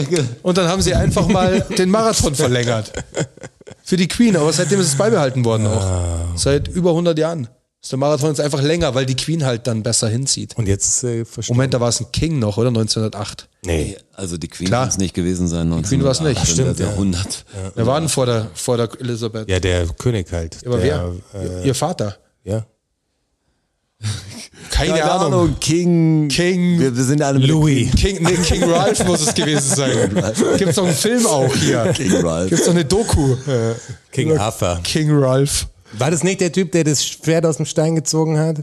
Und dann haben sie einfach mal den Marathon verlängert. Für die Queen, aber seitdem ist es beibehalten worden auch. Seit über 100 Jahren ist der Marathon jetzt einfach länger, weil die Queen halt dann besser hinzieht.
Und jetzt äh, verstehe
Moment, da war es ein King noch, oder? 1908.
Nee.
Also die Queen
Klar.
kann es nicht gewesen sein. Also Die
Queen war's nicht.
Stimmt,
Stimmt, ja.
Jahrhundert.
Wer war denn vor der, vor der Elisabeth?
Ja, der König halt.
aber
der,
wer?
Äh,
Ihr Vater?
ja.
Keine,
Keine
Ahnung.
Ahnung, King.
King.
Wir, wir sind alle mit
Louis.
King, nee, King Ralph muss es gewesen sein. Gibt's noch einen Film auch hier?
King Ralph.
Gibt's noch eine Doku? Äh,
King Arthur.
King Ralph.
War das nicht der Typ, der das Schwert aus dem Stein gezogen hat?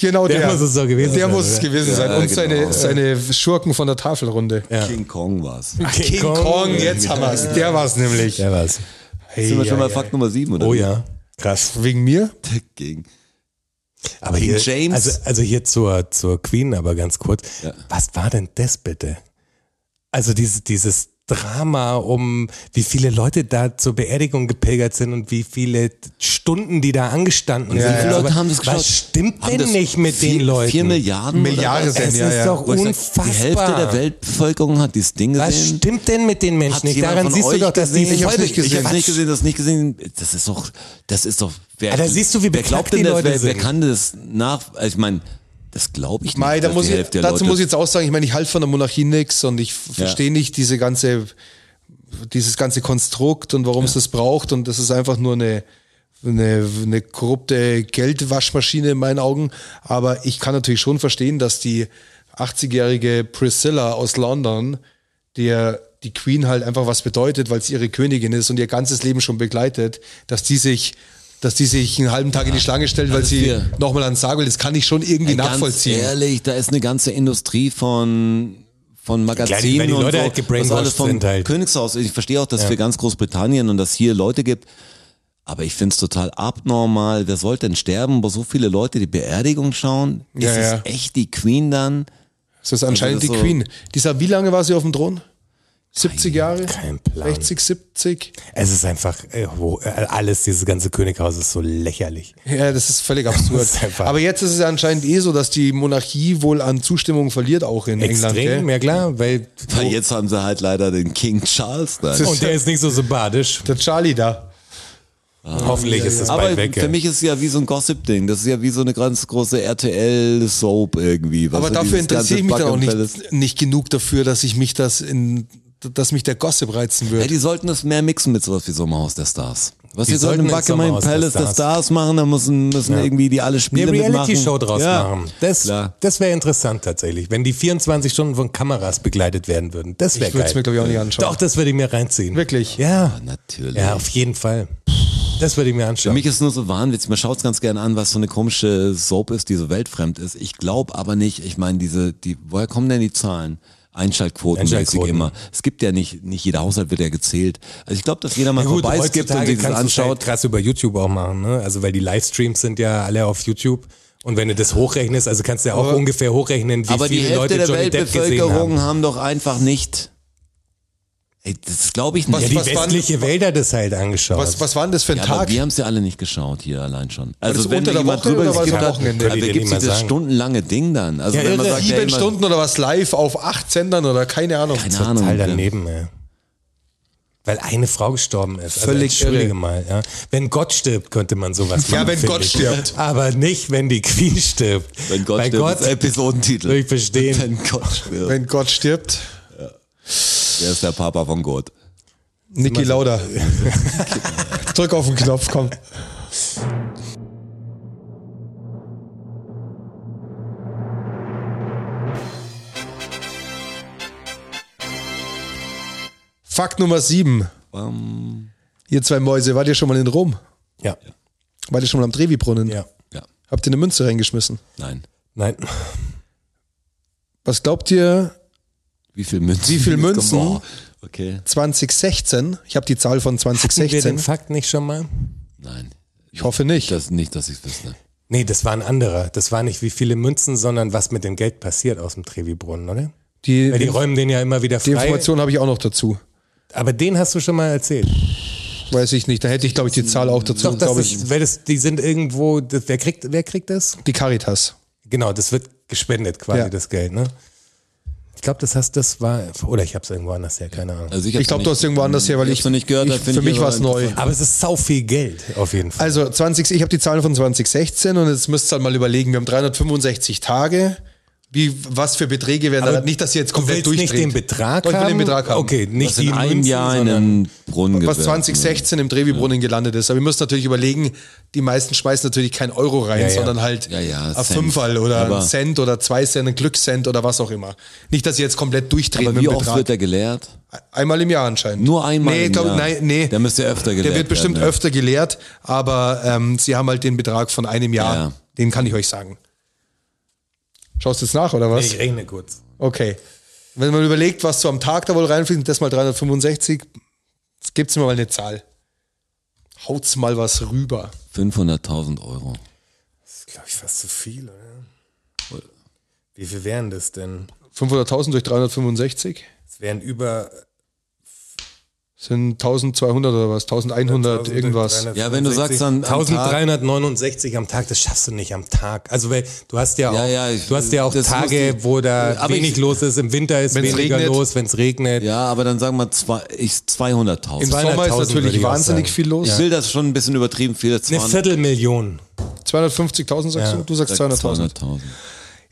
Genau der.
Der muss es doch gewesen
Der
sein,
muss es
oder?
gewesen sein.
Ja,
Und
genau.
seine, seine Schurken von der Tafelrunde.
Ja.
King Kong war's.
King,
jetzt haben wir's. Der war's nämlich.
Der war's.
Sind wir schon bei Fakt Nummer 7, oder?
Oh ja. Krass.
Wegen mir?
King.
Aber
King
hier,
James?
Also, also hier zur, zur Queen, aber ganz kurz.
Ja.
Was war denn das bitte? Also dieses, dieses Drama um, wie viele Leute da zur Beerdigung gepilgert sind und wie viele Stunden die da angestanden sind.
Wie viele
Also,
Leute haben das geschaut?
Was stimmt
Haben
denn
das
nicht mit
vier,
den Leuten?
Vier Milliarden?
Milliarden
Es
Ja,
ist
ja.
doch
Wo ich sag,
unfassbar.
Die Hälfte der Weltbevölkerung hat dieses Ding
Was
gesehen.
stimmt denn mit den Menschen
Hat
nicht?
jemand
Daran
von
siehst du
euch
doch, dass die
gesehen?
Ich hab's nicht gesehen.
Ich hab's nicht gesehen, das nicht gesehen. Das ist doch, das ist doch. Wer,
Ah, da siehst du, wie
wer
beknackt
glaubt denn
die
das?
Leute
wer, wer
sind.
kann das nach? Also ich meine, das glaube ich nicht.
Mei, da
dass
muss
die
ich,
Hälfte
dazu
der Leute-
muss ich jetzt auch sagen, ich meine, ich halte von der Monarchie nichts und ich f- verstehe nicht diese ganze, dieses ganze Konstrukt und warum es das braucht und das ist einfach nur eine, eine, eine korrupte Geldwaschmaschine in meinen Augen. Aber ich kann natürlich schon verstehen, dass die 80-jährige Priscilla aus London, der die Queen halt einfach was bedeutet, weil sie ihre Königin ist und ihr ganzes Leben schon begleitet, dass die sich dass die sich einen halben Tag in die Schlange stellt, weil
Also
sie
wir-
nochmal an Sarg will. Das kann ich schon irgendwie
Ey,
nachvollziehen.
Ganz ehrlich, da ist eine ganze Industrie von von Magazinen
Klar, die- weil die
und
Leute
so,
halt gebrainwashed
was alles vom
sind halt.
Königshaus. Ich verstehe auch, dass für ganz Großbritannien und dass hier Leute gibt, aber ich finde es total abnormal. Wer soll denn sterben, wo so viele Leute die Beerdigung schauen?
Ja,
ist
ja.
es echt die Queen dann?
Das ist anscheinend
Also das
die
so-
Queen. Die sagt, wie lange war sie auf dem Thron? 70 Jahre?
Kein Plan.
60, 70?
Es ist einfach, äh, wo- äh, alles, dieses ganze Könighaus ist so lächerlich.
Ja, das ist völlig absurd.
ist einfach-
Aber jetzt ist es anscheinend eh so, dass die Monarchie wohl an Zustimmung verliert, auch in England.
Extrem,
Gell?
ja klar, weil.
Weil jetzt haben sie halt leider den King Charles da.
Und der ist nicht so sympathisch.
Der Charlie da.
Hoffentlich ist es
Aber
bald weg.
für
ja.
mich ist es ja wie so ein Gossip-Ding. Das ist ja wie so eine ganz große RTL-Soap irgendwie. Was
Aber
so
dafür
Also dieses
interessiere ich mich
ganze
dann auch
Buckingham Palace-
nicht, nicht genug dafür, dass ich mich das in, dass mich der Gossip reizen
Ja,
würde.
die sollten das mehr mixen mit sowas wie Sommerhaus der Stars. Was
Die
die sollten im
sollten ins
Buckingham
Sommerhaus der
Palace der
Stars.
Stars machen, da müssen, müssen irgendwie die alle Spiele
Eine Reality-Show
mitmachen.
draus
ja.
machen. Das,
klar.
das wäre interessant tatsächlich, wenn die 24 Stunden von Kameras begleitet werden würden. Das wäre
Ich würde
geil.
es mir, glaube ich, auch nicht anschauen.
Doch, das würde ich mir reinziehen.
Wirklich?
Ja.
Natürlich.
Ja, auf jeden Fall. Das würde ich mir
Für
anschauen.
mich ist es nur so Wahnwitz. Man schaut es ganz gerne an, was so eine komische Soap ist, die so weltfremd ist. Ich glaube aber nicht. Ich meine, diese, die, woher kommen denn die Zahlen? Einschaltquoten,
Einschaltquoten.
Einschaltquoten. immer. Es gibt ja nicht, nicht jeder Haushalt wird ja gezählt. Also ich glaube, dass jeder mal
Ja gut,
vorbei gibt und
heutzutage
sich das
kannst du's Halt
anschaut.
krass über YouTube auch machen, ne? Also weil die Livestreams sind ja alle auf YouTube. Und wenn du das hochrechnest, also kannst du ja auch ungefähr hochrechnen, wie
Aber die
viele
Hälfte
Leute
der
Johnny Depp gesehen
Weltbevölkerung
haben.
haben. doch einfach nicht. Ey, das glaube ich nicht.
Ja, die
Was waren-
westliche Welt hat das halt angeschaut.
Was, was war denn das für ein
Ja, aber
Tag?
wir haben es ja alle nicht geschaut hier allein schon. Also
das
wenn
unter
mir
der
jemand
Woche
drüber
oder war
gibt,
das am Wochenende?
dann
Kann ich dir
gibt
nicht mal
es dieses
sagen.
stundenlange Ding dann. Also
Ja,
wenn man
irre.
sagt, ja,
Sieben
immer-
Stunden oder was live auf acht Sendern oder keine Ahnung.
keine
Total
Ahnung.
daneben, ey. Weil eine Frau gestorben ist. Also
Völlig
entschuldige
irre.
mal. Ja. Wenn Gott stirbt, könnte man sowas machen.
Ja, wenn
finde
Gott
ich.
stirbt.
Aber nicht, wenn die Queen stirbt.
Wenn Gott
Bei
stirbt,
Gott
ist Episodentitel.
würde ich verstehen.
Wenn Gott stirbt.
Wenn Gott stirbt,
Der ist der Papa von Gott.
Niki Lauda. Drück auf den Knopf, komm. Fakt Nummer 7.
Ähm,
Ihr zwei Mäuse, wart ihr schon mal in Rom?
Ja.
Wart ihr schon mal am Trevi-Brunnen?
ja.
ja,
Habt ihr eine Münze reingeschmissen?
nein.
Nein.
Was glaubt ihr,
Wie viel Münzen?
Wie viel Münzen?
Boah, Okay,
2016, ich habe die Zahl von
Hatten wir den
2016,
Fakt nicht schon mal?
nein.
ich hoffe nicht.
Das nicht, dass ich wüsste.
Nee, das war ein anderer. Das war nicht wie viele Münzen, sondern was mit dem Geld passiert aus dem Trevi-Brunnen, oder?
Die,
Weil die
die
räumen den ja immer wieder frei.
Information habe ich auch noch dazu.
Aber den hast du schon mal erzählt.
Weiß ich nicht, da hätte ich glaube ich die Zahl auch dazu,
Doch, das
glaube ich.
ist, weil das, die sind irgendwo, das, wer kriegt, wer kriegt das?
Die Caritas.
Genau, das wird gespendet quasi,
Ja.
das Geld, ne? Ich glaube, das hast, das war, oder ich habe es irgendwo anders her, keine Ahnung.
Also
Ich glaube, du hast irgendwo anders her, weil ich,
noch nicht gehört.
ich
da find
für
ich
mich
aber
war es neu.
Aber es ist sau viel Geld, auf jeden Fall.
Also 20, ich habe die Zahlen von 2016 und jetzt müsst ihr halt mal überlegen, wir haben 365 Tage. Wie, was für Beträge werden da? Nicht, dass ihr jetzt
du
komplett
willst nicht den
durchdreht.
Betrag
Doch, ich will
haben?
den Betrag haben.
Okay, nicht
was
die
in einem
Münzen,
Jahr in
sondern-
einen Brunnen
was
geworfen wird.
2016 im Trevi-Brunnen gelandet ist. Aber ihr müsst natürlich überlegen, die meisten schmeißen natürlich kein Euro rein,
Ja, ja.
sondern halt
Ja, ja,
ein
Cent.
Fünferl oder
Aber-
ein Cent oder zwei Cent, ein Glückscent oder was auch immer. Nicht, dass ihr jetzt komplett durchdreht
Aber
mit
wie
dem
oft
Betrag.
wird der gelehrt?
Einmal im Jahr anscheinend.
Nur einmal
Nee,
im
glaub,
Jahr.
Nein, nee.
Der müsste öfter gelehrt
Der wird bestimmt
werden, ja.
öfter gelehrt, aber ähm, sie haben halt den Betrag von einem Jahr.
Ja.
Den kann ich euch sagen. Schaust du jetzt nach, oder was?
Ich rechne kurz.
Okay. Wenn man überlegt, was so am Tag da wohl reinfliegt, das mal 365, jetzt gibt's mir mal eine Zahl. Haut's mal was rüber.
500.000 Euro.
Das ist, glaube ich, fast zu viel, oder? Wie viel wären das denn?
500.000 durch 365?
Es wären über äh,
Sind 1200 oder was? 1100 irgendwas.
Ja, wenn du sagst, dann am Tag-
1369 am Tag, das schaffst du nicht am Tag. Also weil du hast ja auch,
Ja, ja, ich-
du hast ja auch
das muss
Tage,
die-
wo da
Aber
wenig
ich-
los ist. Im Winter ist
Wenn's
weniger
regnet.
los, wenn es regnet.
Ja, aber dann sagen wir zwei, ich 200.000.
Im Sommer
200.000
ist
würde
natürlich
ich auch
wahnsinnig
sagen.
viel los.
Ich will das schon ein bisschen übertrieben viel. Das
Eine
waren-
Viertelmillion.
250.000 sagst
Ja.
du, du sagst 200.000.
200.000.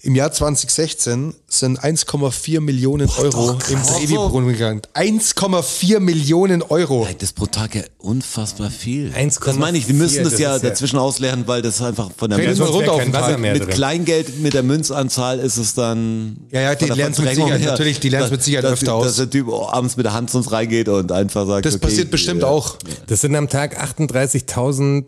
Im Jahr 2016 sind 1,4 Millionen Euro im Babybrunnen gegangen. 1,4 Millionen Euro.
Ey, Das ist pro Tag ja unfassbar viel.
1,4,
das meine ich, wir müssen das,
das
ja
ist ja-
dazwischen auslernen, weil das einfach von der
Reden
Ja,
Münz,
Jetzt mal
sonst
runter
wär
auf
kein
den
Wasser
Tag.
mehr
mit
drin.
Kleingeld, mit der Münzanzahl ist es dann.
Ja, ja, die
von der
lernt's mit
Verdrängung
Sicherheit-
her,
natürlich, die lernt's mit
dass-
Sicherheit
dass,
öfter aus.
Dass der Typ oh, abends mit der Hand sonst reingeht und einfach sagt,
Das
okay,
passiert bestimmt
äh,
auch.
Das sind am Tag 38.600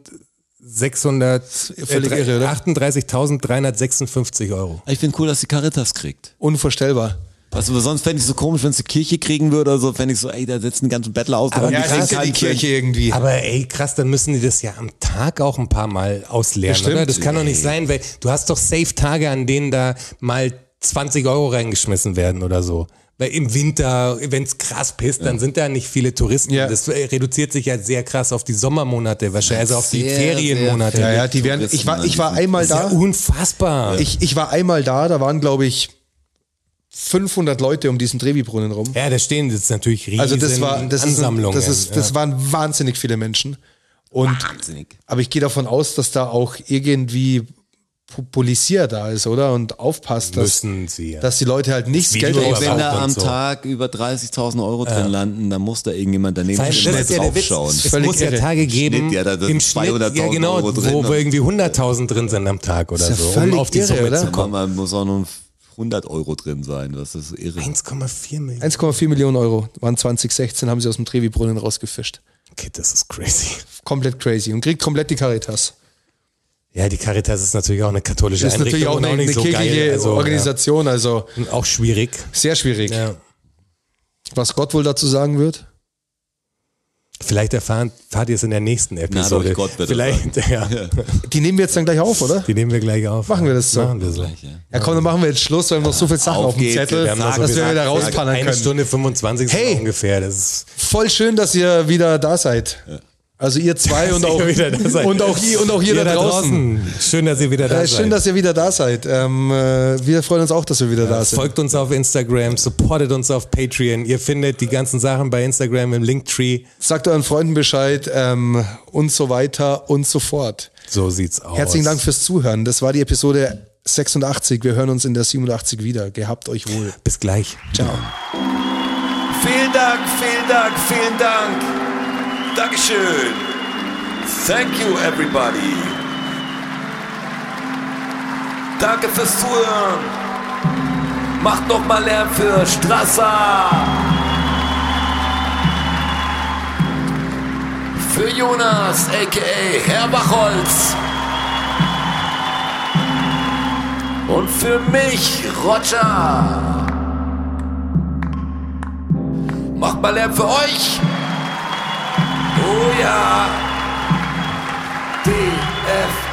Völlig irre, oder?
38.356 äh, Euro.
Ich finde cool, dass die Caritas kriegt.
Unvorstellbar.
Weißt du, sonst fände ich so komisch, wenn es die Kirche kriegen würde oder so, fände ich so, ey, da sitzen ganze Bettler aus.
Ja, das ist ja die Kirche irgendwie.
Aber ey, krass, dann müssen die das ja am Tag auch ein paar Mal ausleeren,
Bestimmt.
oder? Das kann doch nicht sein, weil du hast doch safe Tage, an denen da mal 20 Euro reingeschmissen werden oder so. Weil im Winter, wenn es krass pisst, dann sind da nicht viele Touristen.
Ja.
Das äh, reduziert sich ja sehr krass auf die Sommermonate, wahrscheinlich, also auf die
Sehr,
Ferienmonate.
Ja, ja, die werden.
Touristen
Ich war, ich war
anbieten.
einmal
Das ist ja
da.
unfassbar.
Ich, ich war einmal da, da waren, glaube ich, 500 Leute um diesen Trevi-Brunnen rum.
Ja, da stehen jetzt natürlich riesen
Also das war das ist, ein,
Ansammlungen.
das ist das waren wahnsinnig viele Menschen und
Wahnsinnig.
aber ich gehe davon aus, dass da auch irgendwie Pu- Polizia da ist, oder und aufpasst,
ja.
dass,
Müssen sie ja.
dass die Leute halt nicht
Das
Geld
Video
ausgeben.
Wenn
Aufwand
da am
so.
Tag über 30.000 Euro drin landen, dann muss da irgendjemand daneben
Vor allem,
stehen und
das ist ja der
mal
Witz.
draufschauen.
Es
Völlig
muss ja
irre.
Tage geben,
Schnitt, ja, da sind
im Schnitt,
200.000
ja genau,
Euro drin ne?
wo
und-
irgendwie 100.000 drin sind am Tag oder
ja
so, um
völlig
auf die
irre,
Summe
oder?
zu
Aber
kommen.
man muss auch noch 100 Euro drin sein, das ist irre.
1,4 Millionen.
1,4 Millionen Euro waren 2016, haben sie aus dem Trevi-Brunnen rausgefischt.
Okay, das ist crazy.
Komplett crazy und kriegt komplett die Caritas.
Ja, die Caritas ist natürlich auch eine katholische
Das ist
Einrichtung
natürlich auch
und
eine,
nicht
eine
so
kirchliche
geil. Also,
Organisation, also
Ja. Auch schwierig.
sehr schwierig.
Ja.
Was Gott wohl dazu sagen wird?
Vielleicht erfahren, fahrt ihr es in der nächsten Episode.
durch Gott wird das
Vielleicht, ja. Ne?
Die nehmen wir jetzt dann gleich auf, oder?
Die nehmen wir gleich auf.
Machen wir das so.
Machen wir so.
Ja komm, dann machen wir jetzt Schluss, weil wir haben noch so viele Sachen
auf
auf, dem
geht's,
Zettel,
wir
haben da so
dass wir
gesagt,
wieder rauspannern
Eine
können.
Stunde 25 so
Hey!
ungefähr. Das ist
Voll schön, dass ihr wieder da seid. Also ihr zwei und
Dass
auch,
ihr wieder da seid.
und auch ihr, und auch ihr da draußen.
Schön, dass ihr wieder da
Äh,
seid.
schön, dass ihr wieder da seid. Ähm, äh, wir freuen uns auch, dass wir wieder da sind.
Folgt uns auf Instagram, supportet uns auf Patreon. Ihr findet die ganzen Sachen bei Instagram im Linktree.
Sagt euren Freunden Bescheid ähm, und so weiter und so fort.
So sieht's aus.
Herzlichen Dank fürs Zuhören. Das war die Episode 86. Wir hören uns in der 87 wieder. Gehabt euch wohl.
Bis gleich.
Ciao.
Vielen Dank, vielen Dank, vielen Dank. Dankeschön. Thank you, everybody. Danke fürs Zuhören. Macht noch mal Lärm für Strasser. Für Jonas, a.k.a. Herr Bachholz. Und für mich, Roger. Macht mal Lärm für euch! Oh ja!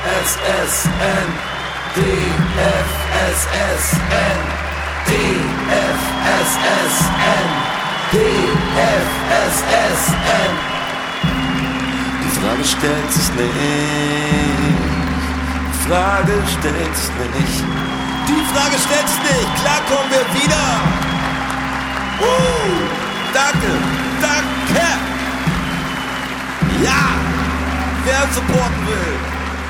DFSSN! DFSSN! DFSSN! DFSSN! Die Frage stellt sich nicht. Die Frage stellt sich nicht. Die Frage stellt sich nicht. Klar kommen wir wieder. Uh, danke, danke. Ja, wer uns supporten will,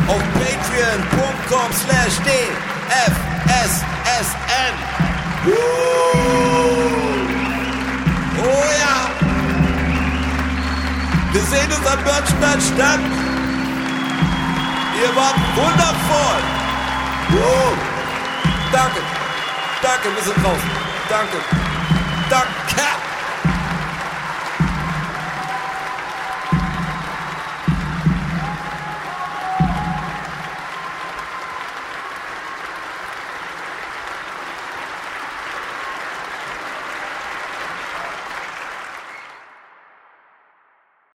auf patreon.com slash dfssn. Uh, oh ja. Wir sehen uns am Börnstein statt. Ihr wart wundervoll. Uh, danke, danke, wir sind draußen. Danke. Danke.